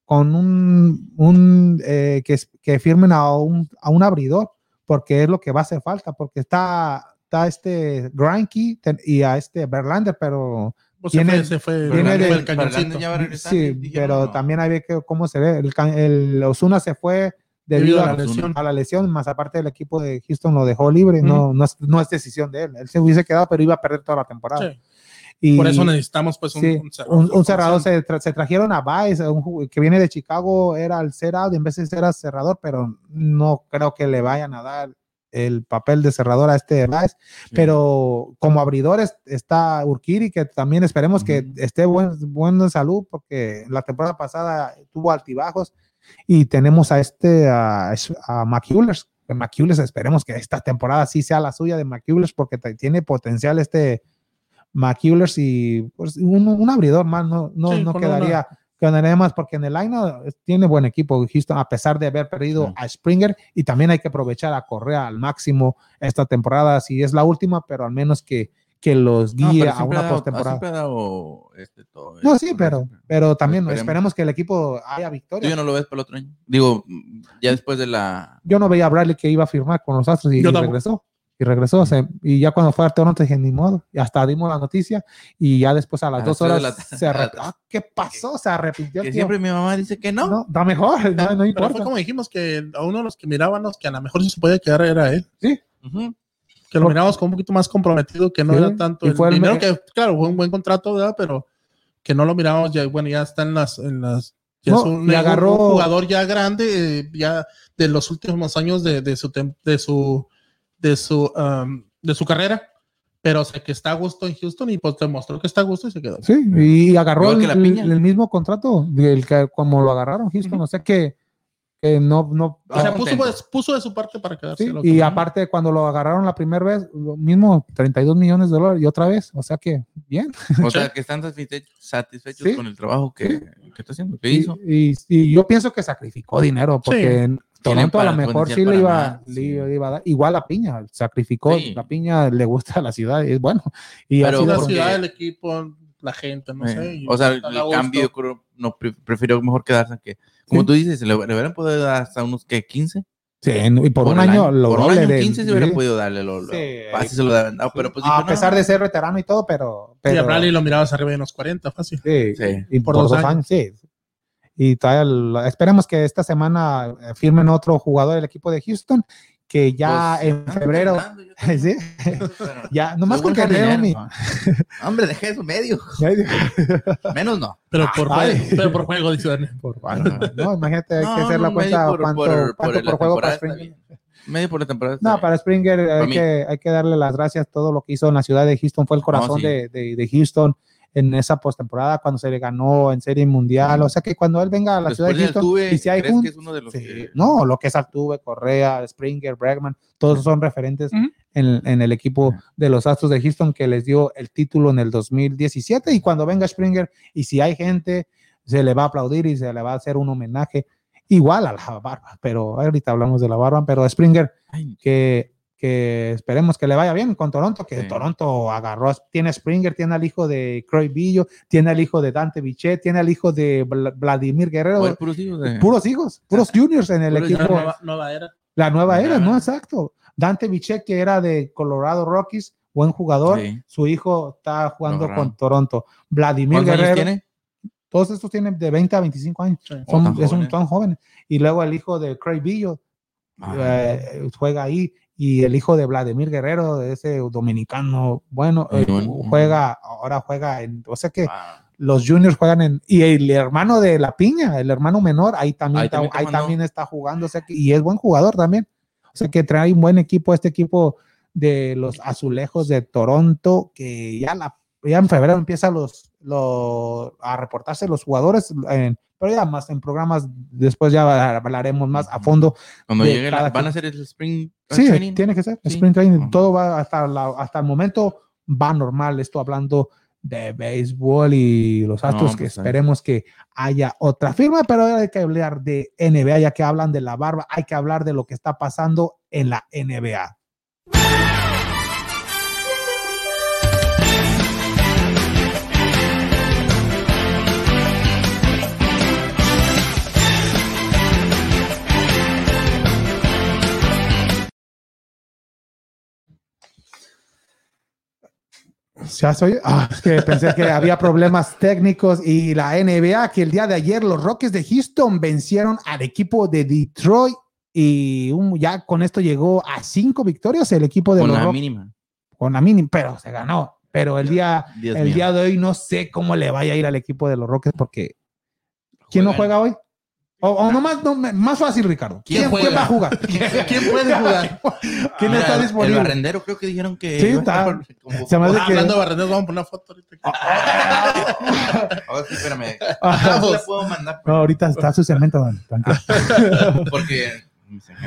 A: con un, un, eh, que, que firmen a un, a un abridor, porque es lo que va a hacer falta, porque está, está este Granky y a este Verlander, pero
C: Pues se
A: Viene-
C: fue, se fue,
A: viene
C: fue
A: de-
C: el cañoncito.
B: Fernández ya va a regresar,
A: sí,
B: dijeron,
A: pero
B: no.
A: también hay que ver cómo se ve. El, can- el Osuna se fue
C: Debido a la
A: a
C: lesión.
A: a la lesión, más aparte el equipo de Houston lo dejó libre, no, no, es, no es decisión de él, él se hubiese quedado, pero iba a perder toda la temporada.
C: Sí,
A: Y-
C: Por eso necesitamos pues un,
A: Sí,
C: un cerrado.
A: un, un cerrador se, tra- se trajeron a Baez, a un ju- que viene de Chicago, era el cerrado, en vez de ser cerrador, pero no creo que le vayan a dar el papel de cerrador a este Baez. Pero como abridores está Urquiri, que también esperemos
B: Ujú.
A: que esté buen, bueno en salud, porque la temporada pasada tuvo altibajos. Y tenemos a este, a, a McEulers. Que McEulers, esperemos que esta temporada sí sea la suya de McEulers, porque te- tiene potencial este McEulers y pues, un, un abridor más, no, no,
C: Sí,
A: no
C: con una-
A: quedaría ganaría más porque en el line tiene buen equipo Houston, a pesar de haber perdido
B: Sí.
A: a Springer. Y también hay que aprovechar a Correa al máximo esta temporada, si es la última, pero al menos que, que los
B: No,
A: guíe
B: pero
A: a
B: siempre ha
A: una
B: dado- ah,
A: postemporada.
B: siempre ha dado, este, todo,
A: No,
B: eh,
A: sí,
B: todo
A: pero,
B: eso.
A: pero también
B: Esperemos.
A: esperemos. que el equipo haya
B: ¿Tú ya
A: victoria.
B: no lo ves para el otro año? Digo, mm, ya después de la...
A: Yo no veía a Bradley que iba a firmar con los Astros y,
C: Yo
A: y
C: tampoco.
A: regresó. Y regresó. se- y ya cuando fue a Toronto dije, ni modo. Y hasta dimos la noticia. Y ya después a las
B: A
A: dos
B: las
A: horas
B: tres de Ah, la-
A: se arrep- Ah, ¿Qué pasó? Se arrepintió. el
B: Que
A: tío.
B: siempre mi mamá dice que no.
A: No, da mejor. No, no
C: Pero fue
A: importa.
C: como dijimos que a uno de los que mirábamos que a lo mejor sí se podía quedar era él.
B: Ujú.
C: Que lo
A: Por-
C: mirábamos como un poquito más comprometido, que no
A: Sí,
C: era tanto
A: y
C: el
A: fue el
C: dinero,
A: me-
C: que claro, fue un buen contrato, ¿verdad? Pero que no lo mirábamos ya, bueno, ya está en las... En las ya
A: No,
C: es un,
A: y agarró-
C: un jugador ya grande, eh, ya de los últimos años de, de su... tem- De su, de su, um, de su carrera. Pero o sea, que está a gusto en Houston y pues demostró que está a gusto y se quedó.
A: Sí, y agarró
B: Igual que
A: el,
B: la piña.
A: el mismo contrato del que, como lo agarraron Houston. O sea que, que no, no.
C: O sea,
B: Ah,
C: puso,
B: contento.
C: pues, puso de su parte para quedarse.
A: Sí,
C: lo
A: y
C: que-
A: aparte, cuando lo agarraron la primera vez, lo mismo, 32 millones de dólares y otra vez. O sea que, bien.
B: O sea, que están satisfe- satisfechos
A: Sí.
B: con el trabajo que, que está haciendo, que
A: Y,
B: hizo.
A: y- y yo pienso que sacrificó dinero porque
C: Sí.
A: en Toronto
B: para-
A: a lo mejor
B: potencial
A: sí le
B: para
A: iba,
B: más,
A: le
B: sí.
A: iba a dar. Igual la piña, sacrificó.
B: Sí.
A: La piña le gusta la ciudad y es bueno. Y
B: Pero
A: así
C: la
A: por-
B: porque-
C: ciudad, el equipo, la gente, no
B: Eh,
C: sé. y
B: o sea, el
C: está a gusto.
B: cambio, yo creo, no, pre- prefiero mejor quedarse que, como
A: Sí.
B: tú dices, le, le hubieran podido dar hasta unos, ¿qué? 15.
A: Sí, y por, un
B: el
A: año, lo
B: por un
A: doble
B: año,
A: de-
B: 15 se hubiera
A: sí.
B: podido darle, lo, lo-
A: Sí.
B: así se lo habían dado, pero pues
A: a pesar de ser veterano y todo, pero.
C: Y a
A: pero
C: Bradley lo mirabas arriba de los 40, fácil.
A: sí,
B: Sí.
A: y por, dos, años. sí. Y todavía lo- esperemos que esta semana eh, firmen otro jugador del equipo de Houston, que ya
B: Pues,
A: en febrero. Sí, Ya, nomás con que leo mi.
B: Hombre, dejé eso medio. Menos no.
C: Pero por,
A: Ah, Ay.
C: juego, pero por juego, dice Dani.
A: Por- no, imagínate, hay
B: No,
A: que hacer la
B: no, medio
A: cuenta
B: por-
A: cuánto,
B: por- por
A: cuánto por,
B: la
A: juego para
B: temporada está
A: Springer.
B: bien. Medio por la temporada. está
A: No,
B: bien.
A: para Springer hay
B: mí.
A: que, hay que darle las gracias. Todo lo que hizo en la ciudad de Houston fue el corazón
B: sí.
A: de, de- de Houston en esa postemporada cuando se le ganó en Serie Mundial. O sea que cuando él venga a la ciudad de
B: Después del
A: Houston,
B: Altuve,
A: y si hay
B: ¿crees
A: un-
B: que es uno de los
A: Sí,
B: que-
A: No, lo que es Altuve, Correa, Springer, Bregman, todos son referentes
C: Ujú.
A: en, en el equipo de los Astros de Houston que les dio el título en el 2017 y cuando venga Springer y si hay gente se le va a aplaudir y se le va a hacer un homenaje igual a la barba, pero ahorita hablamos de la barba, pero Springer
B: Ay,
A: que, que esperemos que le vaya bien con Toronto, que
B: Sí.
A: Toronto agarró, tiene a Springer, tiene al hijo de Croy Billo, tiene al hijo de Dante Bichet, tiene al hijo de Vla- Vladimir Guerrero,
B: fue el puro tío de-
A: puros hijos, puros juniors en el
B: Puros
A: equipo,
B: juniors.
C: Nueva, nueva era.
A: la nueva era,
B: Ajá.
A: ¿no? Exacto. Dante Bichet, que era de Colorado Rockies, buen jugador,
B: Sí.
A: su hijo está jugando
B: Colorado.
A: con Toronto. Vladimir
B: ¿Cuántos años
A: Guerrero,
B: tiene?
A: todos estos tienen de 20 a 25 años,
C: Sí.
B: Oh,
A: son,
B: tan
A: es un
B: jóvenes.
A: tan joven. Y luego el hijo de Craig Billo,
B: Ah,
A: eh, juega ahí. Y el hijo de Vladimir Guerrero, de ese dominicano, bueno,
B: Muy
A: eh,
B: bueno.
A: juega, ahora juega en, o sea que
B: ah.
A: los juniors juegan en, y el hermano de La Piña, el hermano menor, ahí también,
B: Ahí
A: está,
B: también está
A: ahí
B: jugando.
A: también está jugando, o sea que, y es buen jugador también. O sea que trae un buen equipo, este equipo de los azulejos de Toronto, que ya, la, ya en febrero empiezan los, los, a reportarse los jugadores, en- pero ya más en programas, después ya hablaremos más a fondo
B: Cuando
A: de
B: llegue, la-
A: cada
B: van
A: quien.
B: a hacer el spring
A: Sí,
B: training.
A: tiene que ser.
B: Sí.
A: Sprint training.
B: Ajá.
A: Todo va hasta, la- hasta el momento, va normal. Esto hablando de béisbol y los
B: No,
A: astros, que
B: pues, ahí.
A: esperemos que haya otra firma, pero hay que hablar de NBA, ya que hablan de la barba, hay que hablar de lo que está pasando en la NBA. ¿Ya soy? Ah, es que pensé que había problemas técnicos y la NBA, que el día de ayer los Rockets de Houston vencieron al equipo de Detroit y un- ya con esto llegó a cinco victorias el equipo de
B: Con
A: los
B: la
A: Rockets.
B: mínima.
A: con la mínima, pero se ganó. Pero el día,
B: Dios
A: el
B: mío.
A: día de hoy no sé cómo le vaya a ir al equipo de los Rockets porque ¿quién no
B: Juegan.
A: juega hoy? O, o nomás, no, me- más fácil, Ricardo. ¿Quién,
B: ¿Quién juega?
A: quién va a jugar?
C: ¿Quién puede jugar?
A: ¿Quién
D: Ah,
B: Mira,
A: está
B: el- El
A: disponible?
B: barrendero creo que dijeron que.
A: Sí,
B: iba a
A: está.
B: estar como-
A: Se me hace
C: Ah,
A: que-
C: Hablando de Barrenes, vamos a poner una foto ahorita.
B: A ver, Oh, sí, espérame.
A: Ah,
B: No la puedo mandar
A: no, ahorita está su cemento. don- tranquilo.
B: porque.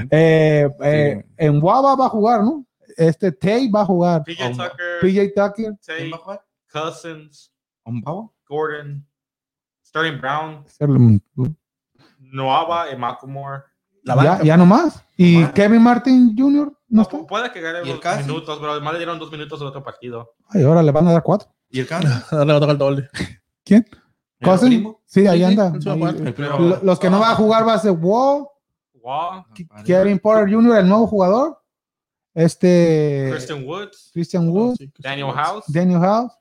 A: Eh, eh,
B: Ah. Sí.
A: En Guava va a jugar, ¿no? Este Tay va a jugar.
D: PJ Tucker,
A: PJ Tucker.
D: Tate,
B: ¿Quién va a jugar?
D: Cousins,
B: ¿Un pavo?
D: Gordon, Sterling Brown, Noaba y Macklemore.
B: La
A: ya,
B: banca.
A: ya nomás. ¿Y
D: Bueno.
A: Kevin Martin Jr. no está?
D: Pu- Puede que gane
B: ¿Y el
D: los
B: Casi?
D: minutos, pero además le dieron dos minutos al otro partido.
A: Ay, ahora le van a dar cuatro.
B: ¿Y el Cano?
C: Ah, Le va a tocar el doble.
A: ¿Quién?
B: ¿El
A: Cousins?
B: primo?
A: Sí, ahí
C: Sí, sí,
A: anda.
C: él se va a
A: Ahí-
C: jugar.
B: El primo.
A: Lo- los que no va a jugar va a ser Wall,
D: Wow.
B: Ah, padre.
A: Kevin Porter Jr., el nuevo jugador. Este.
D: Christian Woods,
A: Christian Wood,
C: Sí,
D: Daniel House
A: Daniel House,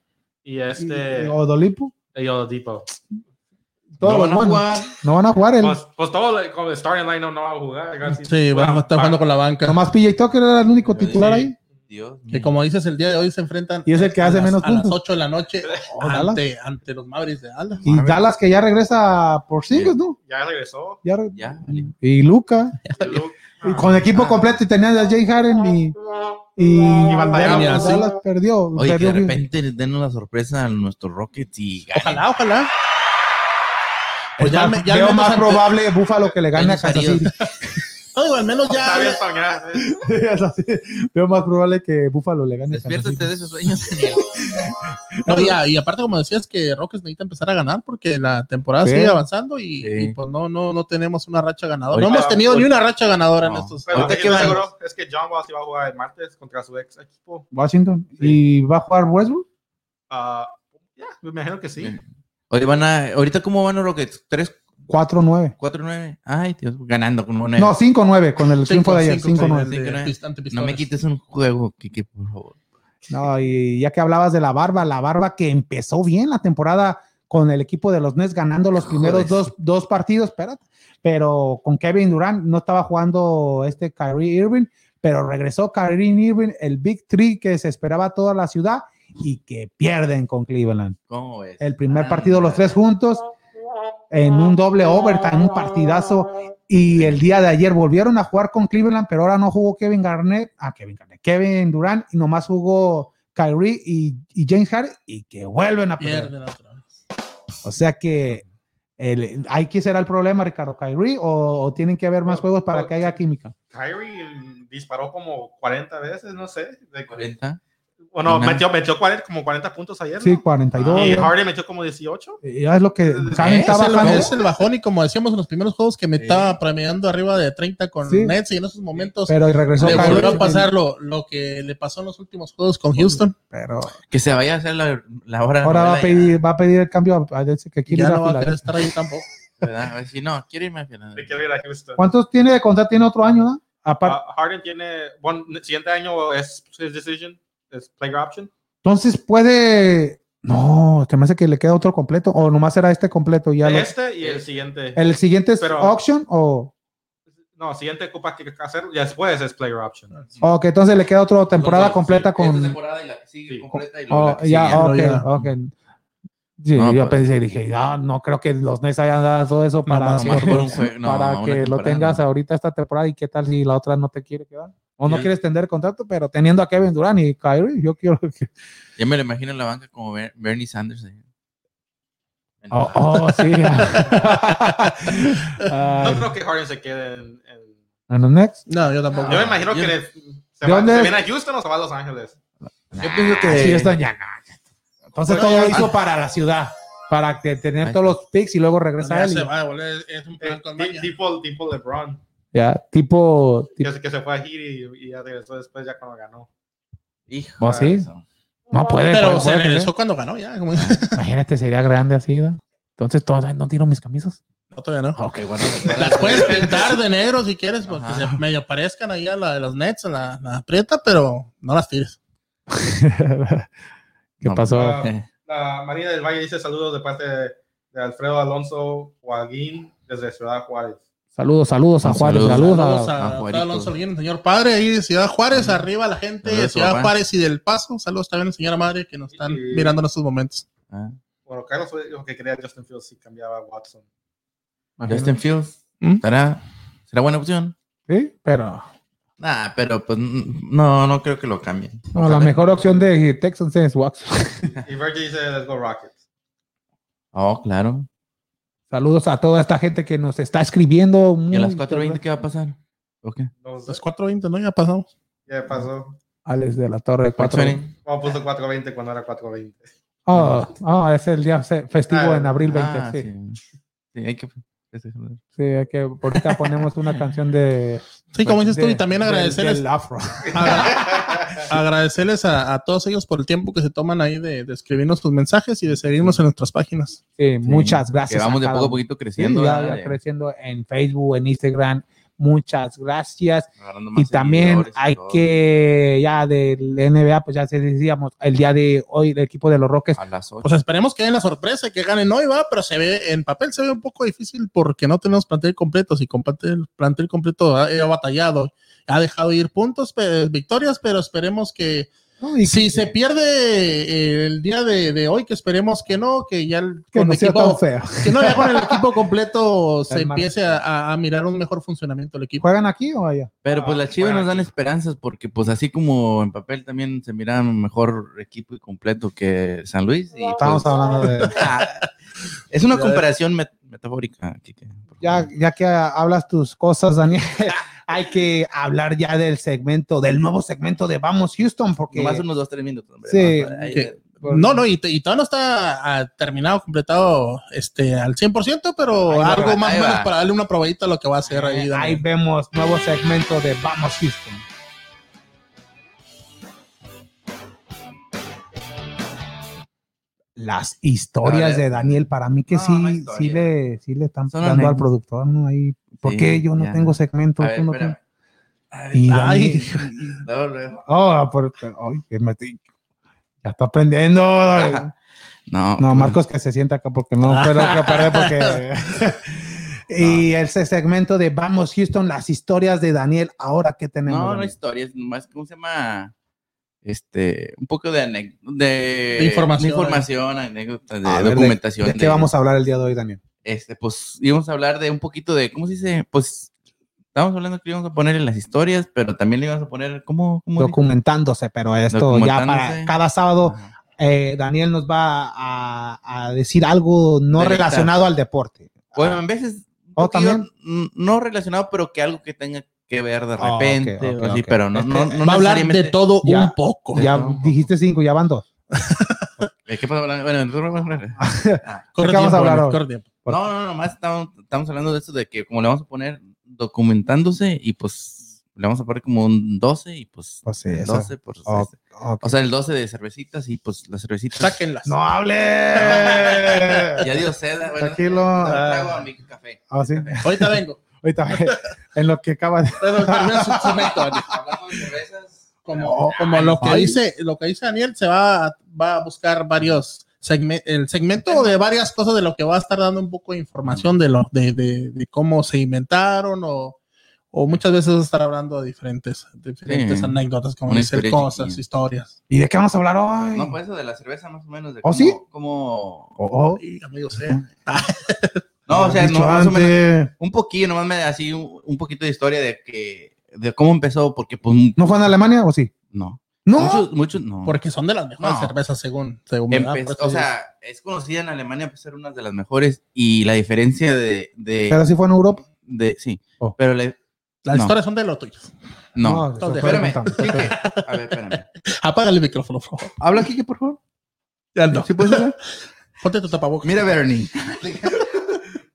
D: y
A: y-
D: este
A: y Odolipo.
D: y Oladipo.
A: Todos
B: No van a
A: los buenos.
B: jugar.
A: No van a jugar. El,
D: Pues, pues todo el- como el starting line no, no va a jugar. casi. Ah,
C: Sí,
D: Bueno,
C: va a estar
A: Ah,
C: jugando con la banca.
A: nomás PJ Tucker era el único titular
B: Sí.
A: ahí.
B: Dios mío.
C: Que como dices, el día de hoy se enfrentan.
A: Y es el que
C: a
A: hace
C: las-
A: menos
C: A las
A: puntos.
C: 8 de la noche
A: Oh, Dallas.
C: ante, ante los Mavericks de Dallas.
A: Y Dallas que ya regresa por singles, ¿no?
D: Ya regresó.
A: Ya re-
B: Ya, vale.
A: Y Luca.
D: Y Luke-
A: Y con equipo completo y tenía a Jay Harden y. Y,
D: Y batallaba.
A: Dallas, Dallas perdió.
B: Oye, que
A: perdió
B: de
A: bien.
B: repente le den la sorpresa a nuestros Rockets y ganen.
C: Ojalá, ojalá. Pues
A: Es
C: ya
A: más,
C: me- ya
A: veo
C: menos
A: más
C: ante-
A: probable Búfalo que le gane a
B: Menos
A: Kansas
B: heridos.
A: City.
C: No, digo, al menos ya.
D: Está bien soñar. ¿eh?
A: Es así. Veo más probable que Búfalo le gane a Kansas City.
B: Despiértate de esos sueños.
C: No, y, a- y aparte, como decías, que Rockets necesita empezar a ganar porque la temporada
A: Sí.
C: sigue avanzando y,
B: Sí.
C: y, pues no, no, no tenemos una racha ganadora.
B: Ahorita-
C: no hemos tenido ni una racha ganadora
B: No.
C: en estos.
D: Pero lo
B: Ahorita
D: que
B: que
D: yo
B: van-
D: seguro es que John Wall sí va a jugar el martes contra su ex equipo.
A: Washington. ¿Y va a jugar Westbrook?
D: Ah, ya, me imagino que sí.
B: Sí. Oye, van a, ahorita cómo van los Rockets? 3,
A: 4-9.
B: 4, 9. Ay, Dios, ganando con 9.
A: No, 5-9 con el
C: Cinco-
A: triunfo de ayer.
C: cinco- cinco-
A: 5-9.
C: de-
B: Cinco, nueve.
C: pist- ante
B: no me
C: pistones.
B: quites un juego, Kike, por favor.
A: No, y ya que hablabas de la barba, la barba que empezó bien la temporada con el equipo de los Nets ganando los
B: Joder,
A: primeros
B: sí.
A: dos, dos partidos, espérate, pero con Kevin Durant no estaba jugando este Kyrie Irving, pero regresó Kyrie Irving, el Big Three que se esperaba toda la ciudad y que pierden con Cleveland.
B: ¿Cómo ves? Ah,
A: El primer partido los tres juntos en un doble overtime, un partidazo y el día de ayer volvieron a jugar con Cleveland, pero ahora no jugó Kevin Garnett, ah, Kevin Garnett, Kevin Durant y nomás jugó Kyrie y, y James Harden y que vuelven a perder.
C: Pierden otra vez.
A: O sea que el, hay que será el problema, Ricardo, Kyrie o, o tienen que haber más juegos para que haya química.
D: Kyrie disparó como 40 veces, no sé. de-
B: 40.
D: Bueno,
B: Ajá.
D: metió, metió 40, como 40 puntos ayer.
A: Sí,
D: ¿no?
A: 42.
C: Ah,
D: Y
A: ya-
D: Harden metió como 18.
A: ya es lo que Harden
B: Eh,
C: Es
A: estaba
C: el,
A: bajando.
C: es el bajón y como decíamos en los primeros juegos que me
B: Sí.
C: estaba premiando arriba de 30 con
A: Sí.
C: Nets y en esos momentos
A: Pero y regresó
C: le
A: Kyrie,
C: volvió a pasar lo, lo que le pasó en los últimos juegos con Houston.
A: Pero
B: Que se vaya a hacer la, la hora. de
A: ahora va a
B: novela
A: pedir, va a pedir el cambio a, a ese que
C: Y
A: quiere
C: ya
A: ir a
C: no va a
A: Filadelfia.
C: querer estar ahí tampoco.
B: ya, ¿verdad? A ver si no, quiero irme a final.
D: Le quiero ir a Houston.
A: ¿Cuántos tiene de contrato? Tiene otro año, ¿no? Aparte.
D: Ah, Harden tiene. Bueno, siguiente año es his decision, es player option.
A: Entonces puede. No, te me hace que le queda otro completo. O nomás era este completo. Ya lo-
D: este y el siguiente.
A: El siguiente es
D: Pero-
A: auction o.
D: No, siguiente copa que hay que hacer. Y después es player option.
A: o que entonces le queda otra temporada
B: Entonces,
A: completa
B: sí,
A: con.
B: Esta temporada y la que sigue
D: Sí.
B: completa y luego
A: Oh,
B: la que
A: ya,
B: sigue.
A: ok,
C: ya.
A: ok. Sí,
B: No,
A: yo
B: pues.
A: pensé, dije, no, no creo que los Nets hayan dado todo eso para,
C: más
A: por-
B: por un juego. No,
A: para
B: una
A: que lo
B: temporada,
A: tengas
B: no.
A: ahorita esta temporada y qué tal si la otra no te quiere quedar. O no
B: Ya.
A: quieres tener contrato, pero teniendo a Kevin Durant y Kyrie, yo quiero que...
B: Ya me lo imagino en la banca como Ber- Bernie Sanders. ¿eh? ahí.
A: Oh, oh, sí. Ay,
D: No creo que Harden se quede en. en-
A: ¿and the next?
C: No, yo tampoco.
D: Yo me imagino
B: yo-
D: que le- se,
A: Ah, ¿De
D: va,
A: dónde
D: se
A: es?
D: viene a Houston o se va a Los Ángeles.
B: Yo pienso que.
A: Sí, esta ya no. Entonces
D: Bueno,
A: todo lo
D: ya-
A: hizo para la ciudad, para que tener
B: Ahí
A: todos los picks y luego regresa
C: Ya
A: él. y-
C: se va a volver, es un plan
D: Eh,
C: con
D: ti-
C: maña.
D: tipo, tipo LeBron,
A: ya, tipo,
D: que,
A: tipo-
D: se- que se fue a Heat y, y ya regresó después, ya cuando ganó.
B: Hijo.
A: ¿Oh, sí?
B: eso.
A: no puede, pues.
C: Pero
A: puede,
C: se
A: puede que
C: regresó cuando ganó ya. como-
A: sea. Imagínate, sería grande así, ¿no? Entonces todos, ay, no tiro mis camisas.
C: No, todavía no.
A: Ok, bueno.
C: Las puedes pintar de negro si quieres, porque
B: Ajá.
C: se medio parezcan ahí a la de los Nets, a la, la aprieta, pero no las tires.
A: ¿Qué
B: No,
A: pasó?
D: Ah,
B: Eh,
D: La María del Valle dice saludos de parte de, de Alfredo Alonso Joaquín desde Ciudad Juárez.
A: Saludos, saludos a
B: Un
A: Juárez,
B: saludo.
A: saludos,
C: Saludos
A: a...
B: a
C: a
B: Juarito.
C: Alonso Alguien, señor padre, ahí de Ciudad Juárez, arriba la gente
B: Saludos a
C: de
B: su
C: Ciudad
B: papá.
C: Juárez y del Paso. Saludos también a la señora madre que nos están
D: Y-
C: mirando en estos momentos.
B: ah,
D: Bueno, Carlos fue- dijo que quería a Justin Fields si cambiaba a Watson.
B: Justin Fields.
A: ¿Mm?
B: ¿Será, será buena opción?
A: Sí, pero
B: Nah, pero pues mm, no, no creo que lo cambien.
A: no, la
B: ¿Sabe?
A: mejor opción de Texans es Wax.
D: Y Virgil dice, let's go Rockets.
B: Oh, claro.
A: Saludos a toda esta gente que nos está escribiendo.
B: ¿Y a las
A: muy-
B: 4.20 qué va a pasar? Ok.
D: No sé,
C: Las 4.20, ¿no? Ya pasamos.
D: ¿Qué pasó?
A: Alex de Ah, la Torre, 4.
B: Maxwell.
D: ¿Cómo puso 4.20 cuando era 4.20?
A: Ah, ah, es el día se- festivo
D: Ah,
A: en abril 20.
B: Ah,
A: sí.
B: sí. Sí, hay que. ese es el-
A: Sí, hay que ahorita ponemos una canción de.
C: Sí, como dices tú,
A: de-
C: y también
A: del-
C: agradecerles
A: del afro.
C: Agra- agradecerles a, a todos ellos por el tiempo que se toman ahí de, de escribirnos sus mensajes y de seguirnos en nuestras páginas.
A: Sí, muchas
B: Que
A: gracias.
B: vamos de
A: cada
B: poco a
A: uno.
B: poquito
A: Sí,
B: creciendo.
A: ya-
B: ¿verdad?
A: ya creciendo en Facebook, en Instagram. Muchas gracias.
B: Agarrando
A: Y
B: más
A: también
B: seguidores y
A: hay
B: todo.
A: que, ya del NBA, pues ya se decíamos, el día de hoy, el equipo de los Roques.
B: A las 8.
C: Pues esperemos que den la sorpresa, que ganen hoy, va, pero se ve, en papel se ve un poco difícil porque no tenemos plantel completo. Si con plantel, plantel completo ha, ha batallado, ha dejado ir puntos, pe- victorias, pero esperemos que
A: ¿no? Y
C: si
A: que-
C: se pierde eh, el día de, de hoy, que esperemos que no, que ya el,
A: que
C: con
A: no
C: el
A: sea
C: equipo,
A: tan feo.
C: que no, ya con el equipo completo se
A: Tan mal.
C: empiece a- a, a mirar un mejor funcionamiento del equipo.
A: ¿Juegan aquí o allá?
B: Pero pues
D: Ah,
B: las chivas
D: bueno.
B: nos dan esperanzas porque pues así como en papel también se mira un mejor equipo y completo que San Luis. Y,
A: Estamos
B: pues,
A: hablando de.
B: es una comparación met- metafórica. Kike.
A: Ya, ya que hablas tus cosas, Daniel, hay que hablar ya del segmento, del nuevo segmento de Vamos Houston, porque. pues,
B: Nomás unos dos, tres minutos. hombre.
A: Sí,
B: Vamos, ahí,
C: que- No, no, y, te- y todavía no está ah, terminado, completado este, al 100%, pero
A: Ahí va,
C: algo más
B: ahí
C: o menos
B: va.
C: para darle una probadita a lo que va a hacer ahí.
A: eh,
C: Daniel.
A: ahí vemos nuevo segmento de Vamos Houston. Las historias
B: Dale.
A: de Daniel, para mí que
B: No,
A: sí,
B: no hay
A: sí,
B: historia.
A: le, sí le están
B: Son
A: dando al
B: anécdotas.
A: productor, ¿no? Ahí, ¿Por
B: Sí,
A: qué yo no
B: ya.
A: tengo segmento?
B: A ver,
A: tú no
B: espérame.
A: tienes? Y Daniel-
C: Ay,
B: Luego, luego.
A: Oh, por, ay, que me- ya está aprendiendo.
B: No, pues,
A: No, Marcos que se sienta acá porque no fue lo que paré porque. y ese segmento de Vamos Houston, las historias de Daniel, ahora que tenemos.
B: No, no
A: Daniel?
B: historias, nomás, ¿cómo se llama? Este, un poco de anec- de,
C: De información.
B: de información, anécdota, de
A: A ver,
B: documentación.
A: ¿De qué
B: de-
A: vamos a hablar el día de hoy, Daniel?
B: Este, pues íbamos a hablar de un poquito de, ¿cómo se dice? Pues estábamos hablando que le íbamos a poner en las historias, pero también le íbamos a poner, ¿cómo? cómo dice?
A: Documentándose, pero esto ya para
B: Documentándose.
A: cada sábado
B: Ajá.
A: eh, Daniel nos va a, a decir algo no
B: Directa.
A: relacionado al deporte.
B: Bueno, en veces, un
A: Ah. Oh,
B: poquillo,
A: también.
B: n- no relacionado, pero que algo que tenga que ver de
A: Oh, ok,
B: repente, o
A: ok,
B: así,
A: ok.
B: pero no,
A: Este,
B: no, no
C: va a hablar de
B: necesariamente-
C: todo
A: Ya.
C: un poco.
A: Ya
B: no.
A: dijiste cinco, ya van dos.
B: ¿De qué pasó? Bueno, entonces-
A: ¿De qué vamos a hablar hoy?
C: corre tiempo.
A: Ah, Por-
B: No, no, no, más estamos, estamos hablando de esto de que como le vamos a poner documentándose y pues le vamos a poner como un 12 y pues,
A: Pues sí,
B: el
A: eso.
B: 12, pues,
A: Ok,
B: este.
A: ok.
B: o sea, el 12 de cervecitas y pues las cervecitas.
C: Sáquenlas.
A: ¡No hable!
B: Ya dio seda, bueno,
A: Tranquilo.
B: dame un
A: Ah.
B: trago a mi café.
A: Ah, sí.
C: Ahorita vengo.
A: Ahorita, en lo que acaba de.
C: Pero termina su segmento, Daniel.
B: Hablando de cervezas.
C: Como, como lo que
A: Ay.
C: dice, lo que dice Daniel, se va a, va a buscar varios segmentos, el segmento de varias cosas de lo que va a estar dando un poco de información de lo, de, de, de cómo se inventaron o, o muchas veces va a estar hablando de diferentes, diferentes
B: Sí.
C: anécdotas, como
B: Una
C: dice,
B: historia
C: cosas,
B: chiquilla.
C: historias.
A: ¿Y de qué vamos a hablar hoy?
B: No, pues eso de la cerveza más o menos. De
A: ¿Oh, sí?
B: Como...
A: Oh, oh.
C: Ay, amigos, eh.
B: No, o sea,
A: Dicho
B: no, más o menos
A: antes.
B: un poquillo, nomás me da así un, un poquito de historia de que de cómo empezó, porque pues
A: ¿No fue en Alemania o sí?
B: no.
A: No.
B: Muchos, muchos no.
C: Porque son de las mejores
B: No.
C: cervezas según, según
B: Empe-
C: ¿verdad? Por eso
B: o sea, pues, es conocida en Alemania por ser una de las mejores y la diferencia de... de,
A: Pero sí fue en Europa.
B: de- sí,
A: Oh.
B: pero la-
C: las
B: no.
C: historias son de lo tuyo.
B: No,
A: eso
C: no,
A: fue
B: espérame.
A: contando.
B: Quique, a ver, espérame.
C: Apágale el micrófono, por favor.
B: Habla, Kike, por favor.
C: Ya no.
A: pues,
B: ¿Sí puedes hablar?
C: Ponte tu tapabocas.
B: Mira, Bernie.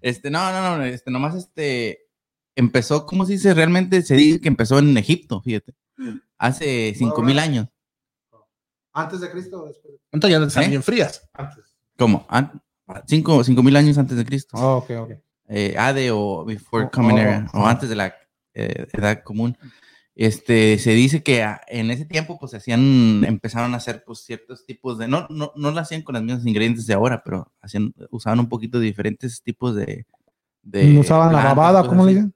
B: este, no, no, no, este, nomás este, empezó, ¿cómo se dice? Realmente se dice que empezó en Egipto, fíjate. Hace 5000 años.
A: ¿Antes de Cristo o después?
C: Entonces ya están
B: ¿Eh?
C: bien frías.
D: Antes.
B: ¿Cómo? An- cinco- 5000 años antes de Cristo.
A: Oh, ok, ok.
B: eh, ADE o Before
A: O-
B: Common
A: o-
B: Era, o antes de la eh, edad común, este, se dice que a- en ese tiempo pues hacían, empezaron a hacer pues ciertos tipos de, no, no, no lo hacían con los mismos ingredientes de ahora, pero hacían, usaban un poquito de diferentes tipos de... de
A: ¿No usaban la
B: plantas,
A: babada?
B: este, cosas
A: ¿Cómo le
B: así.
A: dicen?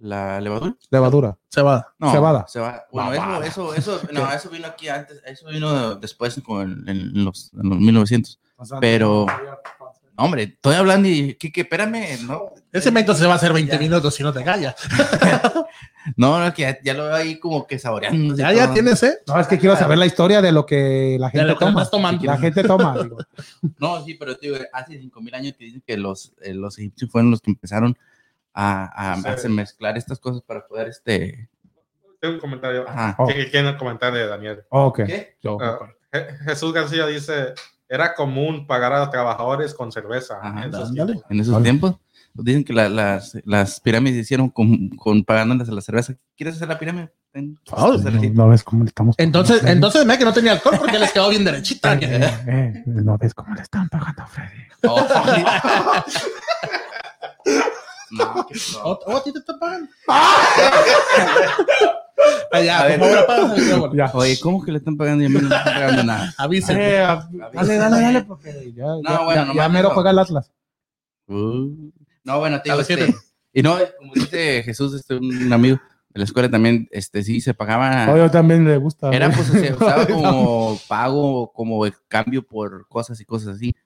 B: ¿La levadura?
A: Levadura.
C: Cebada.
B: No,
A: Cebada.
B: Bueno,
A: Babada.
B: eso, eso, eso, no, eso vino aquí antes, eso vino después con, en, los, en los 1900. Pero- No, hombre, estoy hablando y, Kike, espérame, no,
C: Ese evento se va a hacer 20
B: Ya.
C: minutos si no te callas.
B: No, no, que ya, ya lo veo ahí como que saboreando.
C: Ya, ya tienes, ¿eh?
A: No, es que quiero saber la historia de lo que la
C: Ya
A: gente
C: lo que
A: toma.
C: estás tomando.
A: La gente toma. digo.
B: No, sí, pero tío, hace 5000 años que dicen que los, eh, los egipcios fueron los que empezaron a, a,
D: Sí.
B: a hacer mezclar estas cosas para poder este.
D: Tengo un comentario.
B: Ajá.
A: Oh.
D: Ah, ¿Qué, qué quieren comentar de Daniel?
A: Ok.
B: ¿Qué?
A: Yo.
D: Ah, Je- Jesús García dice, era común pagar a trabajadores con cerveza.
B: Ajá,
D: en esos
C: ándale.
D: tiempos".
B: En esos
A: Vale.
B: tiempos, pues, dicen que la- las, las pirámides hicieron con, con pagándoles a la cerveza. ¿Quieres hacer la pirámide? Ten,
C: Ah,
B: tu cervecita.
A: No, no ves cómo le estamos.
C: Entonces,
A: pagando a
C: entonces me que no tenía alcohol porque les quedó bien derechita.
A: Freddy. Eh, eh, eh, no ves cómo le están pagando a Freddy.
B: Oh, no, qué
C: ¿O
B: no.
C: o Oh, a ti te están pagando?
B: Ah.
C: Ah,
B: A
C: Allá,
B: ver.
C: por favor, apaga el micrófono.
A: Ya.
B: Oye, ¿cómo que le están pagando y a mí no me están pagando nada? Eh,
C: Avisen.
A: Eh, dale, dale, dale, porque ya, ya,
B: bueno,
A: ya-
B: nomás
A: ya mero
B: eso.
A: juega el Atlas.
B: Uh, no, bueno, te
C: A
B: digo,
C: los
B: este,
C: siete.
B: y no, como dice Jesús, este, un amigo de la escuela también, este, sí, se pagaba,
A: Oye, también le gusta.
B: era
A: güey.
B: pues, se usaba como pago, como cambio por cosas y cosas así.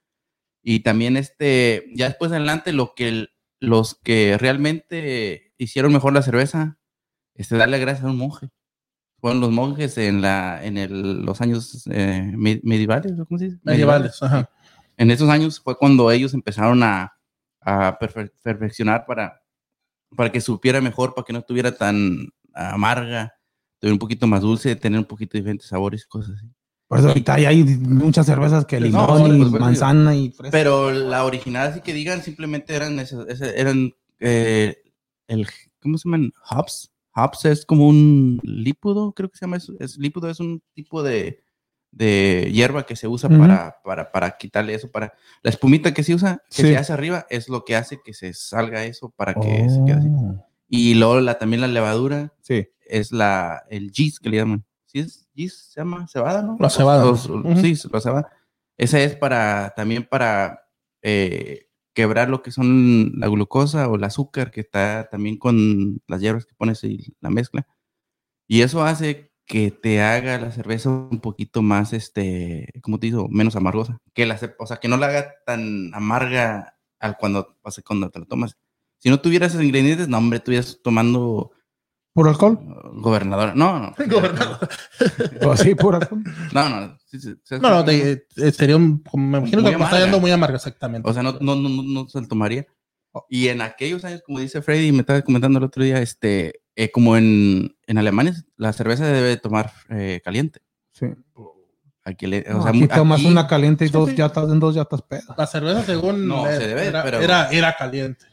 B: Y también, este, ya después adelante, lo que, el- los que realmente hicieron mejor la cerveza, este, darle gracias a un monje. Fueron los monjes en la, en el, los años eh, me- medievales, ¿o ¿cómo se dice?
C: Medievales, ajá.
B: en esos años fue cuando ellos empezaron a, a perfe- perfeccionar para, para que supiera mejor, para que no estuviera tan amarga, estuviera un poquito más dulce, tener un poquito diferentes sabores, cosas así.
A: Por eso ahorita ya hay muchas cervezas que
B: No,
A: limón
B: sí,
A: y
B: pues, bueno,
A: manzana y fresa.
B: Pero la original, así que digan, simplemente eran, esas- esas- eran eh, el, ¿cómo se llaman? Hops. Hops es como un lípido, creo que se llama eso. Es, lípido es un tipo de, de hierba que se usa
A: Ujú.
B: para, para, para quitarle eso, para la espumita que se usa, que
A: Sí.
B: se hace arriba, es lo que hace que se salga eso para que se quede así.
A: Oh,
B: Y luego la, también la levadura
A: Sí.
B: es la, el yeast que le llaman. ¿Sí es yeast? ¿Se llama cebada, no?
C: La cebada.
B: Los-
C: Ujú.
B: Sí, la cebada. Esa es para, también para eh, quebrar lo que son la glucosa o el azúcar que está también con las hierbas que pones y la mezcla. Y eso hace que te haga la cerveza un poquito más, este, ¿cómo te digo? Menos amargosa. Que la, ce- o sea, que no la haga tan amarga al cuando, o sea, cuando te la tomas. Si no tuvieras esos ingredientes, no, hombre, estuvieras tomando
A: ¿Puro alcohol?
B: uh, gobernadora. No, no.
C: Gobernador.
A: Pues sí, puro alcohol.
B: No, no. sí, sí, sí,
C: No, no, te- eh, sería un. como Me imagino
B: Muy
C: que me está
B: amarga.
C: yendo muy amarga, exactamente.
B: O sea, no, no, no, no, no se lo tomaría. Y en aquellos años, como dice Freddy, me estaba comentando el otro día, este, eh, como en, en Alemania, la cerveza se debe tomar eh, caliente.
A: Sí.
B: Aquí, le, o
A: No,
B: sea,
A: aquí
B: mu-
A: tomas
B: aquí-
A: una caliente y dos
C: sí.
A: ya estás en dos ya estás peda.
C: La cerveza, según.
B: No,
C: eh,
B: se debe,
C: era,
B: pero-
C: era, era caliente.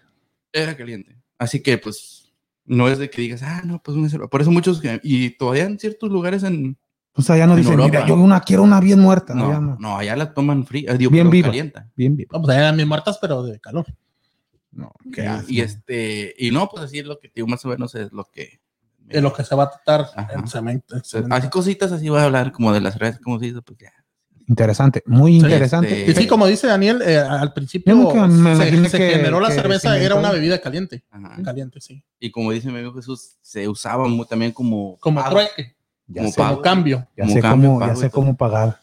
B: Era caliente. Así que, pues, no es de que digas, ah, no, pues una cerveza. Por eso muchos, que- y todavía en ciertos lugares en...
A: O sea, ya no
B: En
A: dicen,
B: Europa.
A: mira, yo una quiero una bien muerta. No, ya
B: No,
A: no.
B: no, allá la toman fría, eh, digo,
A: Bien
B: pero
A: viva.
B: calienta.
A: Bien, bien.
C: Vamos, allá pues eran bien muertas, pero de calor.
A: No,
B: Y-
A: qué asco.
B: Y este, y no, pues así es lo que, digo, más o menos es lo que...
C: De lo que se va a tratar.
B: Ajá.
C: en cemento, en
B: O sea,
C: cemento.
B: así cositas así voy a hablar como de las cervezas, como se dice, pues ya.
A: Interesante, muy interesante.
B: este-
C: Y sí, como dice Daniel, eh, al principio
A: Yo creo que me
C: se,
A: imagino
C: se
A: que-
C: generó la
A: que
C: cerveza,
A: se
C: era una
A: inventó.
C: bebida caliente.
B: Ajá.
C: Caliente, sí.
B: Y como dice mi amigo Jesús, se usaba mu- también como
C: Como
B: pago,
C: trueque,
A: Ya
B: como
A: sé,
B: pago.
C: como cambio.
A: ya
B: como
A: sé
B: cambio,
A: cómo, ya
B: pago y
A: sé
B: todo.
A: cómo pagar.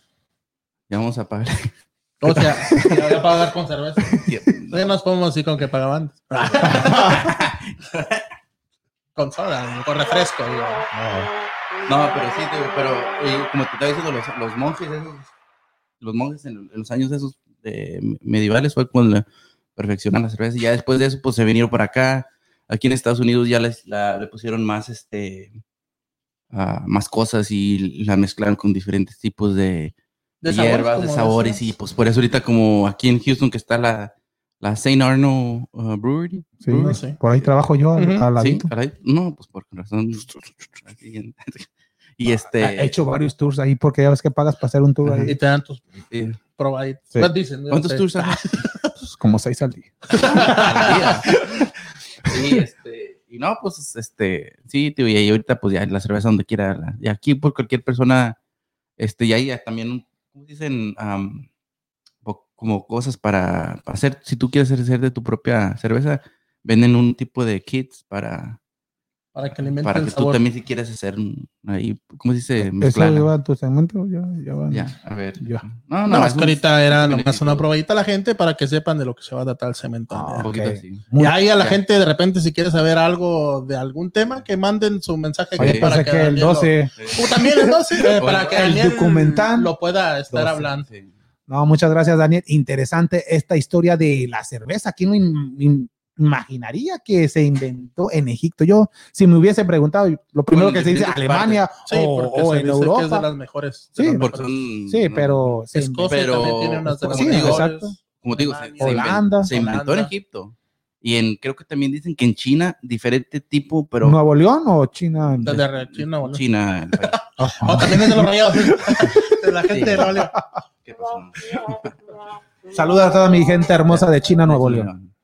B: Ya vamos a pagar.
C: O sea, se había pagar con cerveza.
B: No,
C: No nos podemos decir con que pagaban. con soda, con refresco. digo.
B: pero sí, te digo, pero eh, como te estaba diciendo, los, los monjes esos, los monjes en, en los años esos eh, medievales fue cuando la- perfeccionaron la cerveza y ya después de eso pues se vinieron para acá. Aquí en Estados Unidos ya les, la- le pusieron más este ah, más cosas y la mezclaron con diferentes tipos de, de
C: sabores,
B: hierbas, de
C: como
B: sabores,
C: decías.
B: y pues por eso ahorita como aquí en Houston que está la, la St. Arno uh, Brewery.
A: Sí,
C: No sé.
A: Por ahí trabajo yo al,
C: Ujú.
A: al
B: Sí,
A: ladito.
B: caray, no, pues por razón. Así en- y
A: He
B: este...
A: ah, hecho varios tours ahí porque ya ves que pagas para hacer un tour
B: Ajá.
A: ahí.
C: Y te dan tus
B: eh,
C: probaditas.
A: Sí.
C: Las dicen, este, yo
B: ¿Cuántos
C: sé.
B: tours haces?
A: Pues, como seis al día.
B: Al día. Sí, este, y no, pues, este, sí, tío, y ahí ahorita, pues, ya la cerveza donde quiera, la- y aquí por cualquier persona, este, y ahí ya también, ¿cómo dicen? Am, po- como cosas para, para hacer, si tú quieres hacer de tu propia cerveza, venden un tipo de kits para,
C: Para que le inventen
B: para que
C: el
B: tú
C: sabor.
B: también si quieres hacer un- ahí, ¿cómo se dice?
A: Eso
B: Mezclarla.
A: lleva a tu segmento, ya, ya va.
B: Ya, a ver.
A: Ya.
B: No,
C: No,
B: no,
C: más
B: es
C: que
B: un-
C: ahorita era
B: un
C: nomás
B: beneficio.
C: una probadita a la gente para que sepan de lo que se va a tratar el cemento.
A: Ah,
B: Un poquito
A: ok.
B: así.
A: Muy-
C: y ahí a la
B: ya.
C: gente, de repente, si quiere saber algo de algún tema, que manden su mensaje aquí
A: Oye,
B: Sí.
A: pensé que el
C: Daniel lo-
A: 12.
C: O también el 12, eh,
B: El
C: para que
A: documental.
C: Daniel lo pueda estar
A: 12,
C: hablando.
B: Sí.
A: No, muchas gracias, Daniel. Interesante esta historia de la cerveza. Aquí no in- in- imaginaría que se inventó en Egipto. Yo, si me hubiese preguntado, lo primero
B: Bueno,
A: que se dice
B: diferentes
A: Alemania
C: Sí,
A: o, o
C: porque se
A: en
C: dice que es de
A: Europa.
C: las mejores.
A: Sí,
C: de las
B: Porque
C: mejores.
B: son-
A: Sí, pero se inventó- pues,
C: Escocia
B: Pero-
C: también tiene unas de las
A: Sí,
C: mejores.
A: exacto.
B: como te digo, se, se inven-
A: Holanda.
B: se inventó en
C: Holanda.
B: Egipto. Y en, creo que también dicen que en China, diferente tipo, pero
A: ¿Nuevo León o China?
C: De la China, bueno.
B: China. el país.
C: Oh, también es de los rayados. de la gente
B: Sí.
C: de la Oliva.
B: ¿Qué pasó?
A: Saluda a toda mi gente hermosa de China, Nuevo León.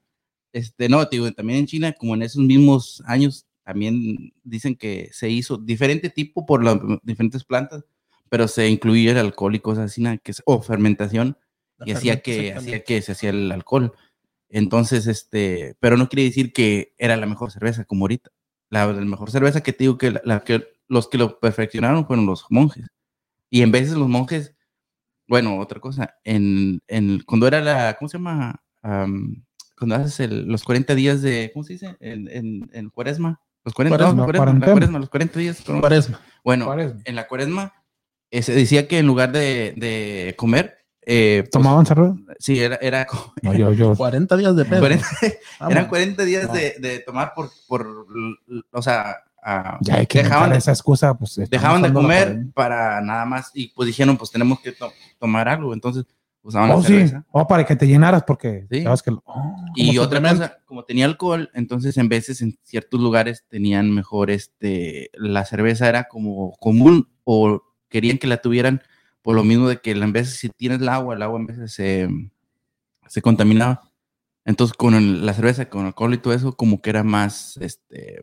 B: Pues, Este, no, te digo, también en China, como en esos mismos años, también dicen que se hizo diferente tipo por las diferentes plantas, pero se incluía el alcohol y cosas así, nada, que, es- o fermentación, y hacía que, hacía que se hacía el alcohol. Entonces, este, pero no quiere decir que era la mejor cerveza como ahorita. La, la mejor cerveza que te digo que, la, la que los que lo perfeccionaron fueron los monjes. Y en veces los monjes, bueno, otra cosa, en, en- cuando era la, ¿cómo se llama? Am, cuando haces el- los 40 días de, ¿cómo se dice? En, en, en cuaresma. Los 40,
A: Cuaresma,
B: no, cuaresma, la
A: cuarentena.
B: cuaresma, los 40 días. con-
C: Cuaresma.
B: Bueno, en la cuaresma eh, se decía que en lugar de, de comer, eh, pues,
A: ¿Tomaban cerveza?
B: Sí, era, era co-
A: No, yo, yo. Ah,
C: 40 días de pedo.
B: 40
C: Vamos.
B: eran 40 días
A: No.
B: de, de tomar por, por, l- o sea, ah,
A: Ya hay que
B: Dejaban
A: dejaban
B: de-
A: esa excusa. Pues, estamos
B: dejaban de
A: usando la
B: comer
A: cadena.
B: para nada más y pues dijeron, pues tenemos que to- tomar algo, entonces usaban la
A: Oh, sí.
B: cerveza.
A: Oh, para que te llenaras, porque
B: Sí.
A: sabes que. lo- oh,
B: Y
C: como
B: otra
C: suplemento.
B: cosa, como tenía alcohol, entonces en veces en ciertos lugares tenían mejor, este, la cerveza era como común o querían que la tuvieran por lo mismo de que en veces si tienes el agua, el agua en veces se, se contaminaba. Entonces con el- la cerveza, con alcohol y todo eso, como que era más, este,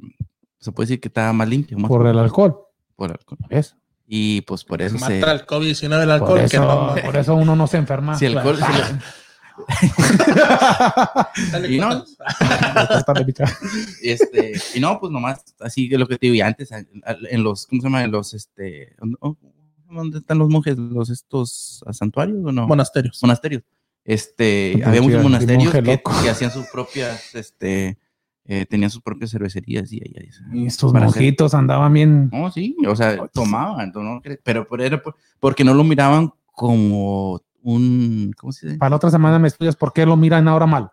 B: se puede decir que estaba más limpio, más
A: por el alcohol.
B: por alcohol.
A: ¿Ves?
B: Y pues por eso se...
C: Mata el COVID-19 el
A: Por
C: alcohol. que
A: eso,
C: no,
A: por eso uno no se enferma.
B: Si el alcohol se le-
C: Dale,
B: y no.
C: cortas.
A: Está de bicha.
B: este, y no, pues nomás, así que lo que te digo, y antes, a- a- en los, ¿cómo se llama? En los, este, ¿dó- ¿dónde están los monjes? ¿Los estos a santuarios o no?
C: Monasterios.
B: monasterios. Este,
A: Entonces,
B: había muchos
A: sí,
B: monasterios
A: monje
B: que,
A: loco.
B: que hacían sus propias, este, eh, tenían sus propias cervecerías y ahí.
A: Y estos
B: Para hacer-
A: monjitos andaban bien.
B: No, sí, o sea, tomaban, ¿no? pero, pero era por- porque no lo miraban como un, ¿cómo se dice?
A: Para la otra semana me estudias por qué lo miran ahora mal.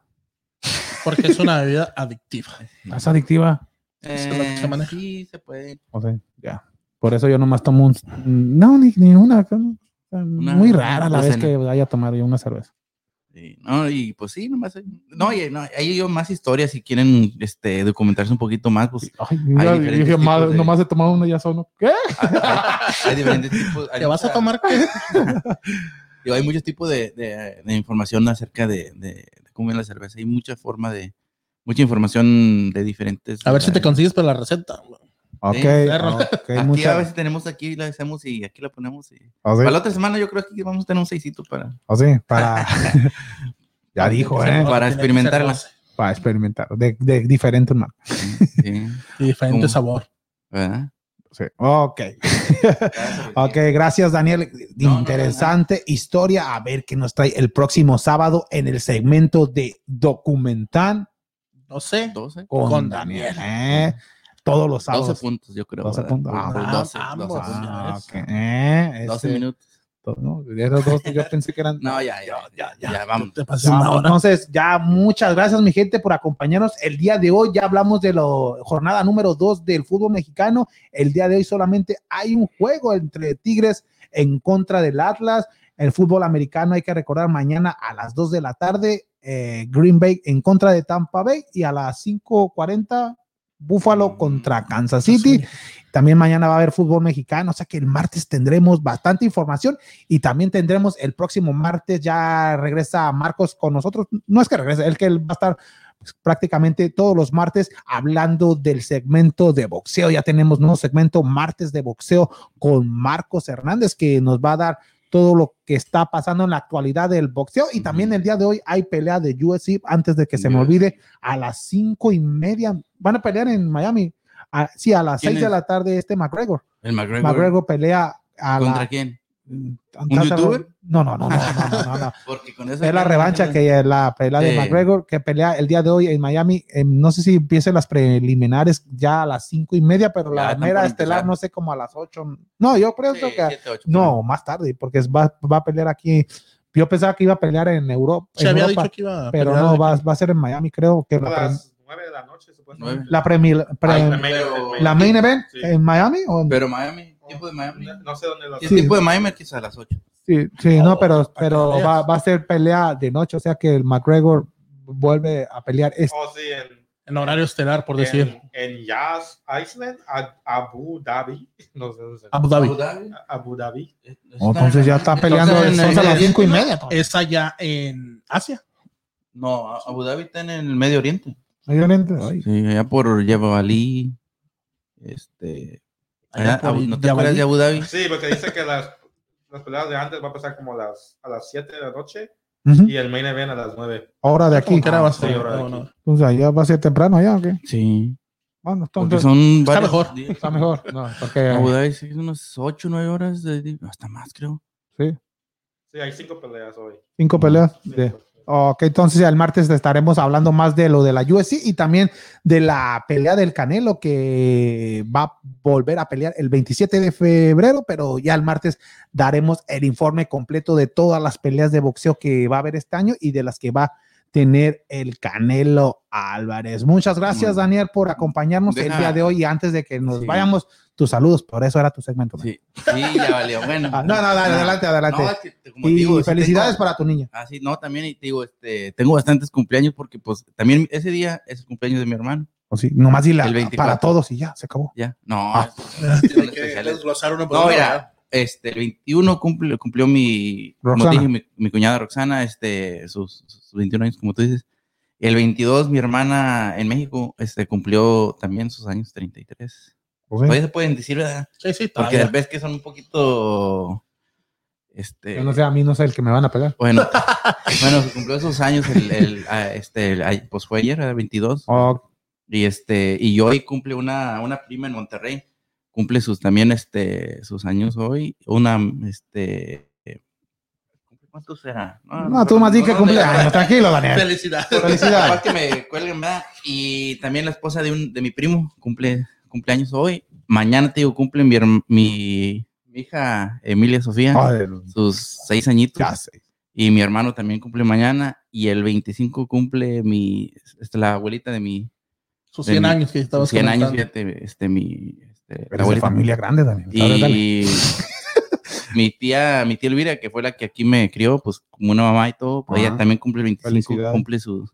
C: Porque es una bebida adictiva.
A: Es adictiva.
C: Esa es la que se maneja.
B: Eh, sí, se puede.
A: O sea, ya. Por eso yo nomás tomo un. No, ni, ni una. Muy rara la
B: una
A: vez
B: cena.
A: que vaya a tomar yo una cerveza.
B: Sí, no, y pues sí, nomás. hay- No, y no, hay yo más historias si quieren este, documentarse un poquito más, pues
A: Ay, yo
B: diferentes
A: dije,
B: tipos
A: "Madre,
B: de-
A: nomás he tomado una ya solo. ¿Qué?
B: hay diferentes tipos. hay
C: ¿Te vas a
B: mucha-
C: tomar qué?
B: digo, hay muchos tipos de, de- de información acerca de, de- de cómo es la cerveza. Hay mucha forma de. Mucha información de diferentes.
C: A ver si te consigues para la receta.
A: Ok,
C: perro.
A: ok,
B: Aquí
A: mucha-
B: a veces tenemos aquí, la hacemos y aquí la ponemos. Y...
C: Pues
A: así,
B: Para la otra semana yo creo que vamos a tener un seisito para,
A: así, ah, para. ya dijo, ¿eh?
B: Para
C: Tiene que ser
B: experimentarla.
C: dulce
A: Para experimentar. De, de diferente mar.
B: sí,
C: Y diferente
B: ¿Cómo?
C: sabor.
B: ¿verdad?
A: Sí. Ok. Ok, gracias Daniel.
B: No, no,
A: Interesante historia. A ver qué nos trae el próximo sábado en el segmento de documental
C: No sé.
B: 12.
A: con,
C: Con
A: Daniel. ¿eh?
C: Daniel.
A: Todos los
B: 12
A: sábados.
B: puntos, yo creo.
A: 12
B: ¿verdad?
A: puntos. Ah,
B: Por
C: ah, este,
B: 12,
C: ambos.
B: 12 puntos.
A: Ah,
C: puntos.
A: ok, ¿eh? Ese-
B: 12 minutos.
A: dos, ¿no? Eran dos, yo pensé que eran.
B: No, ya, ya, ya, ya, vamos.
C: Te
A: Ya,
C: pasas una hora.
A: entonces, ya muchas gracias, mi gente, por acompañarnos el día de hoy. Ya hablamos de la jornada número 2 del fútbol mexicano. El día de hoy solamente hay un juego entre Tigres en contra del Atlas. El fútbol americano, hay que recordar, mañana a las 2 de la tarde, eh, Green Bay en contra de Tampa Bay y a las 5:40, Buffalo contra Kansas City. También mañana va a haber fútbol mexicano, o sea que el martes tendremos bastante información y también tendremos el próximo martes ya regresa Marcos con nosotros. No es que regrese, él que él va a estar pues, prácticamente todos los martes hablando del segmento de boxeo. Ya tenemos nuevo segmento martes de boxeo con Marcos Hernández que nos va a dar todo lo que está pasando en la actualidad del boxeo y también
B: Ujú.
A: el día de hoy hay pelea de UFC antes de que se me olvide a las cinco y media. Van a pelear en Miami. A- sí, a las
B: ¿Quién
A: seis de
B: es?
A: la tarde este McGregor.
B: El McGregor.
A: McGregor pelea a
B: ¿Contra
A: la...
B: quién?
A: ¿Un
B: youtuber?
A: No, no, no, no, no, no, no, no.
B: Porque con eso.
A: Es la revancha que la pelea de
B: Eh.
A: McGregor que pelea el día de hoy en Miami. Eh, no sé si empiecen las preliminares ya a las cinco y media, pero la
B: Ya, están
A: mera
B: por
A: estelar
B: empezar.
A: no sé como a las ocho. No, yo creo
B: Sí,
A: que
B: siete, ocho,
A: no, más tarde, porque es- va, va a pelear aquí, Yo pensaba que iba a pelear en Europa,
C: Se
A: en
C: había
A: Europa,
C: dicho que iba a
A: pero
C: pelear
A: no,
C: de-
A: va, va a ser en Miami, creo que
D: A
A: la, pre-
D: las 9 de la noche, supuestamente.
A: Ah, la premi- pre-
B: Ay,
D: pero-
A: la main event
D: Sí.
A: en Miami o en-
B: Pero Miami, tiempo de Miami.
D: No sé dónde lo
B: ¿Qué
A: Sí.
B: tiempo de Miami? Quizás a las 8.
A: sí, sí, no, pero, pero
C: veas.
A: va, va a ser pelea de noche, o sea que el McGregor vuelve a pelear este
D: Oh, sí, en,
C: en horario estelar, por decir.
D: en, en Yas Island, a- Abu Dhabi. No sé dónde se-
C: Abu Dhabi.
D: Abu Dhabi.
A: Oh, entonces ya está peleando,
B: Entonces,
A: entonces
B: en
A: a
B: el
A: las
B: Medio
A: cinco y
B: Oriente,
A: media. cabrón.
C: Es allá en Asia.
B: No, a- Abu Dhabi está en el Medio Oriente.
C: Oh,
A: Medio Oriente, ay.
B: Sí, allá por Jabal Ali. Este.
C: Allá
B: allá,
C: por
B: Abu- ¿No te
C: Jabal
B: acuerdas
C: Ali.
B: de Abu Dhabi?
D: Sí, porque dice que las, las peleas de antes va a pasar como a las, a las 7 de la noche
A: Ujú.
D: y el main event a las 9.
A: Hora de aquí.
C: Como que
B: Ah,
C: era
D: sí,
C: bastante.
D: ahora de
C: no,
D: aquí.
C: no.
A: Entonces allá va a ser temprano allá, ¿o qué?
B: Sí.
A: Bueno,
B: Porque
A: entonces
B: son
C: Está
B: varios
C: mejor.
B: días.
A: está mejor. No,
B: Abu
A: porque
B: Dhabi sí, unas 8, 9 horas. De, hasta más, creo.
A: sí,
D: Sí, hay 5 peleas hoy.
A: cinco peleas.
D: Sí,
A: de- Ok, entonces el martes estaremos hablando más de lo de la UFC y también de la pelea del Canelo que va a volver a pelear el 27 de febrero, pero ya el martes daremos el informe completo de todas las peleas de boxeo que va a haber este año y de las que va a tener el Canelo Álvarez. Muchas gracias,
B: Muy bien.
A: Daniel, por acompañarnos
B: De
A: el
B: nada.
A: día de hoy y antes de que nos
B: Sí.
A: vayamos, tus saludos, por eso era tu segmento. man.
B: Sí, sí, ya valió. Bueno.
A: Ah, no, no, dale, adelante, adelante.
B: No, es Ah, que te- como
A: y
B: te digo, sí
A: felicidades
B: tengo-
A: para tu niña.
B: Ah, sí, no, también, y te digo, este, tengo bastantes cumpleaños porque, pues, también ese día es el cumpleaños de mi hermano.
A: O sí, nomás dile
B: Ah, El
A: a-
B: 24.
A: para todos y ya, se acabó.
B: Ya, no,
A: Ah.
B: es- son
C: Hay que
B: especiales.
C: desglosar uno por
B: No,
C: uno,
B: mira, este, el 21 cumple, cumplió mi, como te
A: Roxana.
B: dije, mi, mi cuñada Roxana, este, sus, sus 21 años, como tú dices. El 22, mi hermana en México, este, cumplió también sus años 33.
A: O sea,
B: Todavía se pueden decir, ¿verdad?
C: Sí, sí,
B: Porque
C: todavía.
B: ves que son un poquito, este...
A: Yo no sé, a mí no sé el que me van a pegar.
B: Bueno, bueno, se cumplió esos años, el, el, ah, este, el- ay, pues fue ayer, el 22.
A: Oh,
B: Y este, y hoy cumple una, una prima en Monterrey, cumple sus también este, sus años hoy. Una, este, eh, ¿cuántos será?
A: no, tú más di que
B: Ah, no,
A: cumpleaños. Tranquilo, Daniel.
C: Felicidades.
A: Felicidades.
B: Capaz que me cuelguen, ¿verdad? Y también la esposa de, un, de mi primo cumple cumpleaños hoy. Mañana, te digo, cumple mi, herm- mi, mi hija Emilia Sofía,
A: Joder,
B: sus seis añitos.
A: ya sé.
B: Y mi hermano también cumple mañana. Y el 25 cumple mi, este, la abuelita de mi,
C: Sus 100
B: de mi-
C: años que estabas
B: 100 años,
C: comentando.
B: fíjate, este, mi, este, la
A: Eres de
B: abuelita.
A: familia grande, Daniel. Dale, dale.
B: Y mi tía, mi tía Elvira, que fue la que aquí me crió, pues como una mamá y todo, pues
A: Ajá.
B: ella también cumple 25,
A: Felicidades.
B: cumple sus,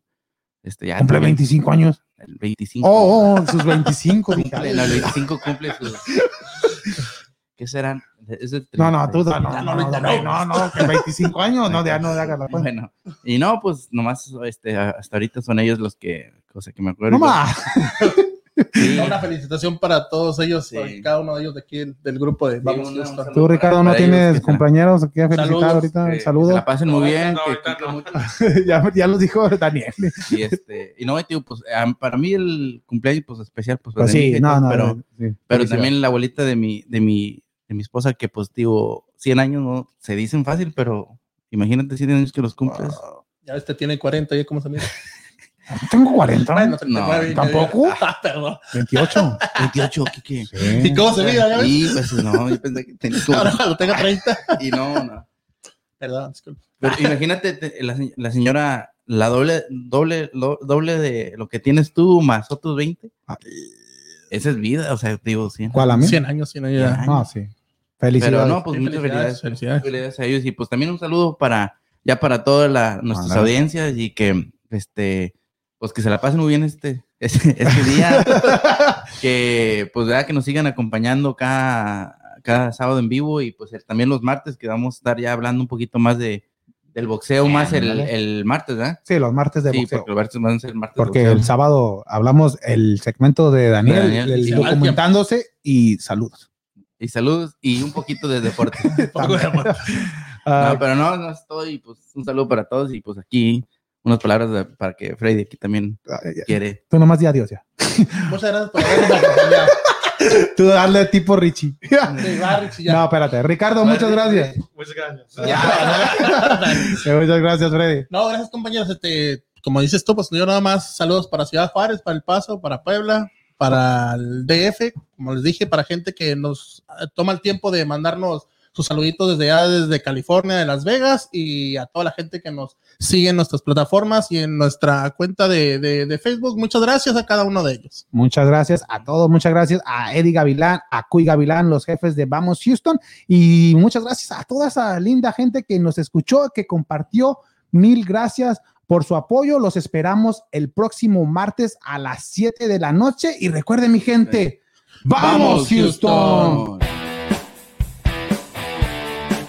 B: este, ya.
A: Cumple
B: también
A: 25 años.
B: El 25.
A: Oh, oh, sus 25. dije,
B: Cumple,
A: ay.
B: no, el 25 cumple sus. ¿Qué serán? Es de
A: No, no, tú no,
B: 30.
A: no, no, no, no, no, que 25 años, no, ya no hagas la cuenta.
B: Bueno, y no, pues nomás este, hasta ahorita son ellos los que, cosa que me acuerdo.
A: No Ah, más.
B: Sí.
C: Una felicitación para todos ellos,
B: Sí.
C: para cada uno de ellos de aquí, del grupo de
B: una-
C: Vamos
B: un
C: Houston.
B: saludo
A: Tú, Ricardo, no
B: para ellos, que
A: tienes
B: se la-
A: compañeros que felicitar
C: Saludos,
A: ahorita.
B: que se
A: Saludos.
B: eh, La pasen muy bien.
D: No,
B: que
D: ahorita
B: cumplan
D: no.
B: mucho.
A: ya, ya los dijo Daniel.
B: Y, este, y no, y te digo, pues a- para mí el cumpleaños pues especial, pues,
A: Pues
B: de mi
A: sí,
B: hija y
A: no,
B: todo,
A: no.
B: pero,
A: sí,
B: pero
A: felicidades.
B: también la abuelita de mi, de mi, de mi esposa, que pues digo, 100 años no se dicen fácil, pero imagínate 100 años que los cumples.
A: Ah.
C: Ya este tiene 40, ya cómo se mira.
A: Tengo 40,
C: Bueno, 39,
B: no,
C: ya-
A: ¿Ah? ¿tampoco?
C: Ah, perdón.
A: 28.
B: 28, Kike.
C: ¿Y cómo se mira? ya ves?
B: Y pues no, yo pensé que tenía como-
C: Ahora cuando tenga 30.
B: y no, no.
C: Perdón, disculpe.
B: Pero imagínate te- la, se- la señora, la doble, doble, lo- doble de lo que tienes tú más otros 20.
A: Ah.
B: Esa es vida, o sea, te digo, 100.
A: ¿Cuál a mí?
C: 100 años, 100 años. ya.
B: años.
A: No, sí.
B: Pero
A: Felicidades.
B: no, pues
C: Sí,
B: muchas felicidades,
C: felicidades, felicidades.
B: felicidades a ellos. Y pues también un saludo para ya para todas la- nuestras
A: Ándale.
B: audiencias y que este pues que se la pasen muy bien este este, este día. que pues ya que nos sigan acompañando cada, cada sábado en vivo y pues el- también los martes que vamos a estar ya hablando un poquito más de del boxeo más el,
A: Ándale.
B: el martes, ¿verdad?
A: Sí, los martes de
B: Sí,
A: boxeo.
B: porque los martes van a ser el martes. de
A: Porque
B: boxeo.
A: el sábado hablamos el segmento de Daniel,
B: De Daniel.
A: el
C: Sí.
A: documentándose y saludos.
B: y saludos y un poquito de deporte.
C: Poco de amor.
A: Ah,
B: No, pero no, no estoy, pues un saludo para todos y pues aquí unas palabras de- para que Freddy aquí también quiere.
A: ah, tú nomás di adiós ya.
C: Muchas gracias por habernos acompañado.
A: Tú darle tipo Richie.
C: Sí, Barrix y ya.
A: no, espérate. Ricardo, muchas gracias.
D: Muchas gracias.
A: Eh, Muchas gracias, Freddy.
C: No, gracias compañeros. Este, como dices tú, pues yo nada más saludos para Ciudad Juárez, para El Paso, para Puebla, para el DF, como les dije, para gente que nos eh, toma el tiempo de mandarnos sus saluditos desde ya, desde California, de Las Vegas y a toda la gente que nos sigue en nuestras plataformas y en nuestra cuenta de, de- de Facebook. Muchas gracias a cada uno de ellos.
A: Muchas gracias a todos, muchas gracias a Eddie Gavilán, a Cuy Gavilán, los jefes de Vamos Houston y muchas gracias a toda esa linda gente que nos escuchó, que compartió. Mil gracias por su apoyo. Los esperamos el próximo Oh. martes a las 7 de la noche y recuerden mi gente, ¡Vamos Houston!